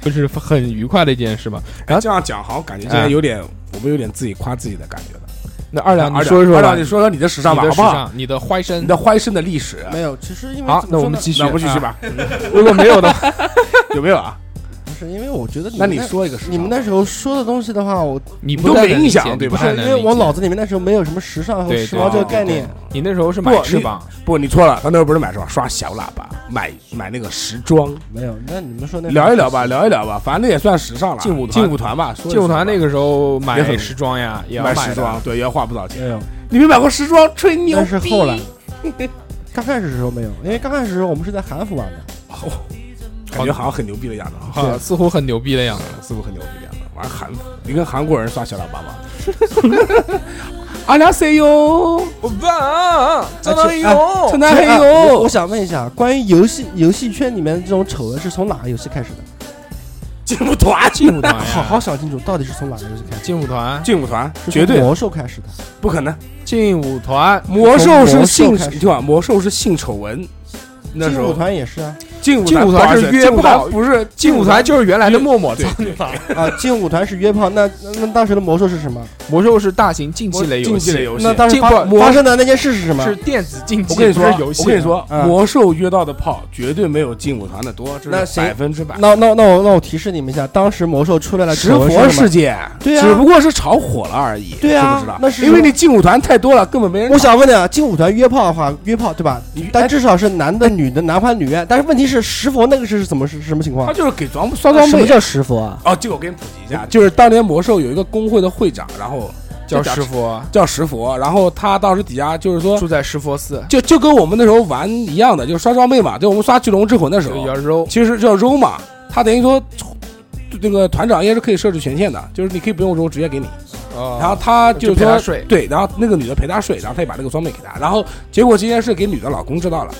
[SPEAKER 1] 不是很愉快的一件事嘛？然后
[SPEAKER 3] 这样讲好像感觉现在
[SPEAKER 1] 啊
[SPEAKER 3] 有点，我们有点自己夸自己的感觉了。
[SPEAKER 1] 那二两你
[SPEAKER 3] 啊二
[SPEAKER 1] 说一说
[SPEAKER 3] 二
[SPEAKER 1] 吧，
[SPEAKER 3] 两，你说说你的时尚吧，
[SPEAKER 1] 你的
[SPEAKER 3] 好
[SPEAKER 1] 时
[SPEAKER 3] 不好？
[SPEAKER 1] 尚，你的欢声
[SPEAKER 3] 你。的欢声的历史，
[SPEAKER 2] 没有，其实因为
[SPEAKER 1] 好，
[SPEAKER 2] 怎么
[SPEAKER 1] 那
[SPEAKER 2] 说
[SPEAKER 1] 我们
[SPEAKER 2] 呢
[SPEAKER 1] 继续，
[SPEAKER 3] 那我们继续
[SPEAKER 1] 啊。
[SPEAKER 3] 吧，
[SPEAKER 1] 如果没有的话，
[SPEAKER 3] 有没有啊？
[SPEAKER 2] 不是因为我觉得
[SPEAKER 3] 那
[SPEAKER 2] 们
[SPEAKER 3] 你
[SPEAKER 2] 那
[SPEAKER 3] 说一个时尚吧，
[SPEAKER 2] 你们那时候说的东西的话，我
[SPEAKER 1] 你
[SPEAKER 3] 都
[SPEAKER 1] 不太
[SPEAKER 3] 没
[SPEAKER 1] 能
[SPEAKER 3] 印
[SPEAKER 1] 理
[SPEAKER 3] 象
[SPEAKER 1] 解
[SPEAKER 3] 对
[SPEAKER 1] 你不
[SPEAKER 3] 吧
[SPEAKER 1] 太
[SPEAKER 2] 是因
[SPEAKER 1] 能
[SPEAKER 2] 为
[SPEAKER 1] 理
[SPEAKER 2] 我
[SPEAKER 1] 解
[SPEAKER 2] 脑子里面那时候没有什么时尚和
[SPEAKER 1] 对
[SPEAKER 2] 时髦这个概念，
[SPEAKER 1] 你那时候是
[SPEAKER 3] 不
[SPEAKER 1] 买
[SPEAKER 3] 你
[SPEAKER 1] 翅膀，
[SPEAKER 3] 不，你错了，他那时候不是买什么，刷小喇叭，买买那个时装，
[SPEAKER 2] 没有。那你们说那
[SPEAKER 3] 聊一聊吧，聊一聊吧，反正那也算时尚了。
[SPEAKER 1] 劲舞团
[SPEAKER 3] 劲舞团吧，说一说吧
[SPEAKER 1] 劲舞团那个时候
[SPEAKER 3] 也
[SPEAKER 1] 买
[SPEAKER 3] 很
[SPEAKER 1] 时装呀，也要
[SPEAKER 3] 买
[SPEAKER 1] 的
[SPEAKER 3] 时装，对，也花不少钱。
[SPEAKER 2] 没有，
[SPEAKER 3] 你没买过时装，吹牛
[SPEAKER 2] 那是
[SPEAKER 3] 逼
[SPEAKER 2] 后来。刚开始的时候没有，因为刚开始的时候我们是在韩服玩的，
[SPEAKER 3] 哦 感觉好像很牛逼的样子，啊，
[SPEAKER 1] 好，似乎很牛逼的样子。
[SPEAKER 3] 似乎很牛逼的样子。玩韩服，你跟韩国人刷小喇叭吗？ 阿拉塞哟，
[SPEAKER 1] 我爸，张
[SPEAKER 2] 大英
[SPEAKER 1] 勇
[SPEAKER 3] 陈丹黑
[SPEAKER 2] 哎我
[SPEAKER 3] 哟
[SPEAKER 2] 我，想问一下，关于游戏游戏圈里面这种丑闻是从哪个游戏开始的？
[SPEAKER 3] 劲舞团，
[SPEAKER 1] 劲舞团呀，
[SPEAKER 2] 好好想清楚，到底是从哪个游戏开始？
[SPEAKER 1] 劲舞团，
[SPEAKER 3] 劲舞团
[SPEAKER 2] 是从
[SPEAKER 3] 绝对
[SPEAKER 2] 魔兽开始的，
[SPEAKER 3] 不可能。
[SPEAKER 1] 劲舞团，
[SPEAKER 3] 魔兽是性
[SPEAKER 2] 魔兽，开始
[SPEAKER 3] 你听吧，魔兽是性丑闻。那时
[SPEAKER 2] 劲舞
[SPEAKER 3] 候
[SPEAKER 2] 团也是啊
[SPEAKER 3] 劲舞
[SPEAKER 1] 劲舞团
[SPEAKER 3] 不好意思
[SPEAKER 1] 是约
[SPEAKER 3] 劲舞团
[SPEAKER 1] 炮
[SPEAKER 3] 不是
[SPEAKER 1] 劲舞团就是原来的默默。
[SPEAKER 3] 对
[SPEAKER 1] 操你妈！
[SPEAKER 2] 啊，劲舞团是约炮，那那那当时的魔兽是什么？
[SPEAKER 1] 魔兽是大型竞技类
[SPEAKER 3] 竞技类
[SPEAKER 1] 游
[SPEAKER 3] 游
[SPEAKER 1] 戏，
[SPEAKER 3] 戏
[SPEAKER 2] 那当时
[SPEAKER 1] 劲爆
[SPEAKER 2] 发
[SPEAKER 1] 魔
[SPEAKER 2] 发生的那件事是什么？
[SPEAKER 1] 是电子竞技，
[SPEAKER 3] 我跟你说，
[SPEAKER 1] 不是游戏。
[SPEAKER 3] 我跟你，说，
[SPEAKER 2] 嗯
[SPEAKER 3] 魔兽约到的炮绝对没有劲舞团的多，这
[SPEAKER 2] 那
[SPEAKER 3] 是
[SPEAKER 2] 谁
[SPEAKER 3] 百分之百。
[SPEAKER 2] 那那那我那我提示你们一下，当时魔兽出来了
[SPEAKER 3] 直
[SPEAKER 2] 丑闻
[SPEAKER 3] 播
[SPEAKER 2] 是什么
[SPEAKER 3] 事件，
[SPEAKER 2] 对啊
[SPEAKER 3] 只不过是炒火了而已，
[SPEAKER 2] 对啊
[SPEAKER 3] 知不知道？
[SPEAKER 2] 那是
[SPEAKER 3] 因为你劲舞团太多了，根本没人。
[SPEAKER 2] 我想问你啊，劲舞团约炮的话，约炮对吧？
[SPEAKER 3] 你哎
[SPEAKER 2] 但至少是男的、女的，男欢女爱。但是问题是，石佛那个是什么是什么情
[SPEAKER 3] 他
[SPEAKER 2] 况？
[SPEAKER 3] 就是给装刷装
[SPEAKER 5] 什么
[SPEAKER 3] 备。
[SPEAKER 5] 叫石佛啊？
[SPEAKER 3] 哦，这个我给你普及一下，就是当年魔兽有一个工会的会长，然后
[SPEAKER 1] 叫石佛，
[SPEAKER 3] 叫石佛，然后他当时底下就是说
[SPEAKER 1] 住，在石佛寺，
[SPEAKER 3] 就就跟我们那时候玩一样的，就是刷装备嘛，就我们刷巨龙之魂的时
[SPEAKER 1] 就
[SPEAKER 3] 候
[SPEAKER 1] 是，要揉。
[SPEAKER 3] 其实叫 roll 嘛，他等于说那个团长应该是可以设置权限的，就是你可以不用 roll 直接给你。然
[SPEAKER 1] 然
[SPEAKER 3] 后他
[SPEAKER 1] 哦就是陪他
[SPEAKER 3] 说
[SPEAKER 1] 睡
[SPEAKER 3] 对，然后那个女的陪他睡，然后他也把那个装备给他，然后结果这件事给女的老公知道了，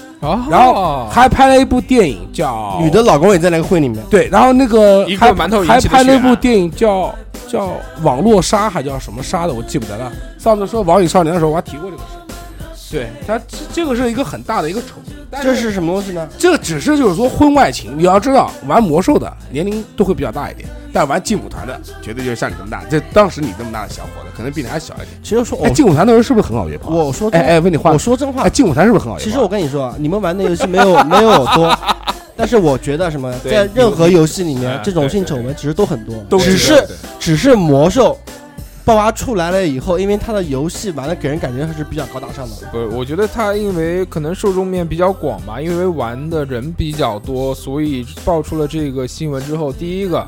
[SPEAKER 3] 然
[SPEAKER 1] 哦
[SPEAKER 3] 后还拍了一部电影叫
[SPEAKER 2] 女的老公也在那个会里面。
[SPEAKER 3] 对，然后那个
[SPEAKER 1] 一个
[SPEAKER 3] 还
[SPEAKER 1] 馒头
[SPEAKER 3] 还
[SPEAKER 1] 引起的
[SPEAKER 3] 拍了一
[SPEAKER 1] 血
[SPEAKER 3] 部
[SPEAKER 1] 案
[SPEAKER 3] 电影叫叫网络杀还叫什么杀的我记不得了，上次说网瘾少年的时候我还提过这个事。对他，这这个是一个很大的一个丑闻，但
[SPEAKER 2] 这是什么东西呢？
[SPEAKER 3] 这只是就是说婚外情，你要知道，玩魔兽的年龄都会比较大一点，但玩劲舞团的绝对就是像你这么大，这当时你这么大的小伙子，可能比你还小一点。
[SPEAKER 2] 其实说我
[SPEAKER 3] 哎，劲舞团那时候是不是很好约炮？
[SPEAKER 2] 我说
[SPEAKER 3] 哎
[SPEAKER 2] 真
[SPEAKER 3] 哎，问你话
[SPEAKER 2] 我，说真话
[SPEAKER 3] 哎，，劲舞团是不是很好约炮？
[SPEAKER 2] 其实我跟你说，啊，你们玩的游戏没有没有我多，但是我觉得什么，
[SPEAKER 1] 对
[SPEAKER 2] 在任何游戏里
[SPEAKER 1] 有
[SPEAKER 2] 面，这种性丑闻其实都很多，
[SPEAKER 3] 都
[SPEAKER 2] 只
[SPEAKER 3] 觉得
[SPEAKER 2] 是只是魔兽。爆发出来了以后，因为它的游戏玩的给人感觉还是比较高大上的，
[SPEAKER 1] 不是，呃我觉得他因为可能受众面比较广吧，因为玩的人比较多，所以爆出了这个新闻之后，第一个，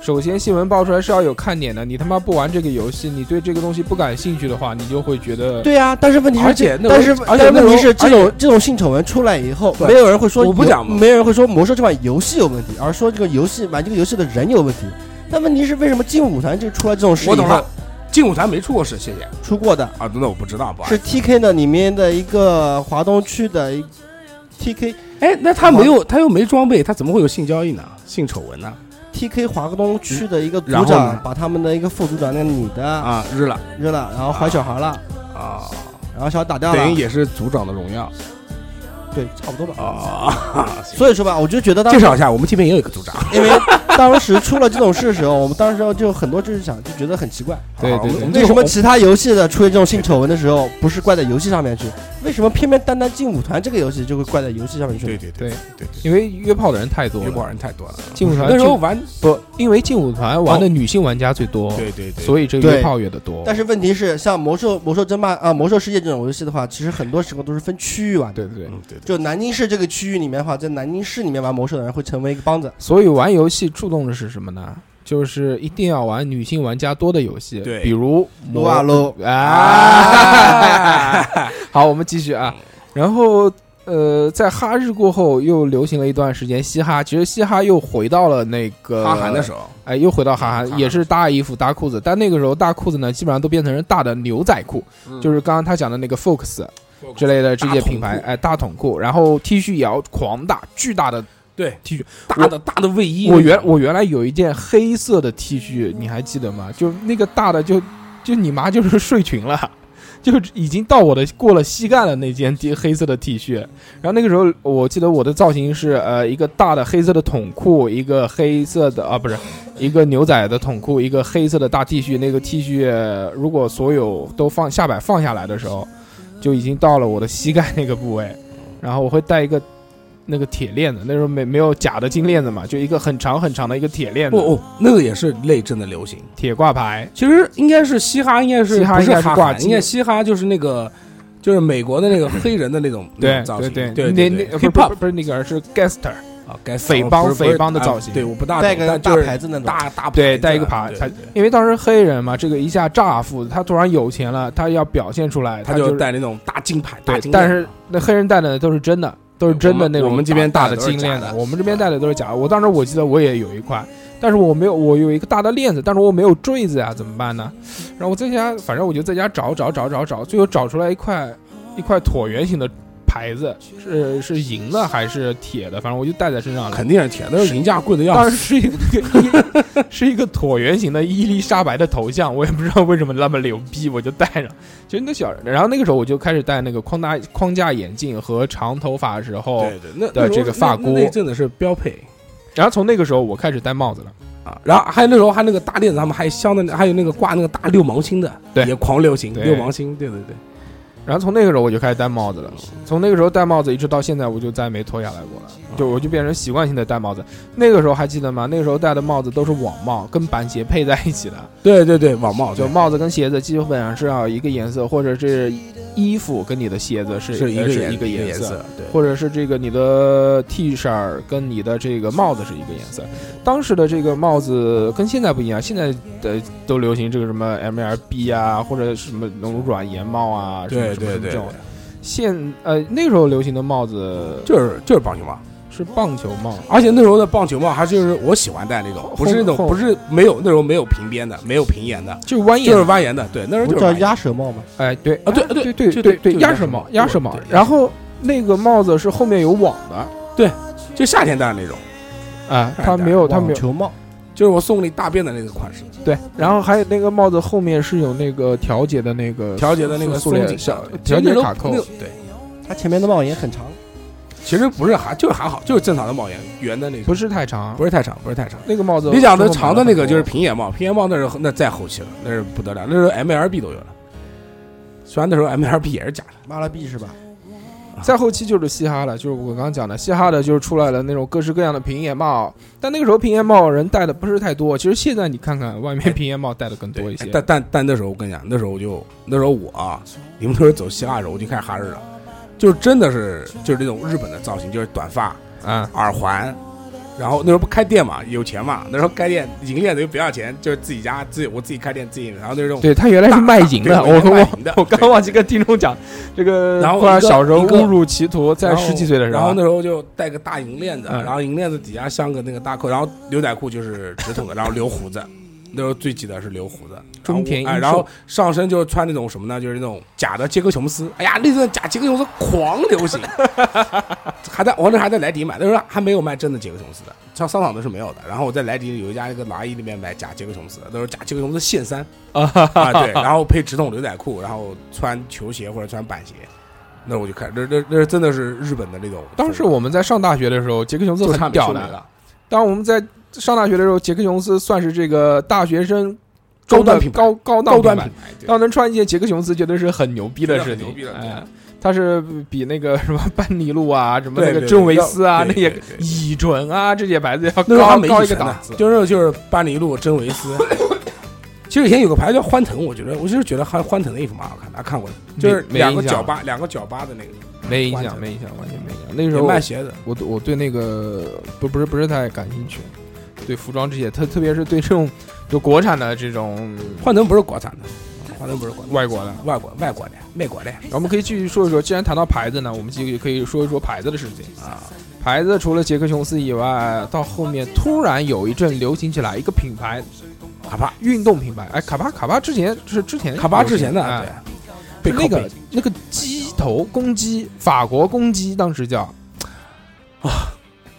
[SPEAKER 1] 首先新闻爆出来是要有看点的，你他妈不玩这个游戏，你对这个东西不感兴趣的话，你就会觉得
[SPEAKER 2] 对
[SPEAKER 3] 啊
[SPEAKER 2] 呀、但是问题是，
[SPEAKER 3] 而且那
[SPEAKER 2] 但是
[SPEAKER 3] 种
[SPEAKER 2] 但
[SPEAKER 3] 而且
[SPEAKER 2] 是
[SPEAKER 3] 那
[SPEAKER 2] 问题是，
[SPEAKER 3] 种
[SPEAKER 2] 这种这种性丑闻出来以后，
[SPEAKER 3] 对
[SPEAKER 2] 没有人会说
[SPEAKER 3] 我不
[SPEAKER 2] 游
[SPEAKER 3] 讲嘛
[SPEAKER 2] 没有人会说魔兽这款游戏有问题，而说这个游戏玩这个游戏的人有问题。那问题是为什么劲舞团就出来这种事
[SPEAKER 3] 我
[SPEAKER 2] 以
[SPEAKER 3] 懂
[SPEAKER 2] 后
[SPEAKER 3] 了，劲舞团没出过事，谢谢
[SPEAKER 2] 出过的
[SPEAKER 3] 啊，那我不知道不好意
[SPEAKER 2] 是
[SPEAKER 3] 思。
[SPEAKER 2] TK 的里面的一个华东区的一 TK
[SPEAKER 3] 哎，那他没有，他又没装备，他怎么会有性交易呢？性丑闻呢？
[SPEAKER 2] TK 华东区的一个组
[SPEAKER 3] 嗯然后呢
[SPEAKER 2] 长把他们的一个副组长那个女的
[SPEAKER 3] 啊，日了
[SPEAKER 2] 扔了，然后怀小孩了，
[SPEAKER 3] 啊，
[SPEAKER 2] 然后小孩打掉了
[SPEAKER 3] 等于，也是组长的荣耀
[SPEAKER 2] 对，差不多吧。
[SPEAKER 3] 啊。
[SPEAKER 2] 所以说吧，我就觉得当
[SPEAKER 3] 介
[SPEAKER 2] 时
[SPEAKER 3] 绍一下，我们这边也有一个组长。
[SPEAKER 2] 因为当时出了这种事的时候，我们当时就很多就是想就觉得很奇怪，
[SPEAKER 1] 对对对
[SPEAKER 2] 为什么其他游戏的出现这种性丑闻的时候，不是怪在游戏上面去？为什么偏偏单单劲舞团这个游戏就会怪在游戏上面去？
[SPEAKER 3] 对对
[SPEAKER 1] 对
[SPEAKER 3] 对对
[SPEAKER 1] 因为约炮的人太多
[SPEAKER 3] 对，约炮
[SPEAKER 1] 了，
[SPEAKER 3] 人太多了。
[SPEAKER 1] 劲舞团
[SPEAKER 3] 那时候
[SPEAKER 1] 劲
[SPEAKER 3] 玩，
[SPEAKER 1] 不因为劲舞团玩的女性玩家最多，
[SPEAKER 3] 对对对，
[SPEAKER 1] 所以这
[SPEAKER 2] 对
[SPEAKER 1] 约炮约的多。
[SPEAKER 2] 但是问题是，像魔兽、魔兽争霸啊、魔兽世界这种游戏的话，其实很多时候都是分区域玩的。
[SPEAKER 1] 对对对，
[SPEAKER 3] 嗯对对
[SPEAKER 2] 就南京市这个区域里面的话，在南京市里面玩魔兽的人会成为一个帮子。
[SPEAKER 1] 所以玩游戏注重的是什么呢？就是一定要玩女性玩家多的游戏，
[SPEAKER 3] 对
[SPEAKER 1] 比如
[SPEAKER 2] 撸啊撸
[SPEAKER 1] 啊。好，我们继续啊。然后呃，在哈日过后又流行了一段时间嘻哈，其实嘻哈又回到了那个
[SPEAKER 3] 哈韩的时候，
[SPEAKER 1] 哎，又回到哈
[SPEAKER 3] 哈
[SPEAKER 1] 韩，
[SPEAKER 3] 韩
[SPEAKER 1] 也是搭衣服搭裤子，但那个时候大裤子呢，基本上都变成是大的牛仔裤，
[SPEAKER 3] 嗯
[SPEAKER 1] 就是刚刚他讲的那个 Fox 之类的这些品牌，哎，大筒裤，然后 T 恤也要狂大巨大的
[SPEAKER 3] 对
[SPEAKER 1] T 恤。
[SPEAKER 3] 大的大的卫衣。
[SPEAKER 1] 我原我原来有一件黑色的 T 恤，你还记得吗？就那个大的就就你妈就是睡裙了。就已经到我的过了膝盖了那件 T 黑色的 T 恤，然后那个时候我记得我的造型是呃一个大的黑色的筒裤，一个黑色的啊不是一个牛仔的筒裤，一个黑色的大 T 恤。那个 T 恤如果所有都放下摆放下来的时候，就已经到了我的膝盖那个部位，然后我会带一个那个铁链子，那时候没没有假的金链子嘛，就一个很长很长的一个铁链子，
[SPEAKER 3] 不哦，那个也是类真的流行。
[SPEAKER 1] 铁挂牌。
[SPEAKER 3] 其实应该是嘻哈，应该是
[SPEAKER 1] 嘻哈
[SPEAKER 3] 不是
[SPEAKER 1] 应该是
[SPEAKER 3] 哈
[SPEAKER 1] 挂
[SPEAKER 3] 韩，
[SPEAKER 1] 机
[SPEAKER 3] 应该嘻哈就是那个，就是美国的那个黑人的那种那
[SPEAKER 1] 对
[SPEAKER 3] 种嗯造型，
[SPEAKER 1] 对
[SPEAKER 3] 对
[SPEAKER 1] 那
[SPEAKER 3] 对
[SPEAKER 1] 那呃不
[SPEAKER 3] hip
[SPEAKER 1] 是不是
[SPEAKER 3] hop
[SPEAKER 1] 不是那个而是 gangster，
[SPEAKER 3] 啊，该
[SPEAKER 1] 匪帮
[SPEAKER 3] 不是不是
[SPEAKER 1] 匪帮的
[SPEAKER 3] 啊
[SPEAKER 1] 造型
[SPEAKER 3] 对，我不大懂
[SPEAKER 6] 带个
[SPEAKER 3] 但
[SPEAKER 6] 大
[SPEAKER 3] 就是
[SPEAKER 6] 牌子那种，
[SPEAKER 3] 大大牌
[SPEAKER 1] 对，
[SPEAKER 3] 子啊
[SPEAKER 1] 带一个牌，
[SPEAKER 3] 对
[SPEAKER 1] 他
[SPEAKER 3] 对对
[SPEAKER 1] 因为当时黑人嘛，这个一下乍富，他突然有钱了，他要表现出来，
[SPEAKER 3] 他
[SPEAKER 1] 就
[SPEAKER 3] 就是带那种大金牌，大
[SPEAKER 1] 对
[SPEAKER 3] 金链，
[SPEAKER 1] 但是那黑人戴的都是真的，都是真的那种
[SPEAKER 3] 我们这边
[SPEAKER 1] 大
[SPEAKER 3] 戴
[SPEAKER 1] 的
[SPEAKER 3] 的都是
[SPEAKER 1] 金链子
[SPEAKER 3] 假，的
[SPEAKER 1] 我们这边戴的都是假的。我当时我记得我也有一块，但是我没有，我有一个大的链子，但是我没有坠子呀，怎么办呢？然后我在家，反正我就在家找找找找找，最后找出来一块一块椭圆形的牌子，是是银的还是铁的？反正我就戴在身上了。
[SPEAKER 3] 肯定是铁，那是银价贵的要
[SPEAKER 1] 当时是
[SPEAKER 3] 死。
[SPEAKER 1] 一个那个伊是一个椭圆形的伊丽莎白的头像，我也不知道为什么那么牛逼，我就戴上。就那个小，然后那个时候我就开始戴那个框大框架眼镜和长头发的时候，
[SPEAKER 3] 对对，那
[SPEAKER 1] 的
[SPEAKER 3] 那时候
[SPEAKER 1] 这个发
[SPEAKER 3] 那
[SPEAKER 1] 箍
[SPEAKER 3] 那阵子是标配
[SPEAKER 1] 然后从那个时候我开始戴帽子了。
[SPEAKER 3] 啊。然后还有那时候还那个大链子，他们还镶的那，还有那个挂那个大六芒星的，
[SPEAKER 1] 对
[SPEAKER 3] 也狂流行
[SPEAKER 1] 对
[SPEAKER 3] 六芒星，对对对。
[SPEAKER 1] 然后从那个时候我就开始戴帽子了，从那个时候戴帽子一直到现在，我就再没脱下来过了，就我就变成习惯性的戴帽子。那个时候还记得吗？那个时候戴的帽子都是网帽，跟板鞋配在一起的，
[SPEAKER 3] 对对对，网帽
[SPEAKER 1] 就
[SPEAKER 3] 对
[SPEAKER 1] 帽子跟鞋子基本上是要一个颜色，或者是衣服跟你的鞋子是
[SPEAKER 3] 是一
[SPEAKER 1] 呃
[SPEAKER 3] 个
[SPEAKER 1] 是
[SPEAKER 3] 颜
[SPEAKER 1] 一个
[SPEAKER 3] 颜
[SPEAKER 1] 色，
[SPEAKER 3] 色，对。
[SPEAKER 1] 或者是这个你的 T 恤儿跟你的这个帽子是一个颜色。当时的这个帽子跟现在不一样，现在的都流行这个什么 MLB 啊，或者什么那种软檐帽啊，什么什么什
[SPEAKER 3] 对对
[SPEAKER 1] 么
[SPEAKER 3] 对
[SPEAKER 1] 这种。，现呃那时候流行的帽子
[SPEAKER 3] 就是就是棒球帽，
[SPEAKER 1] 是棒球帽，
[SPEAKER 3] 而且那时候的棒球帽还就是我喜欢戴那种，不是那种
[SPEAKER 1] 后
[SPEAKER 3] 不是没有那时候没有平边的，没有平沿的，
[SPEAKER 1] 就是弯
[SPEAKER 3] 就
[SPEAKER 1] 眼
[SPEAKER 3] 是蜿蜒的。对，那时候
[SPEAKER 6] 不
[SPEAKER 3] 就
[SPEAKER 6] 叫
[SPEAKER 3] 是蜿蜒
[SPEAKER 6] 鸭舌帽吗？
[SPEAKER 1] 哎，对
[SPEAKER 3] 啊对
[SPEAKER 1] 哎
[SPEAKER 3] 对
[SPEAKER 1] 对
[SPEAKER 3] 就
[SPEAKER 1] 对对
[SPEAKER 3] 就
[SPEAKER 1] 鸭
[SPEAKER 3] 鸭
[SPEAKER 1] 舌
[SPEAKER 3] 舌
[SPEAKER 1] 帽
[SPEAKER 3] 帽，
[SPEAKER 1] 鸭舌
[SPEAKER 3] 对
[SPEAKER 1] 帽
[SPEAKER 3] 对。鸭
[SPEAKER 1] 然
[SPEAKER 3] 舌
[SPEAKER 1] 后那个帽子是后面有网的
[SPEAKER 3] 就夏天戴的那种，
[SPEAKER 1] 啊，
[SPEAKER 3] 哎
[SPEAKER 1] 它没
[SPEAKER 2] 哦
[SPEAKER 1] 有它没有
[SPEAKER 6] 网球帽，
[SPEAKER 3] 就是我送你大便的那个款式，
[SPEAKER 1] 对，然后还有那个帽子后面是有那个调节的那个
[SPEAKER 3] 调节的那个
[SPEAKER 1] 呃塑
[SPEAKER 3] 松
[SPEAKER 1] 料
[SPEAKER 3] 紧
[SPEAKER 1] 小
[SPEAKER 3] 的
[SPEAKER 1] 调节卡。
[SPEAKER 3] 其实那
[SPEAKER 1] 扣
[SPEAKER 3] 种，那对，
[SPEAKER 6] 它前面的帽檐很长，
[SPEAKER 3] 其实不是还就是还好，就是正常的帽檐，圆的那种，
[SPEAKER 1] 不是太长，
[SPEAKER 3] 不
[SPEAKER 1] 是
[SPEAKER 3] 是太长，不是太长。
[SPEAKER 1] 那个帽子。
[SPEAKER 3] 你讲的长的那个就是平檐帽，平檐帽那是那再后期了，那是不得了，那时候 MLB 都有了。虽然那时候 MLB 也是假的，
[SPEAKER 6] 妈了逼是吧？
[SPEAKER 1] 再后期就是嘻哈了，就是我刚刚讲的嘻哈的，就是出来了那种各式各样的平檐帽，但那个时候平檐帽人戴的不是太多。其实现在你看看外面平檐帽戴的更多一些
[SPEAKER 3] 哎。但但但那时候我跟你讲，那时候我就那时候我啊，你们都是走嘻哈的时候，我就开始哈日了，就是真的是就是那种日本的造型，就是短发、
[SPEAKER 1] 啊，
[SPEAKER 3] 耳环，然后那时候不开店嘛，有钱嘛，那时候开店银链子又不要钱，就是自己家自己我自己开店自己，然后那种
[SPEAKER 1] 对他原来是卖淫的，
[SPEAKER 3] 大
[SPEAKER 1] 我
[SPEAKER 3] 哦对卖
[SPEAKER 1] 我
[SPEAKER 3] 淫的
[SPEAKER 1] 我刚忘记跟听众讲，这个
[SPEAKER 3] 然后
[SPEAKER 1] 不然
[SPEAKER 3] 一个
[SPEAKER 1] 小时候
[SPEAKER 3] 一个
[SPEAKER 1] 误入歧途，在
[SPEAKER 3] 然后
[SPEAKER 1] 十几岁的时
[SPEAKER 3] 然后
[SPEAKER 1] 候啊
[SPEAKER 3] 那，时候就戴个大银链子，
[SPEAKER 1] 嗯
[SPEAKER 3] 然后银链子底下镶个那个大扣，然后牛仔裤就是 直筒的，然后留胡子。那时候最记得是留胡子，然后
[SPEAKER 1] 中田英
[SPEAKER 3] 哎，
[SPEAKER 1] 寿
[SPEAKER 3] 然后上身就是穿那种什么呢？就是那种假的杰克琼斯。哎呀，那阵假杰克琼斯狂 流行，还在我那还在莱迪买，那时候还没有卖真的杰克琼斯的，像商场都是没有的。然后我在莱迪有一家那个拿一里面买假杰克琼斯的，那时候假杰克琼斯线三啊，对，然后配直筒牛仔裤，然后穿球鞋或者穿板鞋。那我就看，那那那真的是日本的那种风格。
[SPEAKER 1] 当时我们在上大学的时候，杰克琼斯
[SPEAKER 3] 就差
[SPEAKER 1] 很
[SPEAKER 3] 没
[SPEAKER 1] 屌
[SPEAKER 3] 出
[SPEAKER 1] 的
[SPEAKER 3] 来，了，
[SPEAKER 1] 当我们在上大学的时候，杰克琼斯算是这个大学生
[SPEAKER 3] 高端品牌
[SPEAKER 1] 高高档
[SPEAKER 3] 高端
[SPEAKER 1] 品
[SPEAKER 3] 品
[SPEAKER 1] 牌。
[SPEAKER 3] 牌，对
[SPEAKER 1] 要能穿一件杰克琼斯，绝对是很牛逼的事情。
[SPEAKER 3] 牛逼的
[SPEAKER 1] 哎，它是比那个什么班尼路啊，什么那
[SPEAKER 3] 对
[SPEAKER 1] 个
[SPEAKER 3] 对
[SPEAKER 1] 真维斯啊，那
[SPEAKER 3] 对对
[SPEAKER 1] 些
[SPEAKER 3] 对对
[SPEAKER 1] 乙醇啊这些牌子要
[SPEAKER 3] 那时候还
[SPEAKER 1] 高
[SPEAKER 3] 没
[SPEAKER 1] 高
[SPEAKER 3] 以
[SPEAKER 1] 一个
[SPEAKER 3] 前呢
[SPEAKER 1] 档次。
[SPEAKER 3] 就是就是班尼路、真维 斯。其实以前有个牌子叫欢腾，我觉得我就是觉得欢欢腾的衣服蛮好看的，啊看过的，就是
[SPEAKER 1] 没
[SPEAKER 3] 两个
[SPEAKER 1] 印象
[SPEAKER 3] 角八两个角八的那个，
[SPEAKER 1] 没影响，
[SPEAKER 3] 完全
[SPEAKER 1] 没影响，完全没影响。那个时
[SPEAKER 3] 也
[SPEAKER 1] 候
[SPEAKER 3] 卖鞋子。
[SPEAKER 1] 我我对那个不不是不是太感兴趣，对服装这些，特特别是对这种就国产的这种
[SPEAKER 3] 欢腾不是国产的，华灯不是广东，
[SPEAKER 1] 外国的。
[SPEAKER 3] 外国外国的美国的
[SPEAKER 1] 我们可以继续说一说，既然谈到牌子呢，我们就可以说一说牌子的事情。
[SPEAKER 3] 啊，
[SPEAKER 1] 牌子除了杰克琼斯以外，到后面突然有一阵流行起来一个品牌，
[SPEAKER 3] 卡巴
[SPEAKER 1] 运动品牌。哎，卡巴卡巴之前是之前
[SPEAKER 3] 卡巴之前的
[SPEAKER 1] 哎
[SPEAKER 3] 对，被
[SPEAKER 1] 那
[SPEAKER 3] 靠
[SPEAKER 1] 个
[SPEAKER 3] 背
[SPEAKER 1] 那个鸡头公鸡，法国公鸡当时叫啊，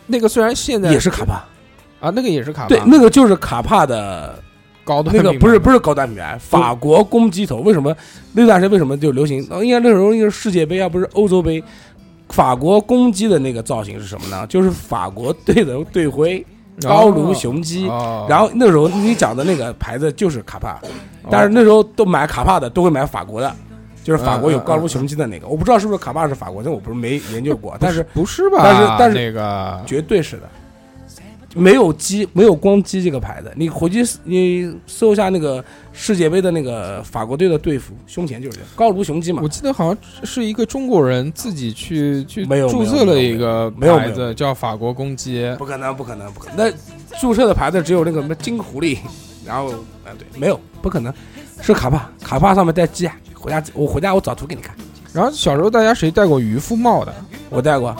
[SPEAKER 1] 那个虽然现在
[SPEAKER 3] 啊也是卡巴，
[SPEAKER 1] 啊，那个也是卡巴
[SPEAKER 3] 对，那个就是卡帕的
[SPEAKER 1] 高端
[SPEAKER 3] 那个
[SPEAKER 1] 品牌
[SPEAKER 3] 不是不是高端品牌，法国公鸡头为什么那段时间为什么就流行？呃应该那时候应该是世界杯啊，不是欧洲杯，法国公鸡的那个造型是什么呢？就是法国队的队徽高卢雄鸡。
[SPEAKER 1] 哦
[SPEAKER 3] 然后那时候你讲的那个牌子就是卡帕，但是
[SPEAKER 1] 哦
[SPEAKER 3] 那时候都买卡帕的都会买法国的，就是法国有高卢雄鸡的那个。我不知道是不是卡帕是法国的，我不是没研究过，但是
[SPEAKER 1] 不是吧？
[SPEAKER 3] 但是但是
[SPEAKER 1] 那个
[SPEAKER 3] 绝对是的。没有鸡，没有光鸡这个牌子。你回去你搜一下那个世界杯的那个法国队的队服，胸前就是这样高卢雄鸡嘛
[SPEAKER 1] 我。记得好像是一个中国人自己去去
[SPEAKER 3] 没有
[SPEAKER 1] 注册了一个
[SPEAKER 3] 没有没有没有
[SPEAKER 1] 牌子，叫法国公鸡。
[SPEAKER 3] 不可能，不可能，不可能。那注册的牌子只有那个什么金狐狸，然后啊对，没有，不可能，是卡帕，卡帕上面带鸡啊。回家我回家我找图给你看，
[SPEAKER 1] 然后小时候大家谁戴过渔夫帽的？
[SPEAKER 3] 我戴过。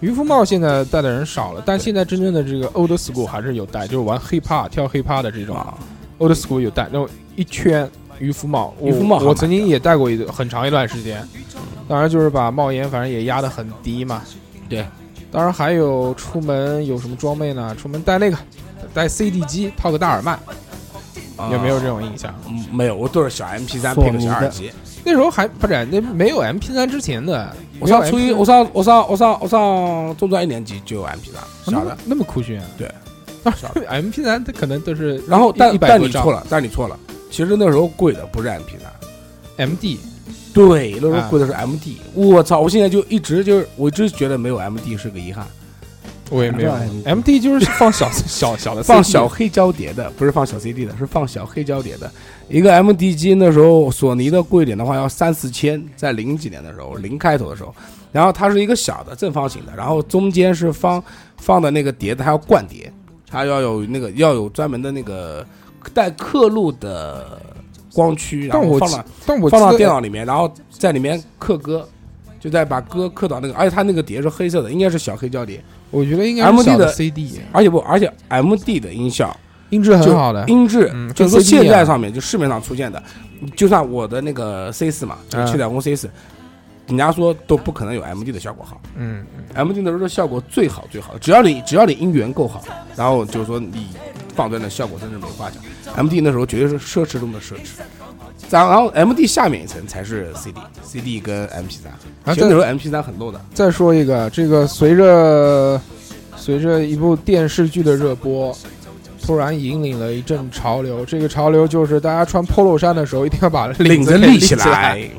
[SPEAKER 1] 渔夫帽现在戴的人少了，但现在真正的这个 old school 还是有戴，就是玩 hip hop 跳 hip hop 的这种
[SPEAKER 3] 啊
[SPEAKER 1] old school 有戴，那种一圈渔夫帽。我
[SPEAKER 3] 渔夫帽好
[SPEAKER 1] 我
[SPEAKER 3] 买
[SPEAKER 1] 曾经也戴过一段很长一段时间，当然就是把帽檐反正也压得很低嘛。
[SPEAKER 3] 对，
[SPEAKER 1] 当然还有出门有什么装备呢？出门戴那个，戴 CD 机套个大耳麦，有没有这种印象？
[SPEAKER 3] 啊嗯？没有，我都是小 MP 三配个小耳机。
[SPEAKER 1] 那时候还不是那没有 MP 3之前的，
[SPEAKER 3] 我上
[SPEAKER 1] 没有
[SPEAKER 3] 初一，
[SPEAKER 1] MP3
[SPEAKER 3] 我上我上我上我上中专一年级就有 MP 三，
[SPEAKER 1] 啊那
[SPEAKER 3] 小的
[SPEAKER 1] 么。那么酷炫啊？
[SPEAKER 3] 对，
[SPEAKER 1] 当
[SPEAKER 3] 小
[SPEAKER 1] 时 MP 3它可能都是
[SPEAKER 3] 然后
[SPEAKER 1] 一
[SPEAKER 3] 但
[SPEAKER 1] 一百
[SPEAKER 3] 但
[SPEAKER 1] 多
[SPEAKER 3] 你
[SPEAKER 1] 张
[SPEAKER 3] 错了，但你错了。其实那时候贵的不是 MP 三，
[SPEAKER 1] MD，
[SPEAKER 3] 对，那时
[SPEAKER 1] 啊
[SPEAKER 3] 候贵的是 MD。我操！我现在就一直就是，我一直觉得没有 MD 是个遗憾。
[SPEAKER 1] 我也没有
[SPEAKER 2] 哪知道
[SPEAKER 1] MD 啊就是放小 小小的 CD
[SPEAKER 3] 放小黑胶碟的，不是放小 CD 的，是放小黑胶碟的。一个 MD 机那时候索尼的贵一点的话要三四千，在零几年的时候，零开头的时候，然后它是一个小的正方形的，然后中间是方放的那个碟子，它要灌碟，它要有那个要有专门的那个带刻录的光驱，然
[SPEAKER 1] 但
[SPEAKER 3] 后
[SPEAKER 1] 我
[SPEAKER 3] 放
[SPEAKER 1] 记
[SPEAKER 3] 到
[SPEAKER 1] 但我
[SPEAKER 3] 放到
[SPEAKER 1] 记得
[SPEAKER 3] 电脑里面，然后在里面刻歌。就在把歌刻到那个，而且它那个碟是黑色的，应该是小黑胶碟，
[SPEAKER 1] 我觉得应该是
[SPEAKER 3] MD
[SPEAKER 1] 小
[SPEAKER 3] 的
[SPEAKER 1] CD，
[SPEAKER 3] 而且不，而且 M D 的音效
[SPEAKER 1] 音质
[SPEAKER 3] 就
[SPEAKER 1] 很好的，
[SPEAKER 3] 音质
[SPEAKER 1] 嗯，
[SPEAKER 3] 就是
[SPEAKER 1] 跟
[SPEAKER 3] 说
[SPEAKER 1] CD
[SPEAKER 3] 现
[SPEAKER 1] 啊
[SPEAKER 3] 在上面就市面上出现的，就算我的那个 C 四嘛，就
[SPEAKER 1] 嗯
[SPEAKER 3] 是七彩虹 C 四，人家说都不可能有 MD 的效果好
[SPEAKER 1] 嗯，
[SPEAKER 3] ，MD 的时候效果最好最好，只要你只要你音源够好，然后就是说你放在那效果真是没话讲，MD 那时候绝对是奢侈中的奢侈。然后 MD 下面一层才是 CD，CD 跟 MP 三，
[SPEAKER 1] 啊
[SPEAKER 3] 其实那时候 MP 三很 low 的，
[SPEAKER 1] 再说一个，这个随着随着一部电视剧的热播，突然引领了一阵潮流。这个潮流就是大家穿 polo 衫的时候一定要把领
[SPEAKER 3] 子
[SPEAKER 1] 立
[SPEAKER 3] 立起
[SPEAKER 1] 来。
[SPEAKER 3] 来，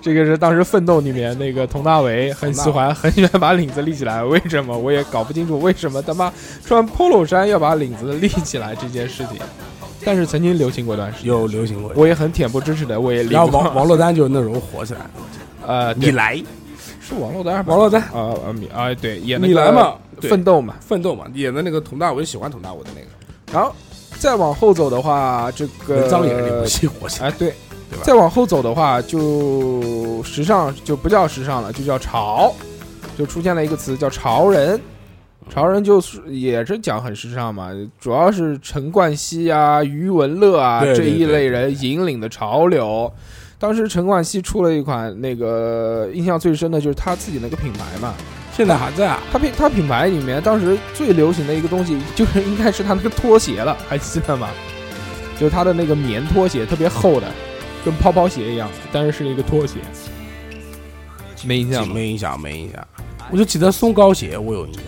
[SPEAKER 1] 这个是当时《奋斗》里面那个佟大为很喜欢，很喜欢把领子立起来。为什么我也搞不清楚，为什么他妈穿 polo 衫要把领子立起来这件事情？但是曾经流行过一段时间，
[SPEAKER 3] 有流行过。
[SPEAKER 1] 我也很恬不知耻的，我也立
[SPEAKER 3] 然后
[SPEAKER 1] 过。
[SPEAKER 3] 王王珞丹就是那时候火起来，
[SPEAKER 1] 呃，
[SPEAKER 3] 你
[SPEAKER 1] 对
[SPEAKER 3] 来，
[SPEAKER 1] 是王珞丹吧，
[SPEAKER 3] 王珞丹
[SPEAKER 1] 啊啊米啊对，演那
[SPEAKER 3] 你来
[SPEAKER 1] 个
[SPEAKER 3] 嘛，对
[SPEAKER 1] 奋斗嘛。
[SPEAKER 3] 奋斗嘛，演的那个佟大为喜欢佟大为的那个，
[SPEAKER 1] 然后再往后走的话，这个
[SPEAKER 3] 文章演的那部戏火起来，
[SPEAKER 1] 哎对
[SPEAKER 3] 对吧
[SPEAKER 1] 再往后走的话，就时尚就不叫时尚了，就叫潮，就出现了一个词叫潮
[SPEAKER 3] 嗯
[SPEAKER 1] 人。潮人就是也是讲很时尚嘛，主要是陈冠希啊、余文乐啊
[SPEAKER 3] 对
[SPEAKER 1] 这
[SPEAKER 3] 对
[SPEAKER 1] 一
[SPEAKER 3] 对
[SPEAKER 1] 类人引领的潮流。当时陈冠希出了一款那个印象最深的就是他自己那个品牌嘛，
[SPEAKER 3] 现在还在啊，
[SPEAKER 1] 他品他品牌里面当时最流行的一个东西，就是 应该是他那个拖鞋了，还记得吗？就是他的那个棉拖鞋，特别厚的，跟泡泡鞋一样，但是是一个拖鞋。没印 象吗？
[SPEAKER 3] 没影响，没影响。我就记得松糕鞋，我有印象，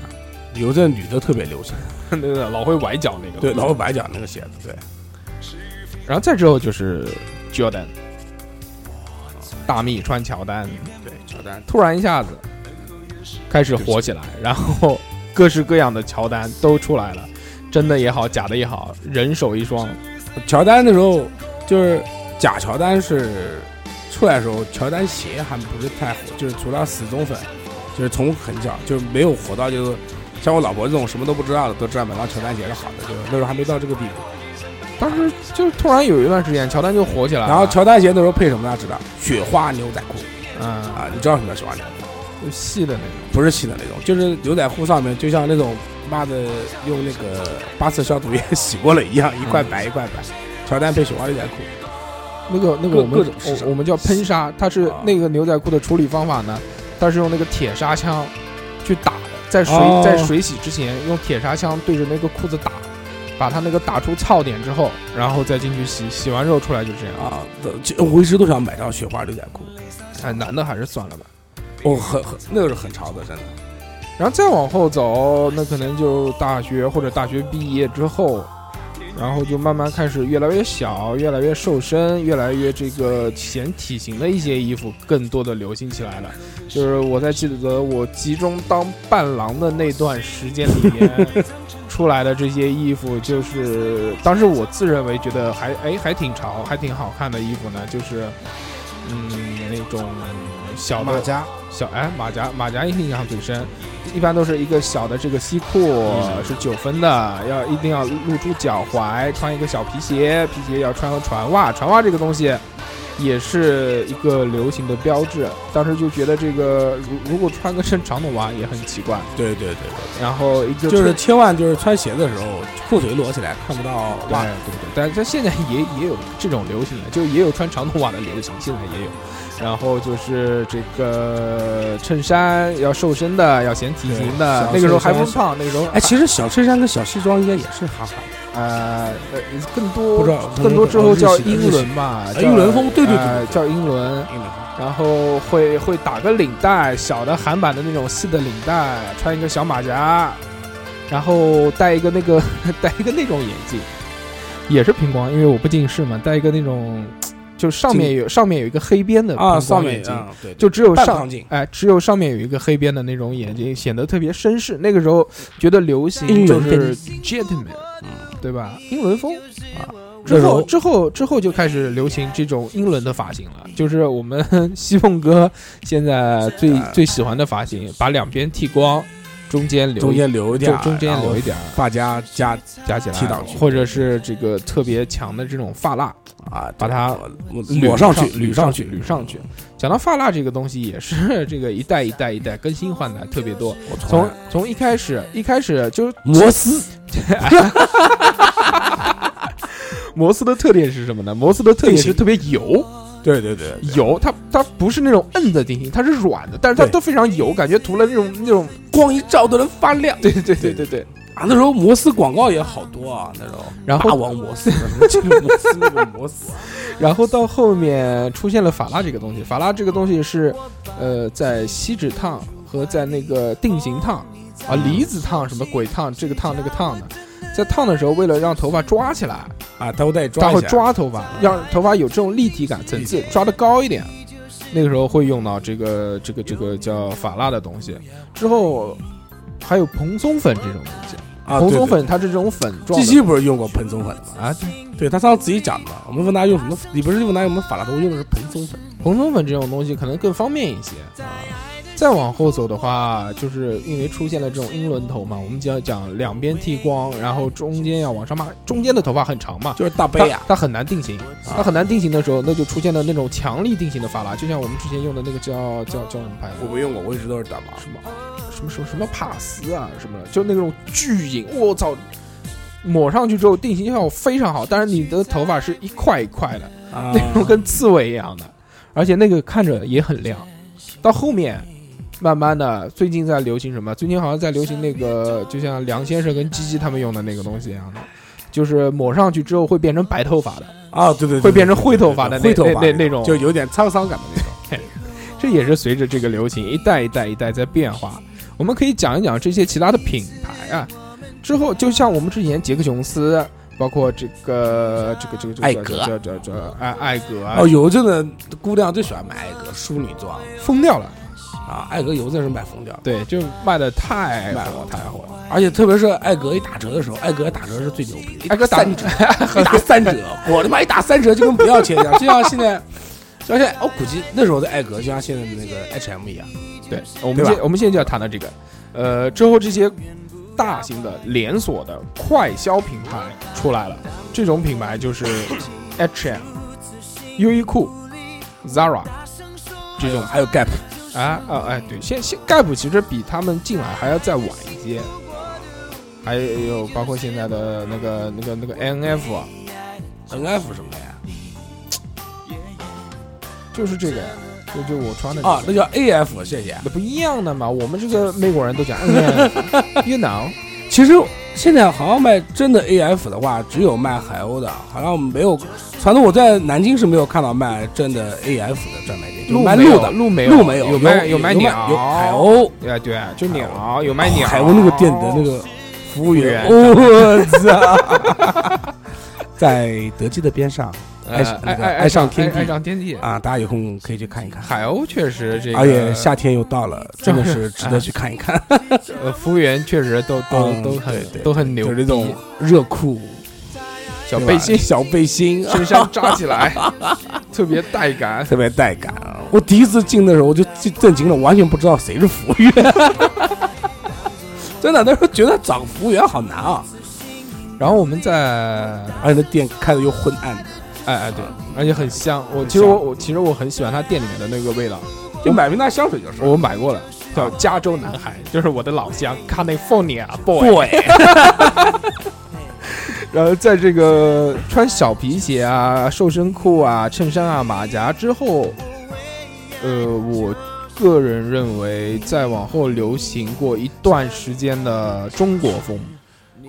[SPEAKER 3] 有阵女的特别 流行，
[SPEAKER 1] 对对，老会崴脚那个。
[SPEAKER 3] 对，老白讲那个鞋子，对，
[SPEAKER 1] 然后再之后就是 Jordan，大蜜穿乔丹，
[SPEAKER 3] 对，乔丹，
[SPEAKER 1] 突然一下子开始火起来，然后各式各样的乔丹都出来了，真的也好，假的也好，人手一双。
[SPEAKER 3] 乔丹那时候就是假乔丹是出来的时候，乔丹鞋还不是太火，就是除了死忠粉，就是从很小就是没有火到就是像我老婆这种什么都不知道的，都知道买双乔丹鞋是好的，就是那时候还没到这个地步。
[SPEAKER 1] 当时就是突然有一段时间，乔丹就火起来了，
[SPEAKER 3] 然后乔丹鞋那时候配什么呢？知道雪花牛仔裤
[SPEAKER 1] 嗯，
[SPEAKER 3] 啊，你知道什么叫雪花牛？
[SPEAKER 1] 就细的那种，
[SPEAKER 3] 不是细的那种，就是牛仔裤上面就像那种妈的用那个八次消毒液洗过了一样，一块白一块白。乔丹配雪花牛仔裤，
[SPEAKER 1] 那个那个
[SPEAKER 3] 各
[SPEAKER 1] 我们
[SPEAKER 3] 各种市
[SPEAKER 1] 我我们叫喷砂，它是
[SPEAKER 3] 啊
[SPEAKER 1] 那个牛仔裤的处理方法
[SPEAKER 3] 哦
[SPEAKER 1] 呢，它是用那个铁砂枪去打的，在水
[SPEAKER 3] 哦
[SPEAKER 1] 在水洗之前用铁砂枪对着那个裤子打，把它那个打出槽点之后，然后再进去洗，洗完之后出来就这样啊，
[SPEAKER 3] 啊，这这我一直都想买到雪花牛仔裤，
[SPEAKER 1] 哎，男的还是算了吧。
[SPEAKER 3] 哦，很很那个是很潮的，真的。
[SPEAKER 1] 然后再往后走，那可能就大学或者大学毕业之后，然后就慢慢开始越来越小，越来越瘦身，越来越这个显体型的一些衣服更多的流行起来了。就是我在记得我集中当伴郎的那段时间里面出来的这些衣服，就是当时我自认为觉得还哎还挺潮，还挺好看的衣服呢，就是嗯那种小的
[SPEAKER 2] 马甲
[SPEAKER 1] 小哎马甲马甲印象最深，一般都是一个小的这个西裤
[SPEAKER 3] 嗯
[SPEAKER 1] 是九分的，要一定要露出脚踝，穿一个小皮鞋，皮鞋要穿个船袜，船袜这个东西也是一个流行的标志。当时就觉得这个如如果穿个身长筒袜也很奇怪，
[SPEAKER 3] 对对对对，
[SPEAKER 1] 然后一个
[SPEAKER 3] 就是
[SPEAKER 1] 穿
[SPEAKER 3] 千万就是穿鞋的时候裤腿裸起来看不到
[SPEAKER 1] 对
[SPEAKER 3] 袜子。
[SPEAKER 1] 对对，但是现在也也有这种流行的，就也有穿长筒袜的流行，现在也有。然后就是这个衬衫要瘦身的，要显体型的
[SPEAKER 3] 对，
[SPEAKER 1] 那个时候还
[SPEAKER 3] 小
[SPEAKER 1] 不
[SPEAKER 3] 衬衫
[SPEAKER 1] 胖，那个时候
[SPEAKER 3] 哎，其实小衬衫跟小西装应该也是哈哈。
[SPEAKER 1] 呃呃更
[SPEAKER 3] 不
[SPEAKER 1] 多
[SPEAKER 3] 知道
[SPEAKER 1] 更多之后叫
[SPEAKER 3] 日系的
[SPEAKER 1] 英伦吧，
[SPEAKER 3] 日
[SPEAKER 1] 叫
[SPEAKER 3] 系的英伦风对对对
[SPEAKER 1] 呃
[SPEAKER 3] 对对
[SPEAKER 1] 叫英伦。
[SPEAKER 3] 英伦风
[SPEAKER 1] 然后会会打个领带，小的韩版的那种细的领带，穿一个小马甲，然后戴一个那个 戴一个那种眼镜，也是平光，因为我不近视嘛，戴一个那种就上面有上面有一个黑边的
[SPEAKER 3] 啊，
[SPEAKER 1] 平光
[SPEAKER 3] 上面
[SPEAKER 1] 眼镜，
[SPEAKER 3] 啊，对，
[SPEAKER 1] 就只有
[SPEAKER 3] 半
[SPEAKER 1] 上
[SPEAKER 3] 胖镜
[SPEAKER 1] 哎只有上面有一个黑边的那种眼镜，显得特别绅士。那个时候觉得流行
[SPEAKER 3] 英
[SPEAKER 1] 就
[SPEAKER 3] 伦
[SPEAKER 1] 是
[SPEAKER 3] 变
[SPEAKER 1] gentleman，对吧？英伦风啊。
[SPEAKER 3] 那
[SPEAKER 1] 之
[SPEAKER 3] 时候
[SPEAKER 1] 后之后之后就开始流行这种英伦的发型了，就是我们西凤哥现在 最最喜欢的发型，把两边剃光，中间留
[SPEAKER 3] 啊中
[SPEAKER 1] 一
[SPEAKER 3] 间留一点
[SPEAKER 1] 就
[SPEAKER 3] 儿，
[SPEAKER 1] 中间
[SPEAKER 3] 然后
[SPEAKER 1] 留一点儿
[SPEAKER 3] 发夹夹
[SPEAKER 1] 夹起来，
[SPEAKER 3] 剃上去
[SPEAKER 1] 或者是这个特别强的这种发蜡，
[SPEAKER 3] 啊，
[SPEAKER 1] 把它
[SPEAKER 3] 抹上去，捋上去，
[SPEAKER 1] 捋上去。讲到发蜡这个东西，也是 这个一代一代一代更新换代特别多。
[SPEAKER 3] 我从
[SPEAKER 1] 从
[SPEAKER 3] 来
[SPEAKER 1] 从一开始，一开始就是
[SPEAKER 3] 摩丝
[SPEAKER 1] 摩丝的特点是什么呢？摩丝的特点是
[SPEAKER 3] 定型
[SPEAKER 1] 特别油，
[SPEAKER 3] 对对对，啊
[SPEAKER 1] 油，它它不是那种摁的定型，它是软的，但是它
[SPEAKER 3] 对
[SPEAKER 1] 都非常油，感觉涂了那种那种，
[SPEAKER 3] 光一照都能发亮
[SPEAKER 1] 对对对对对。
[SPEAKER 3] 啊！那时候摩丝广告也好多啊，那时候
[SPEAKER 1] 然
[SPEAKER 3] 霸
[SPEAKER 1] 后
[SPEAKER 3] 王摩丝，什么金摩丝那个 摩丝，
[SPEAKER 1] 然后到后面出现了法拉这个东西，法拉这个东西是，呃，在锡纸烫和在那个定型烫啊、离子烫什么鬼烫，这个烫那个烫的，在烫的时候，为了让头发抓起来，
[SPEAKER 3] 啊，他会带你抓
[SPEAKER 1] 它
[SPEAKER 3] 一
[SPEAKER 1] 会
[SPEAKER 3] 下，
[SPEAKER 1] 抓头发，让头发有这种立体感、层次，抓得高一点。那个时候会用到这个这个这个叫法蜡的东西，之后还有蓬松粉这种东西。
[SPEAKER 3] 啊，
[SPEAKER 1] 蓬
[SPEAKER 3] 对
[SPEAKER 1] 松。
[SPEAKER 3] 对
[SPEAKER 1] 粉它是这种粉状
[SPEAKER 3] 鸡
[SPEAKER 1] 的
[SPEAKER 3] 鸡不是用过蓬松粉的吗？
[SPEAKER 1] 啊，对
[SPEAKER 3] 对他上次自己讲的嘛，我们问他用什么，你不是问他用什么法拉头，用的是蓬松粉。
[SPEAKER 1] 蓬松粉这种东西可能更方便一些啊。再往后走的话，就是因为出现了这种英伦头嘛，我们就要讲两边剃光，然后中间要往上拉，中间的头发很长嘛，
[SPEAKER 3] 就是大
[SPEAKER 1] 它
[SPEAKER 3] 杯啊，
[SPEAKER 1] 它很难定型，它很难定型的时候，那就出现了那种强力定型的发蜡，就像我们之前用的那个叫叫叫什么牌子
[SPEAKER 3] 我？没用过，我一直都是大妈。
[SPEAKER 1] 什么什么什么什么帕斯啊什么的，就那种巨型，我操，抹上去之后定型效果非常好，但是你的头发是一块一块的，
[SPEAKER 3] 啊
[SPEAKER 1] 那种跟刺猬一样的，而且那个看着也很亮。到后面，慢慢的，最近在流行什么？最近好像在流行那个，就像梁先生跟鸡鸡他们用的那个东西一样的。就是抹上去之后会变成白头发的，
[SPEAKER 3] 啊，对对，对
[SPEAKER 1] 会变成灰头发的
[SPEAKER 3] 对
[SPEAKER 1] 那
[SPEAKER 3] 对对灰头发
[SPEAKER 1] 那那那种
[SPEAKER 3] 就有点沧桑感的那种。
[SPEAKER 1] 这也是随着这个流行一代一代一代在变化。我们可以讲一讲这些其他的品牌啊，之后就像我们之前杰克琼斯，包括这个这个这个这个
[SPEAKER 3] 艾格
[SPEAKER 1] 这这这艾艾格啊
[SPEAKER 3] 哦，，邮政的姑娘最喜欢买艾格淑女装
[SPEAKER 1] 疯掉了，
[SPEAKER 3] 啊，艾格邮政是卖疯掉的，
[SPEAKER 1] 对，就卖的太
[SPEAKER 3] 卖
[SPEAKER 1] 火
[SPEAKER 3] 了
[SPEAKER 1] 太
[SPEAKER 3] 太
[SPEAKER 1] 火
[SPEAKER 3] 火
[SPEAKER 1] 了。
[SPEAKER 3] 了。而且特别是艾格一打折的时候，艾格打折是最牛逼的，
[SPEAKER 1] 艾格打
[SPEAKER 3] 三折，一打 三折，我他妈一打三折就跟不要钱一样，就像现在。就像现在，哦我估计那时候的艾格就像现在的那个 H M 一样，
[SPEAKER 1] 对，我们
[SPEAKER 3] 对吧
[SPEAKER 1] 现我们现在就要谈到这个，呃，之后这些大型的连锁的快消品牌出来了，这种品牌就是 H&M、优衣库、Zara 这种
[SPEAKER 3] 还有 Gap，
[SPEAKER 1] 啊啊哎，对，现现 Gap 其实比他们进来还要再晚一些，还有包括现在的那个那个那个 NF 啊，
[SPEAKER 3] NF 什么的呀？
[SPEAKER 1] 就是这个呀，就就我穿的这个
[SPEAKER 3] 啊，那叫 AF，谢谢。
[SPEAKER 1] 那不一样的嘛，我们这个美国人都讲 ，you know，
[SPEAKER 3] 其实现在好像卖真的 AF 的话，只有卖海鸥的，好像没有。反正我在南京是没有看到卖真的 AF 的专卖店，就卖
[SPEAKER 1] 没
[SPEAKER 3] 鹿
[SPEAKER 1] 有
[SPEAKER 3] 的。
[SPEAKER 1] 鹿没
[SPEAKER 3] 鹿
[SPEAKER 1] 有
[SPEAKER 3] 没有，
[SPEAKER 1] 有卖
[SPEAKER 3] 卖
[SPEAKER 1] 有
[SPEAKER 3] 卖哦
[SPEAKER 1] 鸟
[SPEAKER 3] 有海，鸥，
[SPEAKER 1] 对对，哦就鸟有卖鸟，
[SPEAKER 3] 海鸥那个店的那个服务员，
[SPEAKER 1] 哎
[SPEAKER 3] 哦
[SPEAKER 1] 服
[SPEAKER 3] 我操， 在德基的边上
[SPEAKER 1] 呃
[SPEAKER 3] 爱上
[SPEAKER 1] 爱
[SPEAKER 3] 那个
[SPEAKER 1] 爱
[SPEAKER 3] 爱上天地
[SPEAKER 1] 爱上天地，
[SPEAKER 3] 啊，大家有空可以去看一看。
[SPEAKER 1] 海鸥确实这个，
[SPEAKER 3] 而且夏天又 到了，真的是值得去看一看，
[SPEAKER 1] 呃服务员确实都都
[SPEAKER 3] 嗯
[SPEAKER 1] 都
[SPEAKER 3] 对
[SPEAKER 1] 很
[SPEAKER 3] 对
[SPEAKER 1] 都很牛
[SPEAKER 3] 就是
[SPEAKER 1] 逼
[SPEAKER 3] 那，种热裤、
[SPEAKER 1] 小
[SPEAKER 3] 对吧
[SPEAKER 1] 背 心
[SPEAKER 3] 小背心，
[SPEAKER 1] 身上扎起来， 特别带感。
[SPEAKER 3] 特别带感。我第一次进的时候，我就震震惊了，完全不知道谁是服务员。 真的，那时候觉得找服务员好难啊，
[SPEAKER 1] 然后我们在
[SPEAKER 3] 而且那店开的又昏暗，
[SPEAKER 1] 哎哎对，而且很香。我其实我我其实我很喜欢他店里面的那个味道，
[SPEAKER 3] 就买瓶那香水就是。
[SPEAKER 1] 我买过了，
[SPEAKER 3] 啊
[SPEAKER 1] 叫加州男孩，就是我的老乡 California boy。
[SPEAKER 3] 对，
[SPEAKER 1] 然后在这个穿小皮鞋啊、瘦身裤啊、衬衫啊、马甲之后，呃，我个人认为，再往后流行过一段时间的中国风，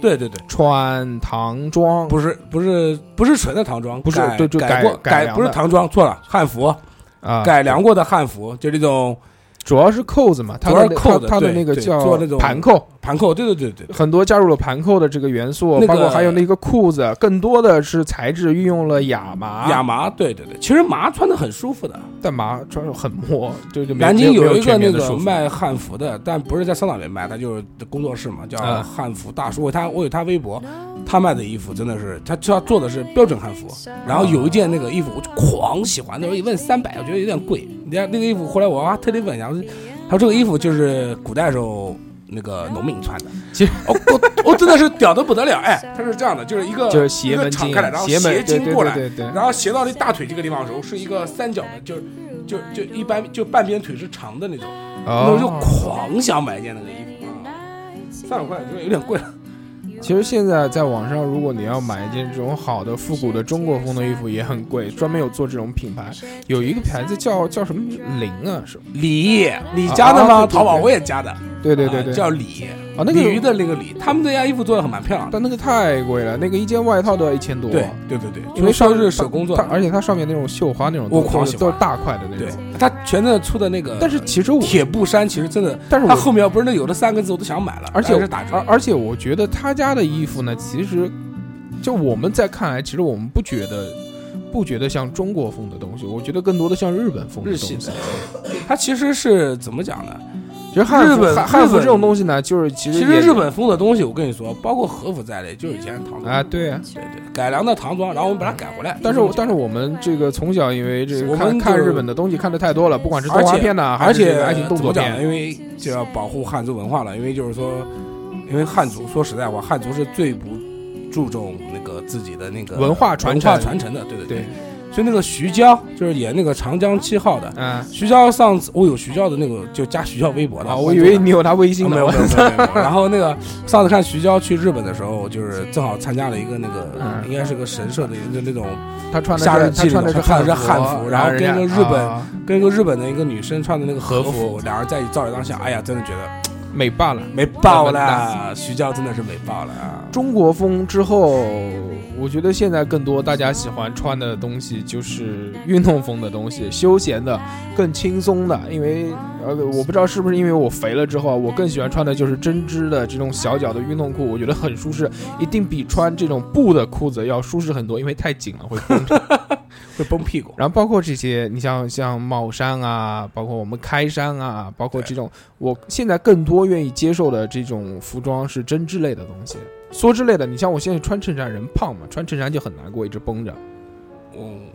[SPEAKER 3] 对对对，
[SPEAKER 1] 穿唐装，
[SPEAKER 3] 不是不是不是纯的唐装，
[SPEAKER 1] 不是
[SPEAKER 3] 改
[SPEAKER 1] 对就改
[SPEAKER 3] 改过
[SPEAKER 1] 改良的
[SPEAKER 3] 不是唐装，错了，汉服
[SPEAKER 1] 啊，
[SPEAKER 3] 改良过的汉服，就那种
[SPEAKER 1] 主要是扣子嘛，它
[SPEAKER 3] 主要
[SPEAKER 1] 的
[SPEAKER 3] 是扣子
[SPEAKER 1] 它它的
[SPEAKER 3] 对
[SPEAKER 1] 那个
[SPEAKER 3] 对
[SPEAKER 1] 叫
[SPEAKER 3] 做那种
[SPEAKER 1] 盘扣，
[SPEAKER 3] 盘扣，对对对对，
[SPEAKER 1] 很多加入了盘扣的这个元素，
[SPEAKER 3] 那个
[SPEAKER 1] 包括还有那个裤子，更多的是材质运用了亚麻，
[SPEAKER 3] 亚麻，对对对，其实麻穿的很舒服的。
[SPEAKER 1] 但麻穿着很磨，就就没
[SPEAKER 3] 南京
[SPEAKER 1] 没有没有
[SPEAKER 3] 一个
[SPEAKER 1] 全
[SPEAKER 3] 那
[SPEAKER 1] 面的
[SPEAKER 3] 个
[SPEAKER 1] 束缚
[SPEAKER 3] 卖汉服的，但不是在商场里卖，他就是工作室嘛，叫
[SPEAKER 1] 嗯
[SPEAKER 3] 汉服大叔。我他我有他微博，他卖的衣服真的是，他他做的是标准汉服。然后有一件那个衣服我就狂喜欢，那时候一问三百，我觉得有点贵。人家那个衣服后来我还啊特地问一下，我说他说这个衣服就是古代时候。那个农民穿的，
[SPEAKER 1] 其实
[SPEAKER 3] 我我我真的是屌的不得了，哎，他是这样的，就是一个
[SPEAKER 1] 就是斜
[SPEAKER 3] 一个
[SPEAKER 1] 门
[SPEAKER 3] 敞
[SPEAKER 1] 襟
[SPEAKER 3] 开来，然后
[SPEAKER 1] 斜门对
[SPEAKER 3] 襟
[SPEAKER 1] 对
[SPEAKER 3] 过来，
[SPEAKER 1] 对对对，
[SPEAKER 3] 然后斜到那大腿这个地方的时候，是一个三角的，就是就就一般就半边腿是长的那种，
[SPEAKER 1] 哦
[SPEAKER 3] 那我就狂想买一件那个衣服啊，三百块就是有点贵
[SPEAKER 1] 哦
[SPEAKER 3] 了。
[SPEAKER 1] 其实现在在网上，如果你要买一件这种好的复古的中国风的衣服，也很贵，专门有做这种品牌，有一个牌子叫叫什么林啊，是吧？
[SPEAKER 3] 李，你加的
[SPEAKER 1] 啊
[SPEAKER 3] 吗？
[SPEAKER 1] 对对对
[SPEAKER 3] 淘宝我也加的，
[SPEAKER 1] 对对对对，
[SPEAKER 3] 啊叫李，
[SPEAKER 1] 啊那个
[SPEAKER 3] 鲤鱼的那个李，他们那家衣服做的很蛮漂亮的。
[SPEAKER 1] 但那个太贵了，那个一件外套都要一千多，
[SPEAKER 3] 对对对对，
[SPEAKER 1] 因为
[SPEAKER 3] 说
[SPEAKER 1] 上
[SPEAKER 3] 是手工做
[SPEAKER 1] 它
[SPEAKER 3] 的，
[SPEAKER 1] 而且它上面那种绣花那种，
[SPEAKER 3] 我
[SPEAKER 1] 都
[SPEAKER 3] 狂
[SPEAKER 1] 是
[SPEAKER 3] 喜欢
[SPEAKER 1] 都是大块的那
[SPEAKER 3] 对
[SPEAKER 1] 种。
[SPEAKER 3] 他全的出的那个，
[SPEAKER 1] 但是其实我，
[SPEAKER 3] 铁布衫其实真的，
[SPEAKER 1] 但是
[SPEAKER 3] 他
[SPEAKER 1] 我，
[SPEAKER 3] 后面要不是那有的三个字，我都想买了，
[SPEAKER 1] 而且
[SPEAKER 3] 还
[SPEAKER 1] 我
[SPEAKER 3] 是打折
[SPEAKER 1] 而。而且我觉得他家的衣服呢，其实就我们在看来，其实我们不觉得。不觉得像中国风的东西，我觉得更多的像日本风的
[SPEAKER 3] 日
[SPEAKER 1] 东
[SPEAKER 3] 系
[SPEAKER 1] 西。
[SPEAKER 3] 的，它其实是怎么讲呢？
[SPEAKER 1] 其实汉服
[SPEAKER 3] 日本
[SPEAKER 1] 汉
[SPEAKER 3] 日
[SPEAKER 1] 汉服
[SPEAKER 3] 本
[SPEAKER 1] 这种东西呢，就是其实其
[SPEAKER 3] 其实日本风的东西，我跟你说，包括和服在内，就是以前的唐装
[SPEAKER 1] 啊，，对啊。
[SPEAKER 3] 对对，改良的唐装，然后我们把它改回来。
[SPEAKER 1] 但是我但是我们这个从小因为这个
[SPEAKER 3] 我
[SPEAKER 1] 看
[SPEAKER 3] 们
[SPEAKER 1] 看
[SPEAKER 3] 就
[SPEAKER 1] 日本的东西看的太多了，不管是动
[SPEAKER 3] 而且
[SPEAKER 1] 画片呐，还
[SPEAKER 3] 啊而
[SPEAKER 1] 是这
[SPEAKER 3] 且
[SPEAKER 1] 个爱情动作
[SPEAKER 3] 怎么讲呢
[SPEAKER 1] 片，
[SPEAKER 3] 因为就要保护汉族文化了，因为就是说，因为汉族说实在话，汉族是最不注重那个自己的那个
[SPEAKER 1] 文化传
[SPEAKER 3] 文
[SPEAKER 1] 承
[SPEAKER 3] 化传承的，对对
[SPEAKER 1] 对，
[SPEAKER 3] 所以那个徐娇就是演那个长江七号的。
[SPEAKER 1] 嗯啊，
[SPEAKER 3] 徐娇上次我有徐娇的那个，就加徐娇微博的。
[SPEAKER 1] 哦我以为你有他微信
[SPEAKER 3] 啊
[SPEAKER 1] 呢
[SPEAKER 3] 没，有没有没有没 有。然后那个上次看徐娇去日本的时候，就是正好参加了一个那个，
[SPEAKER 1] 嗯
[SPEAKER 3] 应该是个神社的一个那种，
[SPEAKER 1] 他穿的
[SPEAKER 3] 夏
[SPEAKER 1] 是
[SPEAKER 3] 日
[SPEAKER 1] 他
[SPEAKER 3] 记
[SPEAKER 1] 穿的
[SPEAKER 3] 里
[SPEAKER 1] 是
[SPEAKER 3] 头穿的是
[SPEAKER 1] 汉啊
[SPEAKER 3] 汉服然后
[SPEAKER 1] 人家
[SPEAKER 3] 跟一个日本
[SPEAKER 1] 啊
[SPEAKER 3] 跟一个日本的一个女生穿的那个和
[SPEAKER 1] 和服
[SPEAKER 3] 服，两人在一起照了张相，哎呀，真的觉得
[SPEAKER 1] 美罢了。
[SPEAKER 3] 美爆了，徐娇真的是美爆了啊！
[SPEAKER 1] 中国风之后，我觉得现在更多大家喜欢穿的东西就是运动风的东西，休闲的、更轻松的。因为呃，我不知道是不是因为我肥了之后啊，我更喜欢穿的就是针织的这种小脚的运动裤，我觉得很舒适，一定比穿这种布的裤子要舒适很多，因为太紧了会绷着。
[SPEAKER 3] 会崩屁股，
[SPEAKER 1] 然后包括这些，你像像帽衫啊，包括我们开衫啊，包括这种，我现在更多愿意接受的这种服装是针织类的东西，梭织类的。你像我现在穿衬衫，人胖嘛，穿衬衫就很难过，一直绷着。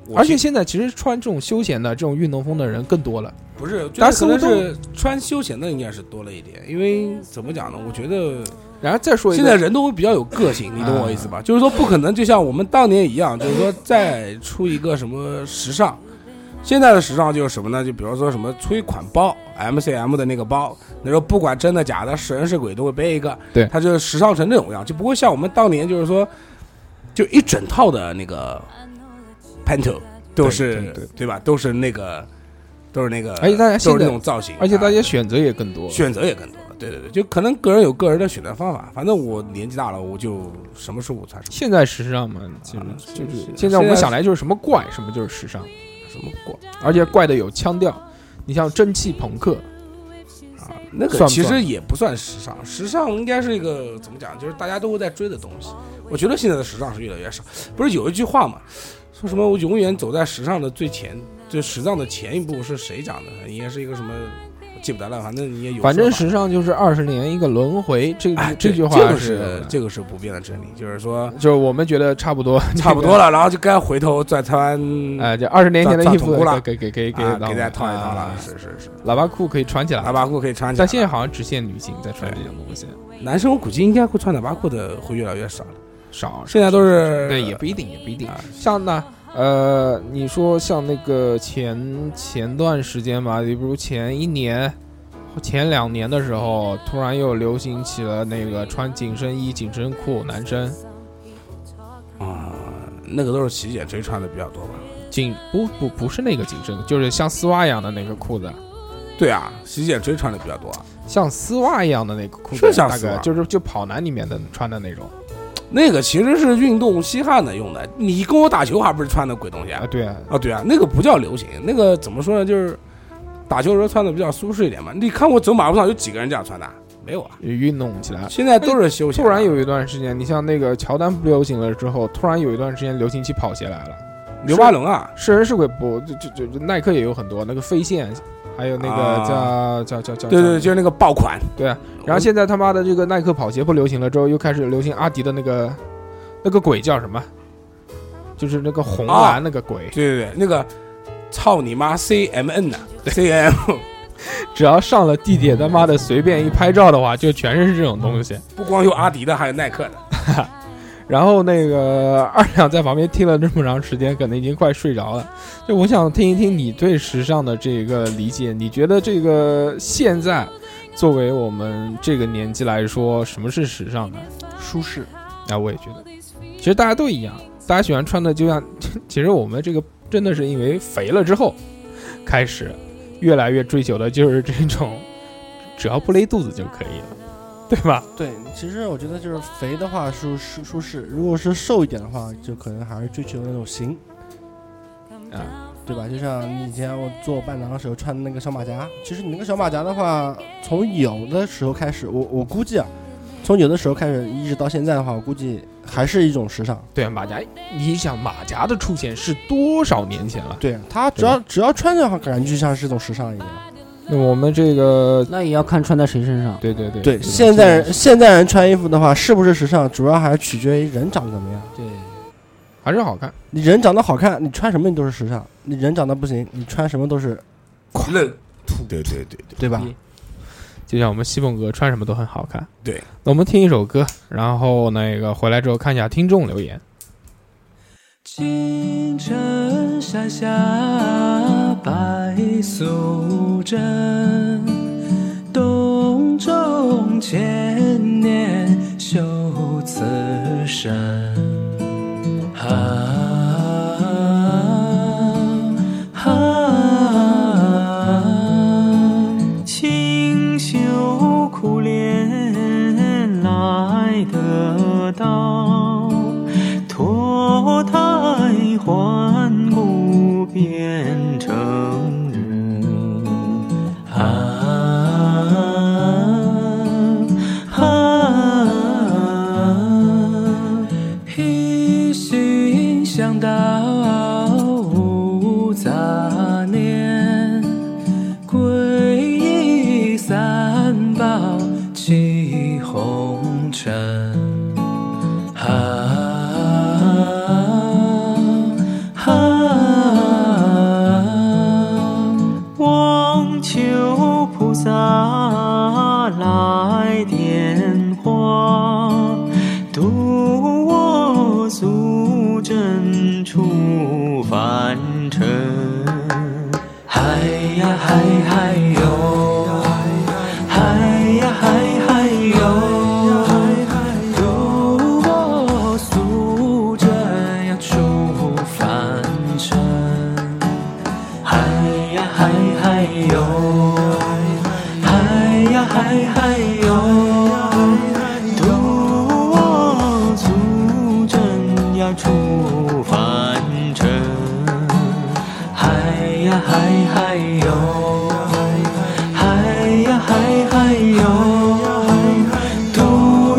[SPEAKER 3] 我
[SPEAKER 1] 而且现在其实穿这种休闲的、这种运动风的人更多了。
[SPEAKER 3] 不是，觉
[SPEAKER 1] 大家
[SPEAKER 3] 得
[SPEAKER 1] 似
[SPEAKER 3] 可
[SPEAKER 1] 乎
[SPEAKER 3] 能是穿休闲的应该是多了一点，因为怎么讲呢？我觉得
[SPEAKER 1] 然后再说一
[SPEAKER 3] 现
[SPEAKER 1] 个，嗯
[SPEAKER 3] 在人都会比较有个性，你懂我意思吧？就是说，不可能就像我们当年一样，就是说再出一个什么时尚。现在的时尚就是什么呢？就比如说什么催款包，MCM 的那个包，那时候不管真的假的，是人是鬼都会背一个。
[SPEAKER 1] 对
[SPEAKER 3] 它就时尚成这种样，就不会像我们当年就是说，就一整套的那个 panto 都是
[SPEAKER 1] 对对对
[SPEAKER 3] 吧？都是那个都是那个，
[SPEAKER 1] 而且大家
[SPEAKER 3] 都
[SPEAKER 1] 现
[SPEAKER 3] 是
[SPEAKER 1] 在
[SPEAKER 3] 那种造型，
[SPEAKER 1] 而且大
[SPEAKER 3] 啊
[SPEAKER 1] 家选择也更多，
[SPEAKER 3] 选择也更多了。对对对，就可能个人有个人的选择方法。反正我年纪大了，我就什么是午餐，什
[SPEAKER 1] 现在时尚嘛，其实
[SPEAKER 3] 啊
[SPEAKER 1] 就是
[SPEAKER 3] 是是
[SPEAKER 1] 现在我们
[SPEAKER 3] 现在
[SPEAKER 1] 想来就是什么怪，什么就是时尚，
[SPEAKER 3] 么什么果
[SPEAKER 1] 而且怪的有腔调。你像蒸汽朋克，
[SPEAKER 3] 啊，那个
[SPEAKER 1] 嗯算不
[SPEAKER 3] 其实
[SPEAKER 1] 算
[SPEAKER 3] 也不算时尚，时尚应该是一个怎么讲，就是大家都会在追的东西。我觉得现在的时尚是越来越少。不是有一句话嘛，说什么我永远走在时尚的最前，就时尚的前一步是谁讲的？应该是一个什么，我记不得了，反正你也有说法。
[SPEAKER 1] 反正时尚就是二十年一个轮回，这
[SPEAKER 3] 哎，
[SPEAKER 1] 这
[SPEAKER 3] 对
[SPEAKER 1] 句
[SPEAKER 3] 这
[SPEAKER 1] 话
[SPEAKER 3] 个是这个是不变的真理，就是 说
[SPEAKER 1] 就是我们觉得差不多，
[SPEAKER 3] 差不多了，然后就该回头再穿。
[SPEAKER 1] 哎，这二十年前的
[SPEAKER 3] 长
[SPEAKER 1] 衣
[SPEAKER 3] 长
[SPEAKER 1] 服
[SPEAKER 3] 头箍了
[SPEAKER 1] 给给给给
[SPEAKER 3] 啊，
[SPEAKER 1] 到
[SPEAKER 3] 给大家套一套了
[SPEAKER 1] 啊，
[SPEAKER 3] 是是是，
[SPEAKER 1] 喇叭裤可以穿起
[SPEAKER 3] 喇
[SPEAKER 1] 来，
[SPEAKER 3] 叭裤可以穿起来
[SPEAKER 1] 但
[SPEAKER 3] 了。
[SPEAKER 1] 现在好像只限女性在穿这种东西，
[SPEAKER 3] 男生我估计应该会穿喇叭裤的会越来越少了，
[SPEAKER 1] 少
[SPEAKER 3] 现在都是
[SPEAKER 1] 对也不一定，也不一定
[SPEAKER 3] 啊。
[SPEAKER 1] 像那呃，你说像那个前前段时间吧，你比如前一年、前两年的时候，突然又流行起了那个穿紧身衣、紧身裤，男生
[SPEAKER 3] 啊，那个都是洗剪吹穿的比较多吧？
[SPEAKER 1] 紧不不不是那个紧身，就是像丝袜一样的那个裤子，
[SPEAKER 3] 对啊，洗剪吹穿的比较多啊，
[SPEAKER 1] 像丝袜一样的那个裤子，
[SPEAKER 3] 是像
[SPEAKER 1] 大
[SPEAKER 3] 丝
[SPEAKER 1] 概
[SPEAKER 3] 袜
[SPEAKER 1] 就是就跑男里面的穿的那种
[SPEAKER 3] 那个其实是运动吸汗的用的。你跟我打球还不是穿的鬼东西
[SPEAKER 1] 啊
[SPEAKER 3] 啊？，
[SPEAKER 1] 对啊，
[SPEAKER 3] 啊，对啊，那个不叫流行，那个怎么说呢？就是打球的时候穿的比较舒适一点嘛。你看我走马路上有几个人这样穿的啊？没有啊，
[SPEAKER 1] 运动起来。
[SPEAKER 3] 现在都是休闲
[SPEAKER 1] 突
[SPEAKER 3] 啊。
[SPEAKER 1] 然有一段时间，你像那个乔丹不流行了之后，突然有一段时间流行起跑鞋来了。
[SPEAKER 3] 刘巴伦啊，
[SPEAKER 1] 是人是鬼不？就就就就耐克也有很多那个飞线，还有那个
[SPEAKER 3] 啊
[SPEAKER 1] 叫、叫叫叫
[SPEAKER 3] 对对，
[SPEAKER 1] 叫
[SPEAKER 3] 就是那个爆款。
[SPEAKER 1] 对啊。然后现在他妈的这个耐克跑鞋不流行了之后，又开始流行阿迪的那个那个鬼叫什么？就是那个红
[SPEAKER 3] 啊
[SPEAKER 1] 蓝那个鬼，
[SPEAKER 3] 对对对，那个操你妈 CMN 呐、c m
[SPEAKER 1] 只要上了地铁，他妈的随便一拍照的话，就全是这种东西。
[SPEAKER 3] 不光有阿迪的，还有耐克的。
[SPEAKER 1] 然后那个 二两在旁边听了这么长时间，可能已经快睡着了。就我想听一听你对时尚的这个理解，你觉得这个现在作为我们这个年纪来说，什么是时尚呢？
[SPEAKER 6] 舒适。
[SPEAKER 1] 啊，我也觉得，其实大家都一样，大家喜欢穿的就像， 其实我们这个真的是因为肥了之后，开始越来越追求的就是这种，只要不勒肚子就可以了，对吧？
[SPEAKER 2] 对，其实我觉得就是肥的话舒舒舒适，如果是瘦一点的话，就可能还是追求那种型，
[SPEAKER 1] 啊，
[SPEAKER 2] 对吧？就像你以前我做伴郎的时候穿的那个小马甲，其实你那个小马甲的话，从有的时候开始，我我估计啊，从有的时候开始一直到现在的话，我估计还是一种时尚。
[SPEAKER 1] 对，啊马甲，你想马甲的出现是多少年前了？
[SPEAKER 2] 对，它只要只要穿着的话，感觉就像是一种时尚一样。
[SPEAKER 1] 那我们这个，
[SPEAKER 5] 那也要看穿在谁身上。
[SPEAKER 1] 对对对，
[SPEAKER 2] 对，
[SPEAKER 1] 吧
[SPEAKER 2] 现在人现在人穿衣服的话，是不是时尚，主要还是取决于人长得怎么样。
[SPEAKER 5] 对，
[SPEAKER 1] 还是好看。
[SPEAKER 2] 你人长得好看，你穿什么你都是时尚；你人长得不行，你穿什么都是，
[SPEAKER 3] 愣
[SPEAKER 6] 对对对对，
[SPEAKER 2] 对吧？
[SPEAKER 1] 就像我们西凤哥穿什么都很好看。
[SPEAKER 3] 对，
[SPEAKER 1] 那我们听一首歌，然后那个回来之后看一下听众留言。
[SPEAKER 4] 清晨山下白素贞，洞中千年修此身。啊啊！清修苦练来得到。脱胎换骨变成人啊啊！一心沉。嗨呀嗨嗨哟，嗨呀嗨嗨哟，如果苏这样触凡尘，嗨呀嗨嗨哟，嗨呀嗨嗨哟。渡我足真呀出凡尘，嗨呀嗨嗨哟，嗨呀嗨嗨哟，渡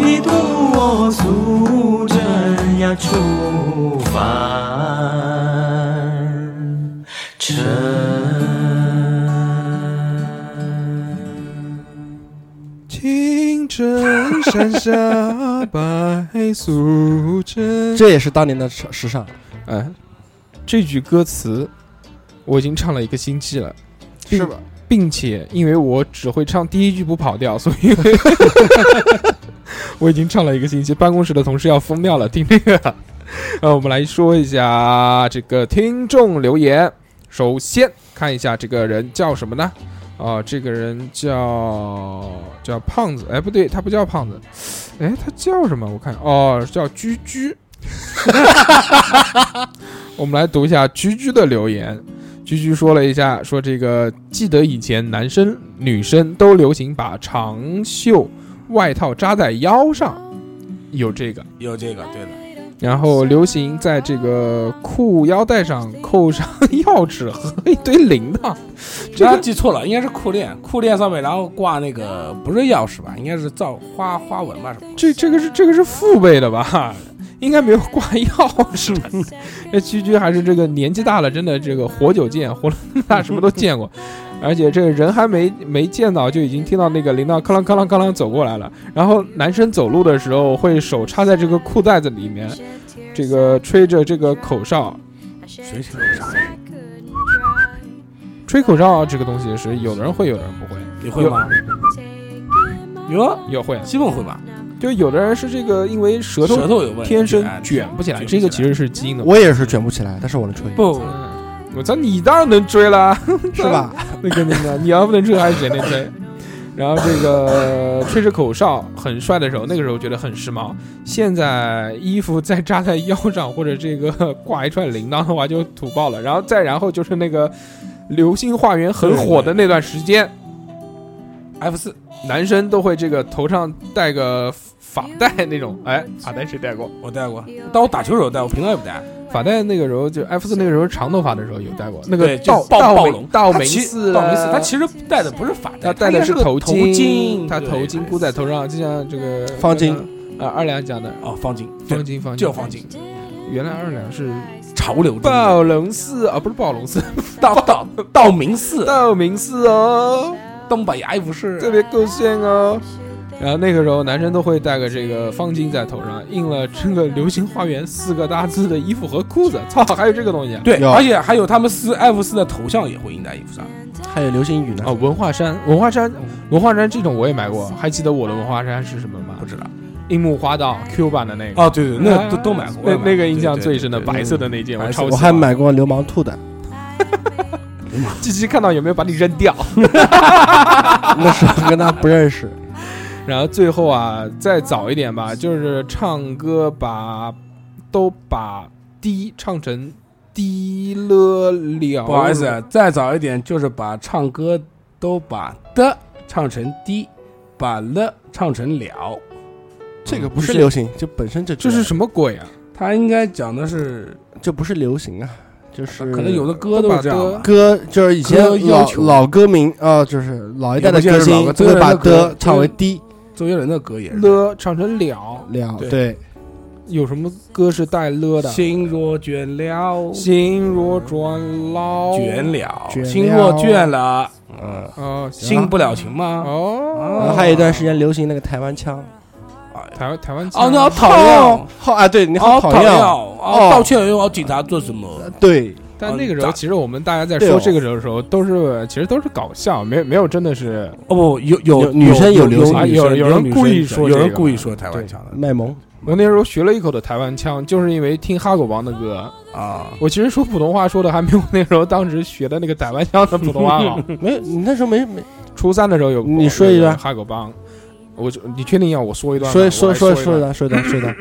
[SPEAKER 4] 一渡我足真呀出凡尘。
[SPEAKER 1] 青城山下白素贞。
[SPEAKER 2] 这也是当年的时时尚，
[SPEAKER 1] 哎，这句歌词我已经唱了一个星期了，并
[SPEAKER 2] 是吧？
[SPEAKER 1] 并且因为我只会唱第一句不跑调，所以 我已经唱了一个星期。办公室的同事要疯掉了，听这个。呃，我们来说一下这个听众留言。首先看一下这个人叫什么呢？啊、这个人叫叫胖子，哎，不对，他不叫胖子，哎，他叫什么？我看哦，叫居居。 我们来读一下居居的留言。居居说了一下，说这个记得以前男生女生都流行把长袖外套扎在腰上，有这个，
[SPEAKER 3] 有这个，对的，
[SPEAKER 1] 然后流行在这个裤腰带上扣上 钥匙和一堆铃铛，这
[SPEAKER 3] 这他
[SPEAKER 1] 个
[SPEAKER 3] 记错了，应该是裤链，裤链上面然后挂那个不是钥匙吧，应该是造花花纹吧什么的。
[SPEAKER 1] 这这个是这个是父辈的吧？ 应该没有挂钥匙吧？这居居还是这个年纪大了，真的这个活久见，活了大什么都见过，而且这人还没没见到就已经听到那个铃铛咔啷咔啷咔啷走过来了。然后男生走路的时候会手插在这个裤袋子里面，这个吹着这个口哨，
[SPEAKER 3] 谁听
[SPEAKER 1] 吹口哨这个东西是有的人会，有的人不会，
[SPEAKER 3] 你会吗？啊哟，
[SPEAKER 1] 有会，
[SPEAKER 3] 基本会吧，
[SPEAKER 1] 就有的人是这个因为舌头
[SPEAKER 3] 舌头有问题，
[SPEAKER 1] 天生
[SPEAKER 3] 哎
[SPEAKER 1] 卷不起来，这个其实是基因的问题。
[SPEAKER 2] 我也是卷不起来，但是我能吹，
[SPEAKER 3] 不
[SPEAKER 1] 嗯我操，你当然能追啦，
[SPEAKER 2] 是吧？
[SPEAKER 1] 那肯定 的，你要不能追还是谁能追？然后这个呃吹着口哨很帅的时候，那个时候觉得很时髦。现在衣服再扎在腰上或者这个 挂一串铃铛的话，就土爆了。然后再然后就是那个《流星花园》很火的那段时间，
[SPEAKER 3] F 四
[SPEAKER 1] 男生都会这个头上戴个发带那种，哎，发带谁戴过？
[SPEAKER 3] 我戴过，但我打球时候戴，我平常也不戴。
[SPEAKER 1] 发带那个时候就艾弗斯那个时候长头发的时候有戴过，那个
[SPEAKER 3] 对就
[SPEAKER 1] 道
[SPEAKER 3] 暴
[SPEAKER 1] 道
[SPEAKER 3] 暴
[SPEAKER 1] 明
[SPEAKER 3] 龙
[SPEAKER 1] 道
[SPEAKER 3] 他
[SPEAKER 1] 明
[SPEAKER 3] 其
[SPEAKER 1] 寺
[SPEAKER 3] 道明寺，
[SPEAKER 1] 啦
[SPEAKER 3] 他其实戴的不是发
[SPEAKER 1] 他
[SPEAKER 3] 带，
[SPEAKER 1] 戴的
[SPEAKER 3] 应该是个
[SPEAKER 1] 头
[SPEAKER 3] 头
[SPEAKER 1] 他
[SPEAKER 3] 对
[SPEAKER 1] 头巾箍在头上，就像这个
[SPEAKER 2] 方巾
[SPEAKER 1] 啊，二两讲的
[SPEAKER 3] 哦，方巾，
[SPEAKER 1] 方
[SPEAKER 3] 对，
[SPEAKER 1] 巾方巾
[SPEAKER 3] 就方巾，嗯
[SPEAKER 1] 原来二两是
[SPEAKER 3] 潮流中的
[SPEAKER 1] 暴龙寺啊，不是暴龙寺，
[SPEAKER 3] 道道道明寺，
[SPEAKER 1] 道明寺哦，
[SPEAKER 3] 东北爱
[SPEAKER 1] 特
[SPEAKER 3] 不是
[SPEAKER 1] 别够炫哦。然后那个时候男生都会戴个这个方巾在头上，印了这个“流星花园”四个大字的衣服和裤子，操，还有这个东西啊！
[SPEAKER 3] 对，
[SPEAKER 2] 有
[SPEAKER 3] 而且还有他们撕 F 四的头像也会印在衣服上，
[SPEAKER 2] 还有流行语 呢
[SPEAKER 1] 啊，。文化衫，文化衫，文化衫这种我也买过，还记得我的文化衫是什么吗
[SPEAKER 3] 不？知道
[SPEAKER 1] 樱木花道 Q 版的那个。哎
[SPEAKER 3] 哦，对对，那都都买过，
[SPEAKER 1] 呃那
[SPEAKER 3] 我也买过
[SPEAKER 1] 那个印象最深的
[SPEAKER 3] 对对对
[SPEAKER 1] 白色的那件，我
[SPEAKER 3] 白色
[SPEAKER 1] 超喜
[SPEAKER 2] 我
[SPEAKER 1] 欢
[SPEAKER 2] 还买过流氓兔的，
[SPEAKER 1] 鸡鸡看到有没有把你扔掉？
[SPEAKER 2] 那时候跟他不认识，
[SPEAKER 1] 然后最后啊，再早一点吧，就是唱歌把都把低唱成低了了。
[SPEAKER 3] 不好意思，啊再早一点就是把唱歌都把的唱成的，把了唱成了，
[SPEAKER 2] 这个不是流行，就本身这
[SPEAKER 1] 这是什么鬼啊？
[SPEAKER 3] 他应该讲的是，
[SPEAKER 2] 这不是流行啊，就是
[SPEAKER 3] 可能有的歌
[SPEAKER 1] 都
[SPEAKER 3] 嗯都
[SPEAKER 1] 把
[SPEAKER 3] 是这样
[SPEAKER 1] 的
[SPEAKER 3] 吧。
[SPEAKER 2] 歌就是以前
[SPEAKER 3] 歌要
[SPEAKER 2] 老
[SPEAKER 3] 求
[SPEAKER 2] 老歌名啊、就是老一代的
[SPEAKER 3] 也不
[SPEAKER 2] 歌
[SPEAKER 3] 见得是老
[SPEAKER 2] 星
[SPEAKER 3] 歌
[SPEAKER 2] 都会把
[SPEAKER 3] 周杰伦的歌
[SPEAKER 2] 的唱为低
[SPEAKER 3] 周杰伦的歌也是。
[SPEAKER 1] 了唱成了，
[SPEAKER 2] 了，
[SPEAKER 3] 对
[SPEAKER 2] 对，
[SPEAKER 1] 有什么歌是带了的？
[SPEAKER 3] 心若倦了，
[SPEAKER 1] 心若转老，
[SPEAKER 3] 倦了，
[SPEAKER 2] 倦了
[SPEAKER 3] 心若倦了，嗯，
[SPEAKER 1] 哦，行
[SPEAKER 3] 心不了情
[SPEAKER 2] 啊
[SPEAKER 3] 吗？
[SPEAKER 1] 哦，
[SPEAKER 2] 然后还有一段时间流行那个台湾腔，
[SPEAKER 1] 台湾台湾
[SPEAKER 3] 哦，
[SPEAKER 1] 腔啊
[SPEAKER 3] 那好讨厌，
[SPEAKER 2] 好啊，对，你
[SPEAKER 3] 好
[SPEAKER 2] 好
[SPEAKER 3] 讨
[SPEAKER 2] 讨
[SPEAKER 3] 厌，
[SPEAKER 2] 厌，
[SPEAKER 3] 哦，道歉又要警察做什么？
[SPEAKER 2] 对，
[SPEAKER 1] 但那个时
[SPEAKER 3] 哦
[SPEAKER 1] 候，
[SPEAKER 3] 咋
[SPEAKER 1] 其实我们大家在
[SPEAKER 2] 对
[SPEAKER 1] 说
[SPEAKER 2] 哦
[SPEAKER 1] 这个时候的时候，都是其实都是搞笑，没没有真的是
[SPEAKER 3] 哦不，有有啊
[SPEAKER 2] 有女生有流行
[SPEAKER 1] 有有人故意说
[SPEAKER 3] 有
[SPEAKER 1] 这
[SPEAKER 3] 人
[SPEAKER 1] 个
[SPEAKER 3] 故意说台湾腔的，
[SPEAKER 2] 卖萌，
[SPEAKER 1] 我那时候学了一口的台湾腔，就是因为听哈狗帮的歌。
[SPEAKER 3] 啊，
[SPEAKER 1] 我其实说普通话说的还没有那时候当时学的那个台湾腔的普通话 好。
[SPEAKER 2] 没有，你那时候没没
[SPEAKER 1] 初三的时候有，
[SPEAKER 2] 你说一段
[SPEAKER 1] 有哈狗帮，我就你确定要我说一段吗？
[SPEAKER 2] 说
[SPEAKER 1] 我
[SPEAKER 2] 说
[SPEAKER 1] 来说
[SPEAKER 2] 说说的说的说的，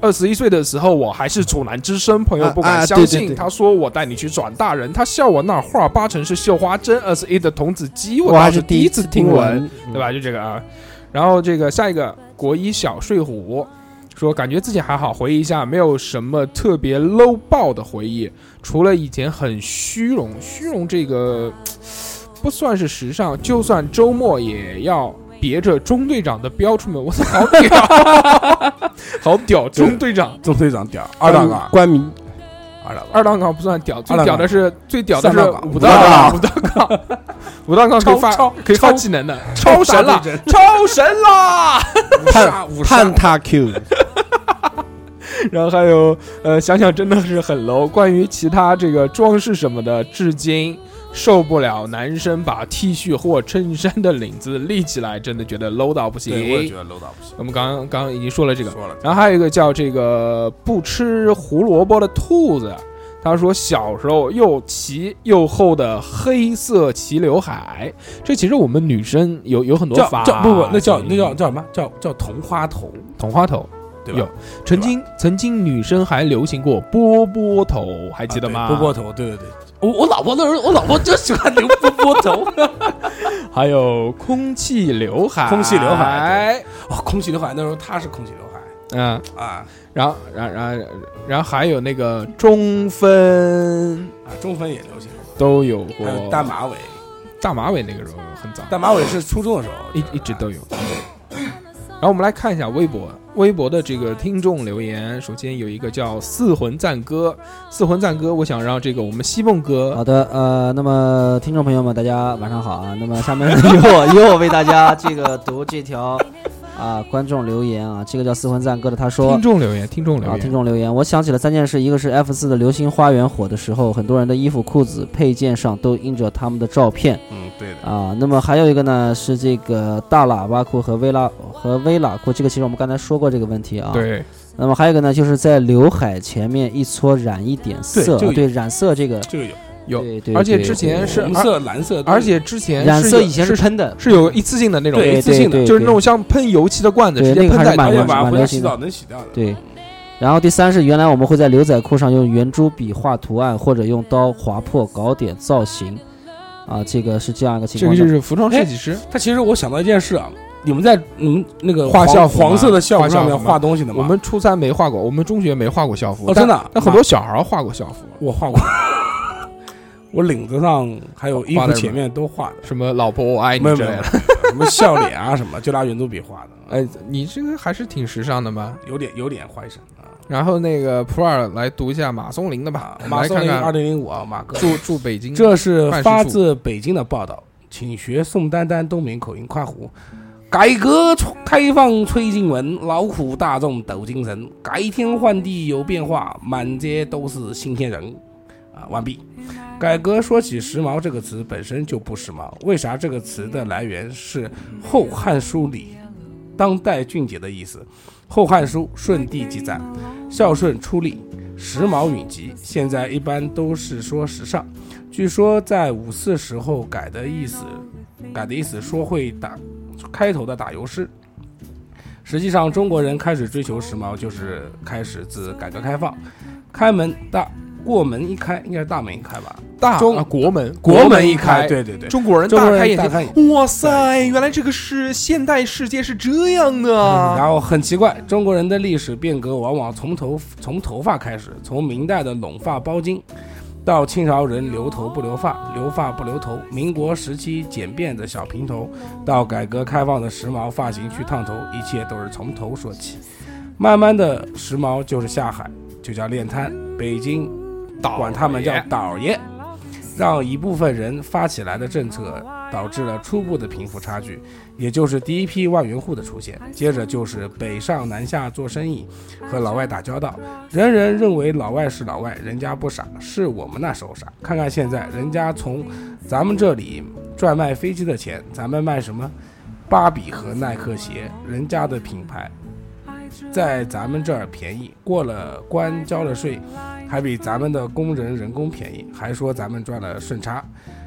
[SPEAKER 1] 二十一岁的时候，我还是处男之身，朋友不
[SPEAKER 2] 啊
[SPEAKER 1] 敢
[SPEAKER 2] 啊
[SPEAKER 1] 相
[SPEAKER 2] 对对
[SPEAKER 1] 信。
[SPEAKER 2] 对
[SPEAKER 1] 他说我带你去转大人，他笑我那话八成是绣花针。二十一的童子鸡，我
[SPEAKER 2] 我还
[SPEAKER 1] 倒
[SPEAKER 2] 是
[SPEAKER 1] 是
[SPEAKER 2] 第
[SPEAKER 1] 第
[SPEAKER 2] 一
[SPEAKER 1] 一
[SPEAKER 2] 次
[SPEAKER 1] 次
[SPEAKER 2] 听
[SPEAKER 1] 听闻，
[SPEAKER 2] 闻，
[SPEAKER 3] 嗯
[SPEAKER 1] 对吧？就这个啊。然后这个下一个国一小睡虎说，感觉自己还好，回忆一下，没有什么特别 low 爆的回忆，除了以前很虚荣，虚荣这个不算是时尚，就算周末也要。别着中队长的标出门，我操，好屌，好屌！中队长，
[SPEAKER 3] 中队长屌，二大杠，
[SPEAKER 2] 关民
[SPEAKER 3] 二大杠，
[SPEAKER 1] 二档岗不算屌，最
[SPEAKER 3] 二档岗
[SPEAKER 1] 屌的是最屌的是
[SPEAKER 3] 三档岗
[SPEAKER 1] 五档岗，
[SPEAKER 3] 五
[SPEAKER 1] 五档岗，五档岗可以
[SPEAKER 3] 超
[SPEAKER 1] 发
[SPEAKER 3] 超
[SPEAKER 1] 可以发
[SPEAKER 3] 超
[SPEAKER 1] 技能的，超神了，
[SPEAKER 3] 大
[SPEAKER 1] 超神啦！
[SPEAKER 3] 队长五杀
[SPEAKER 2] 盼
[SPEAKER 3] 五杀，
[SPEAKER 2] 他 Q，
[SPEAKER 1] 啊然后还有呃，想想真的是很 low。关于其他这个装饰什么的，至今受不了男生把 T 恤或衬衫的领子立起来，真的觉得 low 到不行。
[SPEAKER 3] 对，我也觉得楼导不行。
[SPEAKER 1] 我们刚刚刚已经说了这个，
[SPEAKER 3] 说了，
[SPEAKER 1] 然后还有一个叫这个不吃胡萝卜的兔子，他说小时候又齐又厚的黑色齐刘海，这其实我们女生有有很多
[SPEAKER 3] 叫
[SPEAKER 1] 发
[SPEAKER 3] 叫不不，那叫
[SPEAKER 1] 型
[SPEAKER 3] 那叫叫什么？叫叫同花头，
[SPEAKER 1] 捅花头。
[SPEAKER 3] 对吧？啊
[SPEAKER 1] 有曾经曾经女生还流行过波波头，还记得吗？
[SPEAKER 3] 波波头，啊对对对，我我老婆那时候，我老婆就喜欢留波波头，
[SPEAKER 1] 还有空气刘海，
[SPEAKER 3] 空气刘海，哦，空气刘海那时候她是空气刘海
[SPEAKER 1] 嗯，
[SPEAKER 3] 啊
[SPEAKER 1] 然后然后然后然后还有那个中分
[SPEAKER 3] 啊，中分也流行，
[SPEAKER 1] 都有过
[SPEAKER 3] 还有大马尾，
[SPEAKER 1] 大马尾，那个时候很早。
[SPEAKER 3] 大马尾是初中的时候，
[SPEAKER 1] 一一直都有。然后我们来看一下微博，微博的这个听众留言，首先有一个叫“四魂赞歌”，四魂赞歌，我想让这个我们西凤
[SPEAKER 5] 好
[SPEAKER 1] 哥，
[SPEAKER 5] 的，呃，那么听众朋友们，大家晚上好啊。那么下面 由我由我为大家这个读这条啊观众留言啊，这个叫四魂赞哥的，他说
[SPEAKER 1] 听众留言，听众留
[SPEAKER 5] 啊，
[SPEAKER 1] 言，
[SPEAKER 5] 听众留言，我想起了三件事，一个是 F 四的《流星花园》火的时候，很多人的衣服、裤子、配件上都印着他们的照片
[SPEAKER 3] 嗯，对的，
[SPEAKER 5] 啊。那么还有一个呢是这个大喇叭裤和微喇和微喇裤，这个其实我们刚才说过这个问题啊。。
[SPEAKER 1] 对，
[SPEAKER 5] 那么还有一个呢，就是在刘海前面一撮染一点色，
[SPEAKER 3] 对就
[SPEAKER 5] 啊对染色这个，
[SPEAKER 3] 这个有
[SPEAKER 1] 有，
[SPEAKER 5] 对对
[SPEAKER 1] 而且
[SPEAKER 5] 对
[SPEAKER 1] 之前是
[SPEAKER 3] 红
[SPEAKER 1] 而
[SPEAKER 3] 色、蓝色都有，
[SPEAKER 1] 而且之前
[SPEAKER 5] 染
[SPEAKER 1] 是
[SPEAKER 5] 色
[SPEAKER 1] 有
[SPEAKER 5] 以前
[SPEAKER 1] 是
[SPEAKER 5] 是喷的，
[SPEAKER 1] 是有一次性的那种，
[SPEAKER 3] 对
[SPEAKER 5] 对
[SPEAKER 3] 一次性的
[SPEAKER 5] 对对
[SPEAKER 1] 就是那种像喷油漆的罐子，
[SPEAKER 5] 对
[SPEAKER 1] 直接
[SPEAKER 5] 那个
[SPEAKER 1] 喷
[SPEAKER 5] 还
[SPEAKER 1] 在
[SPEAKER 5] 是蛮
[SPEAKER 3] 而
[SPEAKER 1] 头
[SPEAKER 3] 且
[SPEAKER 1] 上
[SPEAKER 5] 蛮
[SPEAKER 3] 晚上回家
[SPEAKER 5] 流行
[SPEAKER 3] 洗
[SPEAKER 5] 的
[SPEAKER 3] 澡能洗掉的，
[SPEAKER 5] 对。然后第三是，原来我们会在牛仔裤上用圆珠笔画图案，或者用刀划破搞点造型，啊，这个是这样一个情
[SPEAKER 1] 这
[SPEAKER 5] 况。
[SPEAKER 1] 个就是服装设计师，
[SPEAKER 3] 他其实我想到一件事啊，你们在你们那个
[SPEAKER 1] 画
[SPEAKER 3] 黄
[SPEAKER 1] 校服吗
[SPEAKER 3] 黄色的校服上面
[SPEAKER 1] 画校服吗
[SPEAKER 3] 画东西的吗？
[SPEAKER 1] 我们初三没画过，我们中学没画过校服，
[SPEAKER 3] 哦
[SPEAKER 1] 但
[SPEAKER 3] 真的啊
[SPEAKER 1] 但很多小孩儿画过校服，
[SPEAKER 3] 我画过， 我领子上还有衣
[SPEAKER 1] 画
[SPEAKER 3] 服
[SPEAKER 1] 的是
[SPEAKER 3] 前
[SPEAKER 1] 吗
[SPEAKER 3] 面都画的，
[SPEAKER 1] 什么老婆我爱你
[SPEAKER 3] 没有
[SPEAKER 1] 之
[SPEAKER 3] 没
[SPEAKER 1] 类
[SPEAKER 3] 有，没
[SPEAKER 1] 的
[SPEAKER 3] 有。 什么笑脸啊什么，就拿圆珠笔画的，
[SPEAKER 1] 哎，你这个还是挺时尚的嘛。
[SPEAKER 3] 有点有点坏神啊。
[SPEAKER 1] 然后那个普洱来读一下马松林的吧
[SPEAKER 3] 啊，，
[SPEAKER 1] 我们
[SPEAKER 3] 马
[SPEAKER 1] 来
[SPEAKER 3] 松
[SPEAKER 1] 看
[SPEAKER 3] 林二
[SPEAKER 1] 看
[SPEAKER 3] 零零五啊，马哥，
[SPEAKER 1] 住住北京，
[SPEAKER 3] 这是
[SPEAKER 1] 办事
[SPEAKER 3] 发
[SPEAKER 1] 处
[SPEAKER 3] 自北京的报道，请学宋丹丹东北口音夸胡。改革开放催进文，劳苦大众抖精神，改天换地有变化，满街都是新鲜人。啊，完毕。改革说起时髦这个词本身就不时髦，为啥这个词的来源是《后汉书》里当代俊杰的意思？《后汉书》舜帝记载，孝顺出力，时髦允极。现在一般都是说时尚，据说在五四时候改的意思，改的意思说会打开头的打油诗。实际上，中国人开始追求时髦，就是开始自改革开放。开门大过门一开，应该是大门一开吧？
[SPEAKER 1] 大
[SPEAKER 3] 中
[SPEAKER 1] 啊国门，
[SPEAKER 3] 门
[SPEAKER 1] 一
[SPEAKER 3] 开，，对对对，
[SPEAKER 1] 中国人
[SPEAKER 3] 中国
[SPEAKER 1] 大开
[SPEAKER 3] 人
[SPEAKER 1] 眼
[SPEAKER 3] 大
[SPEAKER 1] 界。
[SPEAKER 3] 开眼界。
[SPEAKER 1] 哇塞，原来这个是现代世界是这样的
[SPEAKER 3] 然
[SPEAKER 1] 啊！
[SPEAKER 3] 后很奇怪，中国人的历史变革往往从头从头发开始，从明代的拢发包巾，到清朝人留头不留发，留发不留头，民国时期简便的小平头，到改革开放的时髦发型去烫头，一切都是从头说起。慢慢的，时髦就是下海，就叫练摊。北京管他们叫倒爷，让一部分人发起来的政策导致了初步的贫富差距，也就是第一批万元户的出现。接着就是北上南下做生意，和老外打交道，人人认为老外是老外，人家不傻，是我们那时候傻。看看现在，人家从咱们这里赚卖飞机的钱，咱们卖什么？芭比和耐克鞋，人家的品牌在咱们这儿便宜，过了关交了税，还比咱们的工人人工便宜，还说咱们赚了顺差。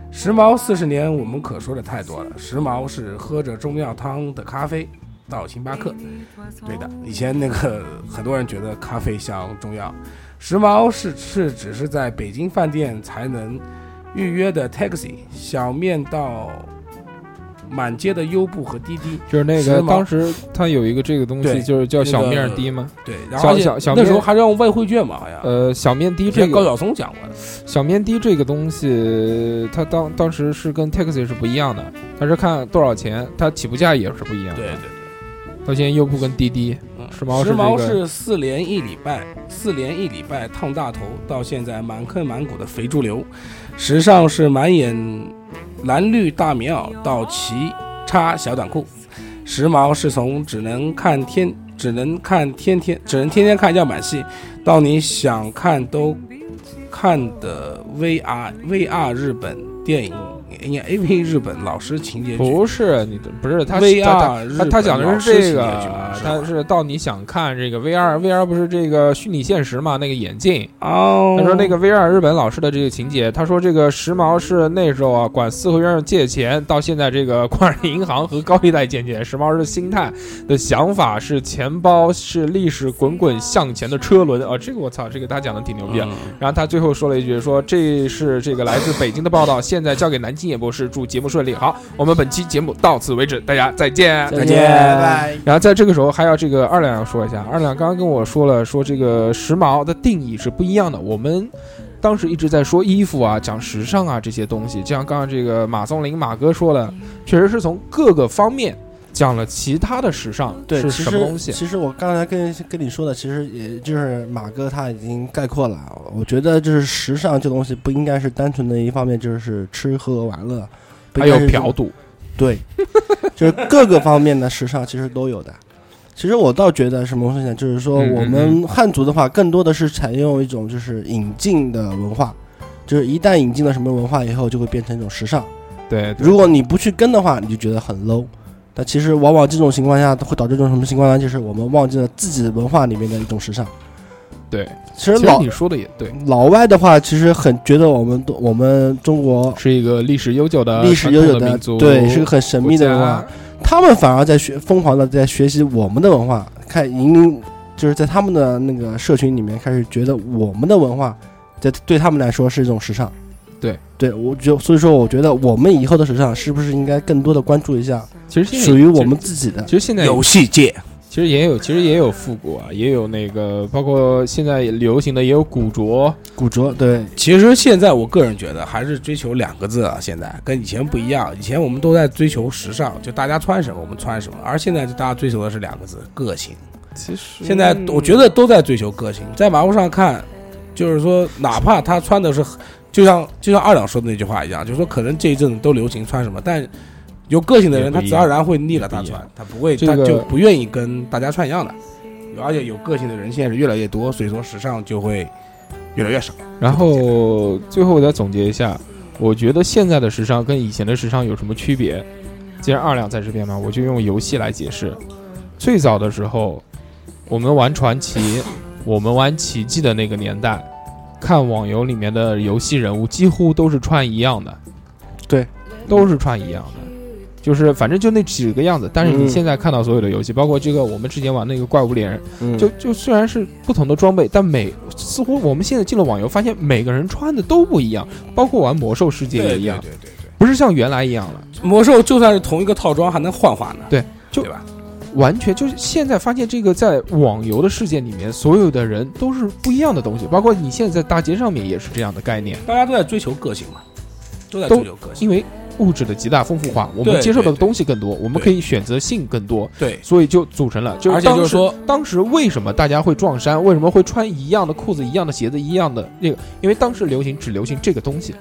[SPEAKER 3] 时髦四十年，我们可说的太多了。时髦是喝着中药汤的咖啡到星巴克，对的。以前那个很多人觉得咖啡像中药，时髦是是只是在北京饭店才能预约的 taxi，小面到满街的优步和滴滴，
[SPEAKER 1] 就是那
[SPEAKER 3] 时
[SPEAKER 1] 个
[SPEAKER 3] 髦
[SPEAKER 1] 当时他有一个这个东西，
[SPEAKER 3] 对
[SPEAKER 1] 就是叫小
[SPEAKER 3] 那个
[SPEAKER 1] 面儿滴吗？
[SPEAKER 3] 对，然后而且
[SPEAKER 1] 小小
[SPEAKER 3] 那时
[SPEAKER 1] 面
[SPEAKER 3] 候还是用外汇券嘛，好像。
[SPEAKER 1] 呃，小面的
[SPEAKER 3] 以前
[SPEAKER 1] 这
[SPEAKER 3] 高
[SPEAKER 1] 个
[SPEAKER 3] 晓松讲过的，
[SPEAKER 1] 小面的这个东西，它当当时是跟 taxi 是不一样的，它是看多少钱，它起步价也是不一样的。
[SPEAKER 3] 对对对，
[SPEAKER 1] 到现在优步跟滴滴，
[SPEAKER 3] 嗯
[SPEAKER 1] 时髦是
[SPEAKER 3] 时髦
[SPEAKER 1] 这个
[SPEAKER 3] 是四连一礼拜，四连一礼拜烫大头，到现在满坑满谷的肥猪流，时尚是满眼蓝绿大棉袄到齐叉小短裤，时髦是从只能看天只能看天天只能天天看样板戏，到你想看都看的 VR VR 日本电影，应该 AV 日本老师情节剧。
[SPEAKER 1] 不是你的不是他
[SPEAKER 3] VR
[SPEAKER 1] 他
[SPEAKER 3] 日
[SPEAKER 1] 他
[SPEAKER 3] 本
[SPEAKER 1] 他讲的是这个
[SPEAKER 3] 老师系列剧嘛，是吧
[SPEAKER 1] 他是到你想看这个 VR VR 不是这个虚拟现实嘛？那个眼镜，
[SPEAKER 3] 哦，
[SPEAKER 1] 他说那个 VR 日本老师的这个情节，他说这个时髦是那时候啊管四合院儿借钱，到现在这个管银行和高利贷借钱，时髦是心态的想法是钱包是历史滚滚向前的车轮啊，这个我操，这个他讲的挺牛逼啊。
[SPEAKER 3] 嗯
[SPEAKER 1] 然后他最后说了一句说这是这个来自北京的报道，现在交给南京演播室，祝节目顺利。好，我们本期节目到此为止，大家再见。
[SPEAKER 5] 再
[SPEAKER 3] 见
[SPEAKER 5] 拜。
[SPEAKER 1] 然后在这个时候还要这个二两要说一下，二两刚刚跟我说了，说这个时髦的定义是不一样的。我们当时一直在说衣服啊、讲时尚啊这些东西，就像刚刚这个马松林马哥说了，确实是从各个方面讲了其他的时尚
[SPEAKER 2] 对，
[SPEAKER 1] 是
[SPEAKER 2] 其
[SPEAKER 1] 什么东
[SPEAKER 2] 实
[SPEAKER 1] 西。
[SPEAKER 2] 其实我刚才跟跟你说的，其实也就是马哥他已经概括了。啊我觉得就是时尚这东西不应该是单纯的一方面，就是吃喝玩乐，不
[SPEAKER 1] 还
[SPEAKER 2] 应
[SPEAKER 1] 有
[SPEAKER 2] 该是这
[SPEAKER 1] 嫖
[SPEAKER 2] 种
[SPEAKER 1] 赌，
[SPEAKER 2] 对， 就是各个方面的时尚其实都有的。其实我倒觉得什么东西呢？就是说
[SPEAKER 1] 嗯嗯
[SPEAKER 2] 我们汉族的话，更多的是采用一种就是引进的文化，就是一旦引进了什么文化以后，就会变成一种时尚。
[SPEAKER 1] 对，对
[SPEAKER 2] 如果你不去跟的话，你就觉得很 low。但其实往往这种情况下会导致一种什么情况呢？就是我们忘记了自己的文化里面的一种时尚。
[SPEAKER 1] 对，
[SPEAKER 2] 其实
[SPEAKER 1] 其实
[SPEAKER 2] 老
[SPEAKER 1] 你说的也对，
[SPEAKER 2] 老外的话，其实很觉得我们都我们中国
[SPEAKER 1] 是一个历史悠久的
[SPEAKER 2] 历史悠久
[SPEAKER 1] 呃传统
[SPEAKER 2] 的
[SPEAKER 1] 民族，
[SPEAKER 2] 对，是个很神秘的啊
[SPEAKER 1] 国
[SPEAKER 2] 文
[SPEAKER 1] 家啊
[SPEAKER 2] 化。他们反而在学疯狂的在学习我们的文化，看引领，就是在他们的那个社群里面开始觉得我们的文化，在对他们来说是一种时尚。
[SPEAKER 1] 对，
[SPEAKER 2] 对我就所以说，我觉得我们以后的时尚是不是应该更多的关注一下
[SPEAKER 1] 其实现在
[SPEAKER 2] 属于我们自己的？
[SPEAKER 1] 其实现在
[SPEAKER 3] 游戏界，
[SPEAKER 1] 其实也有，其实也有复古啊，也有那个，包括现在流行的也有古着，
[SPEAKER 2] 古着，对，
[SPEAKER 3] 其实现在我个人觉得还是追求两个字啊，现在跟以前不一样，以前我们都在追求时尚，就大家穿什么我们穿什么，而现在就大家追求的是两个字，个性。
[SPEAKER 1] 其实
[SPEAKER 3] 现在我觉得都在追求个性，在马路上看，就是说哪怕他穿的是很，就像就像二两说的那句话一样，就是说可能这一阵子都流行穿什么，但。有个性的人，
[SPEAKER 1] 也
[SPEAKER 3] 他
[SPEAKER 1] 不一
[SPEAKER 3] 自
[SPEAKER 1] 样
[SPEAKER 3] 然而然会腻了他
[SPEAKER 1] 也不一
[SPEAKER 3] 穿，他不会，
[SPEAKER 1] 这
[SPEAKER 3] 他
[SPEAKER 1] 个
[SPEAKER 3] 就不愿意跟大家穿一样的。而且有个性的人现在是越来越多，所以说时尚就会越来越少。
[SPEAKER 1] 然后最后我再总结一下，我觉得现在的时尚跟以前的时尚有什么区别？既然二两在这边嘛，我就用游戏来解释。最早的时候，我们玩传奇，我们玩奇迹的那个年代，看网游里面的游戏人物几乎都是穿一样的，
[SPEAKER 2] 对，
[SPEAKER 1] 都是穿一样的。就是反正就那几个样子，但是你现在看到所有的游戏，包括这个我们之前玩那个怪物猎人，
[SPEAKER 2] 嗯
[SPEAKER 1] 就就虽然是不同的装备，但每似乎我们现在进了网游，发现每个人穿的都不一样，包括玩魔兽世界也一样，
[SPEAKER 3] 对对对对
[SPEAKER 1] 不是像原来一样了，
[SPEAKER 3] 对，魔兽就算是同一个套装，还能幻化呢。
[SPEAKER 1] 对就
[SPEAKER 3] 对吧？
[SPEAKER 1] 完全就是现在发现这个在网游的世界里面，所有的人都是不一样的东西，包括你现在在大街上面也是这样的概念，
[SPEAKER 3] 大家都在追求个性嘛，都在追求个性。
[SPEAKER 1] 因为物质的极大丰富化，我们
[SPEAKER 3] 对
[SPEAKER 1] 接受的
[SPEAKER 3] 对对
[SPEAKER 1] 东西更多，我们可以选择性更多，
[SPEAKER 3] 对，
[SPEAKER 1] 所以就组成了，就
[SPEAKER 3] 而且就是
[SPEAKER 1] 当时
[SPEAKER 3] 说，
[SPEAKER 1] 当时为什么大家会撞衫？为什么会穿一样的裤子、一样的鞋子、一样的那个？因为当时流行只流行这个东西。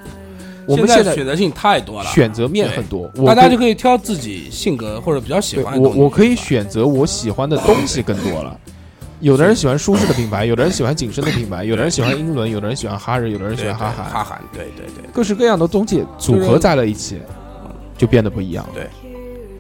[SPEAKER 1] 我们
[SPEAKER 3] 现
[SPEAKER 1] 在
[SPEAKER 3] 选择性太多了，
[SPEAKER 1] 选择面很多，我可
[SPEAKER 3] 大家
[SPEAKER 1] 以
[SPEAKER 3] 就可以挑自己性格或者比较喜
[SPEAKER 1] 对
[SPEAKER 3] 欢的
[SPEAKER 1] 我
[SPEAKER 3] 东西
[SPEAKER 1] 我可以
[SPEAKER 3] 是吧
[SPEAKER 1] 选择我喜欢的东西更多了。有的人喜欢舒适的品牌，有的人喜欢紧身的品牌，有的人喜欢英伦，有的人喜欢哈日，有的人
[SPEAKER 3] 对
[SPEAKER 1] 喜
[SPEAKER 3] 对
[SPEAKER 1] 欢哈
[SPEAKER 3] 对
[SPEAKER 1] 韩，
[SPEAKER 3] 哈韩，对对对。
[SPEAKER 1] 各式各样的东西组合在了一起，就变得不一样了。
[SPEAKER 3] 对，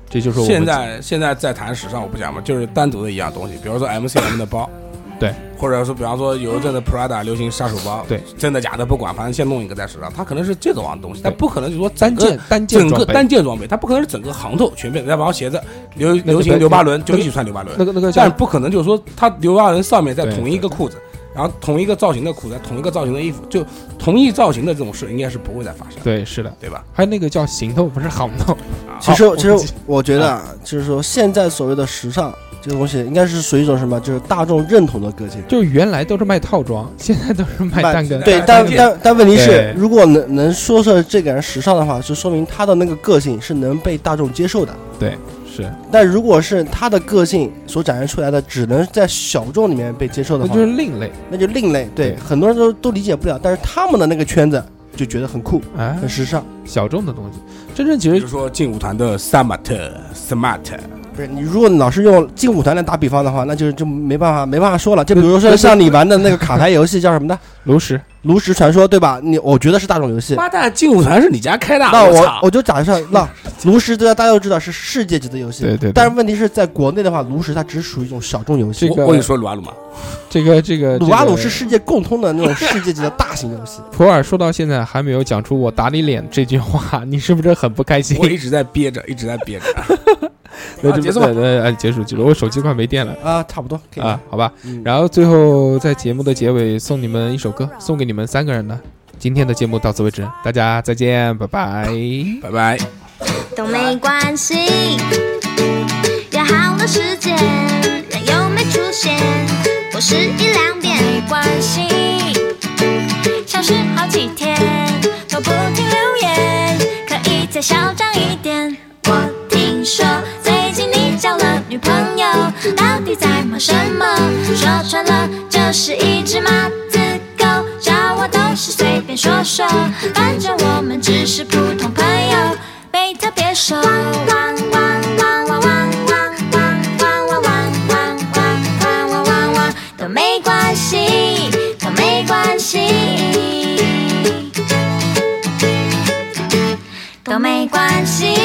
[SPEAKER 1] 这就是我们，
[SPEAKER 3] 现在现在在谈时尚，我不讲嘛，就是单独的一样东西，比如说 MCM 的包
[SPEAKER 1] 对，
[SPEAKER 3] 或者说比方说有一阵子 Prada 流行杀手包，
[SPEAKER 1] 对，
[SPEAKER 3] 真的假的不管，反正先弄一个在时尚，它可能是这种样的东西，
[SPEAKER 1] 对
[SPEAKER 3] 但不可能就说
[SPEAKER 1] 单
[SPEAKER 3] 整个
[SPEAKER 1] 件单件
[SPEAKER 3] 整
[SPEAKER 1] 装
[SPEAKER 3] 个
[SPEAKER 1] 备
[SPEAKER 3] 单件装备，它不可能是整个行头全变，再包括鞋子流
[SPEAKER 1] 个
[SPEAKER 3] 流
[SPEAKER 1] 不
[SPEAKER 3] 行
[SPEAKER 1] 那
[SPEAKER 3] 刘巴伦就一起穿刘巴伦，
[SPEAKER 1] 那个那个叫
[SPEAKER 3] 但是不可能就是说它刘巴伦上面在
[SPEAKER 1] 对
[SPEAKER 3] 同一个裤子。然后同一个造型的裤子，同一个造型的衣服，就同一造型的这种事，应该是不会再发生，
[SPEAKER 1] 对是的，
[SPEAKER 3] 对吧？
[SPEAKER 1] 还有那个叫行头不是行头，
[SPEAKER 2] 其实
[SPEAKER 1] 好
[SPEAKER 2] 其实我觉得啊，就是说现在所谓的时尚这个东西，应该是属于一种什么，就是大众认同的个性。
[SPEAKER 1] 就是原来都是卖套装，现在都是卖
[SPEAKER 2] 卖
[SPEAKER 1] 蛋跟
[SPEAKER 2] 对，
[SPEAKER 3] 单
[SPEAKER 2] 但
[SPEAKER 3] 件
[SPEAKER 2] 但但问题是
[SPEAKER 1] 对，
[SPEAKER 2] 如果能能说说这个人时尚的话，就说明他的那个个性是能被大众接受的。
[SPEAKER 1] 是，
[SPEAKER 2] 但如果是他的个性所展现出来的，只能在小众里面被接受的
[SPEAKER 1] 那
[SPEAKER 2] 话，
[SPEAKER 1] 就是另类
[SPEAKER 2] 那就另类。对，
[SPEAKER 1] 对
[SPEAKER 2] 很多人都都理解不了，但是他们的那个圈子就觉得很酷、
[SPEAKER 1] 啊，
[SPEAKER 2] 很时尚。
[SPEAKER 1] 小众的东西。真正其
[SPEAKER 3] 比
[SPEAKER 1] 实
[SPEAKER 3] 如说劲舞团的 Smart Smart，
[SPEAKER 2] 不是你，如果你老是用劲舞团来打比方的话，那就就没办法没办法说了。就比
[SPEAKER 1] 对
[SPEAKER 2] 如说
[SPEAKER 1] 对
[SPEAKER 2] 像你玩的那个卡牌游戏叫什 么呢？
[SPEAKER 1] 炉石
[SPEAKER 2] 炉石传说，对吧？你我觉得是大众游戏。
[SPEAKER 3] 妈蛋，劲舞团是你家开的啊？
[SPEAKER 2] 那我
[SPEAKER 3] 操
[SPEAKER 2] 我就假设，那炉石大家大家都知道是世界级的游戏，
[SPEAKER 1] 对对对
[SPEAKER 2] 但是问题是在国内的话，炉石它只属于一种小众游戏
[SPEAKER 1] 这。个
[SPEAKER 3] 我我跟你说鲁阿鲁嘛，
[SPEAKER 1] 这个这个
[SPEAKER 2] 鲁
[SPEAKER 3] 啊
[SPEAKER 2] 阿鲁
[SPEAKER 1] 这
[SPEAKER 2] 是
[SPEAKER 1] 个
[SPEAKER 2] 世界共通的那种世界级的大型游戏。
[SPEAKER 1] 普洱说到现在还没有讲出“我打你脸”这句话，你是不是很不开心
[SPEAKER 3] 我？一直在憋着，一直在憋着。
[SPEAKER 1] 那
[SPEAKER 3] 啊
[SPEAKER 1] 就
[SPEAKER 3] 结束吧
[SPEAKER 1] 对对，哎结束结束，我手机快没电了
[SPEAKER 2] 啊，差不多可以
[SPEAKER 1] 啊，好吧
[SPEAKER 2] 嗯。
[SPEAKER 1] 然后最后在节目的结尾送你们一首歌，送给你们三个人的。今天的节目到此为止，大家再见，拜拜。
[SPEAKER 3] 拜拜。
[SPEAKER 7] 都没关系。约好了时间，人又没出现，我是一两点没关系。消失好几天，都不停留言，可以再嚣张一点。我听说最近你交了女朋友，到底在忙什么？说穿了就是一只马子狗，找我都是随便说说，反正我们只是普通朋友，没特别熟。汪汪汪汪汪汪汪汪汪汪汪汪汪汪汪汪汪都没关系，都没关系。都没关系，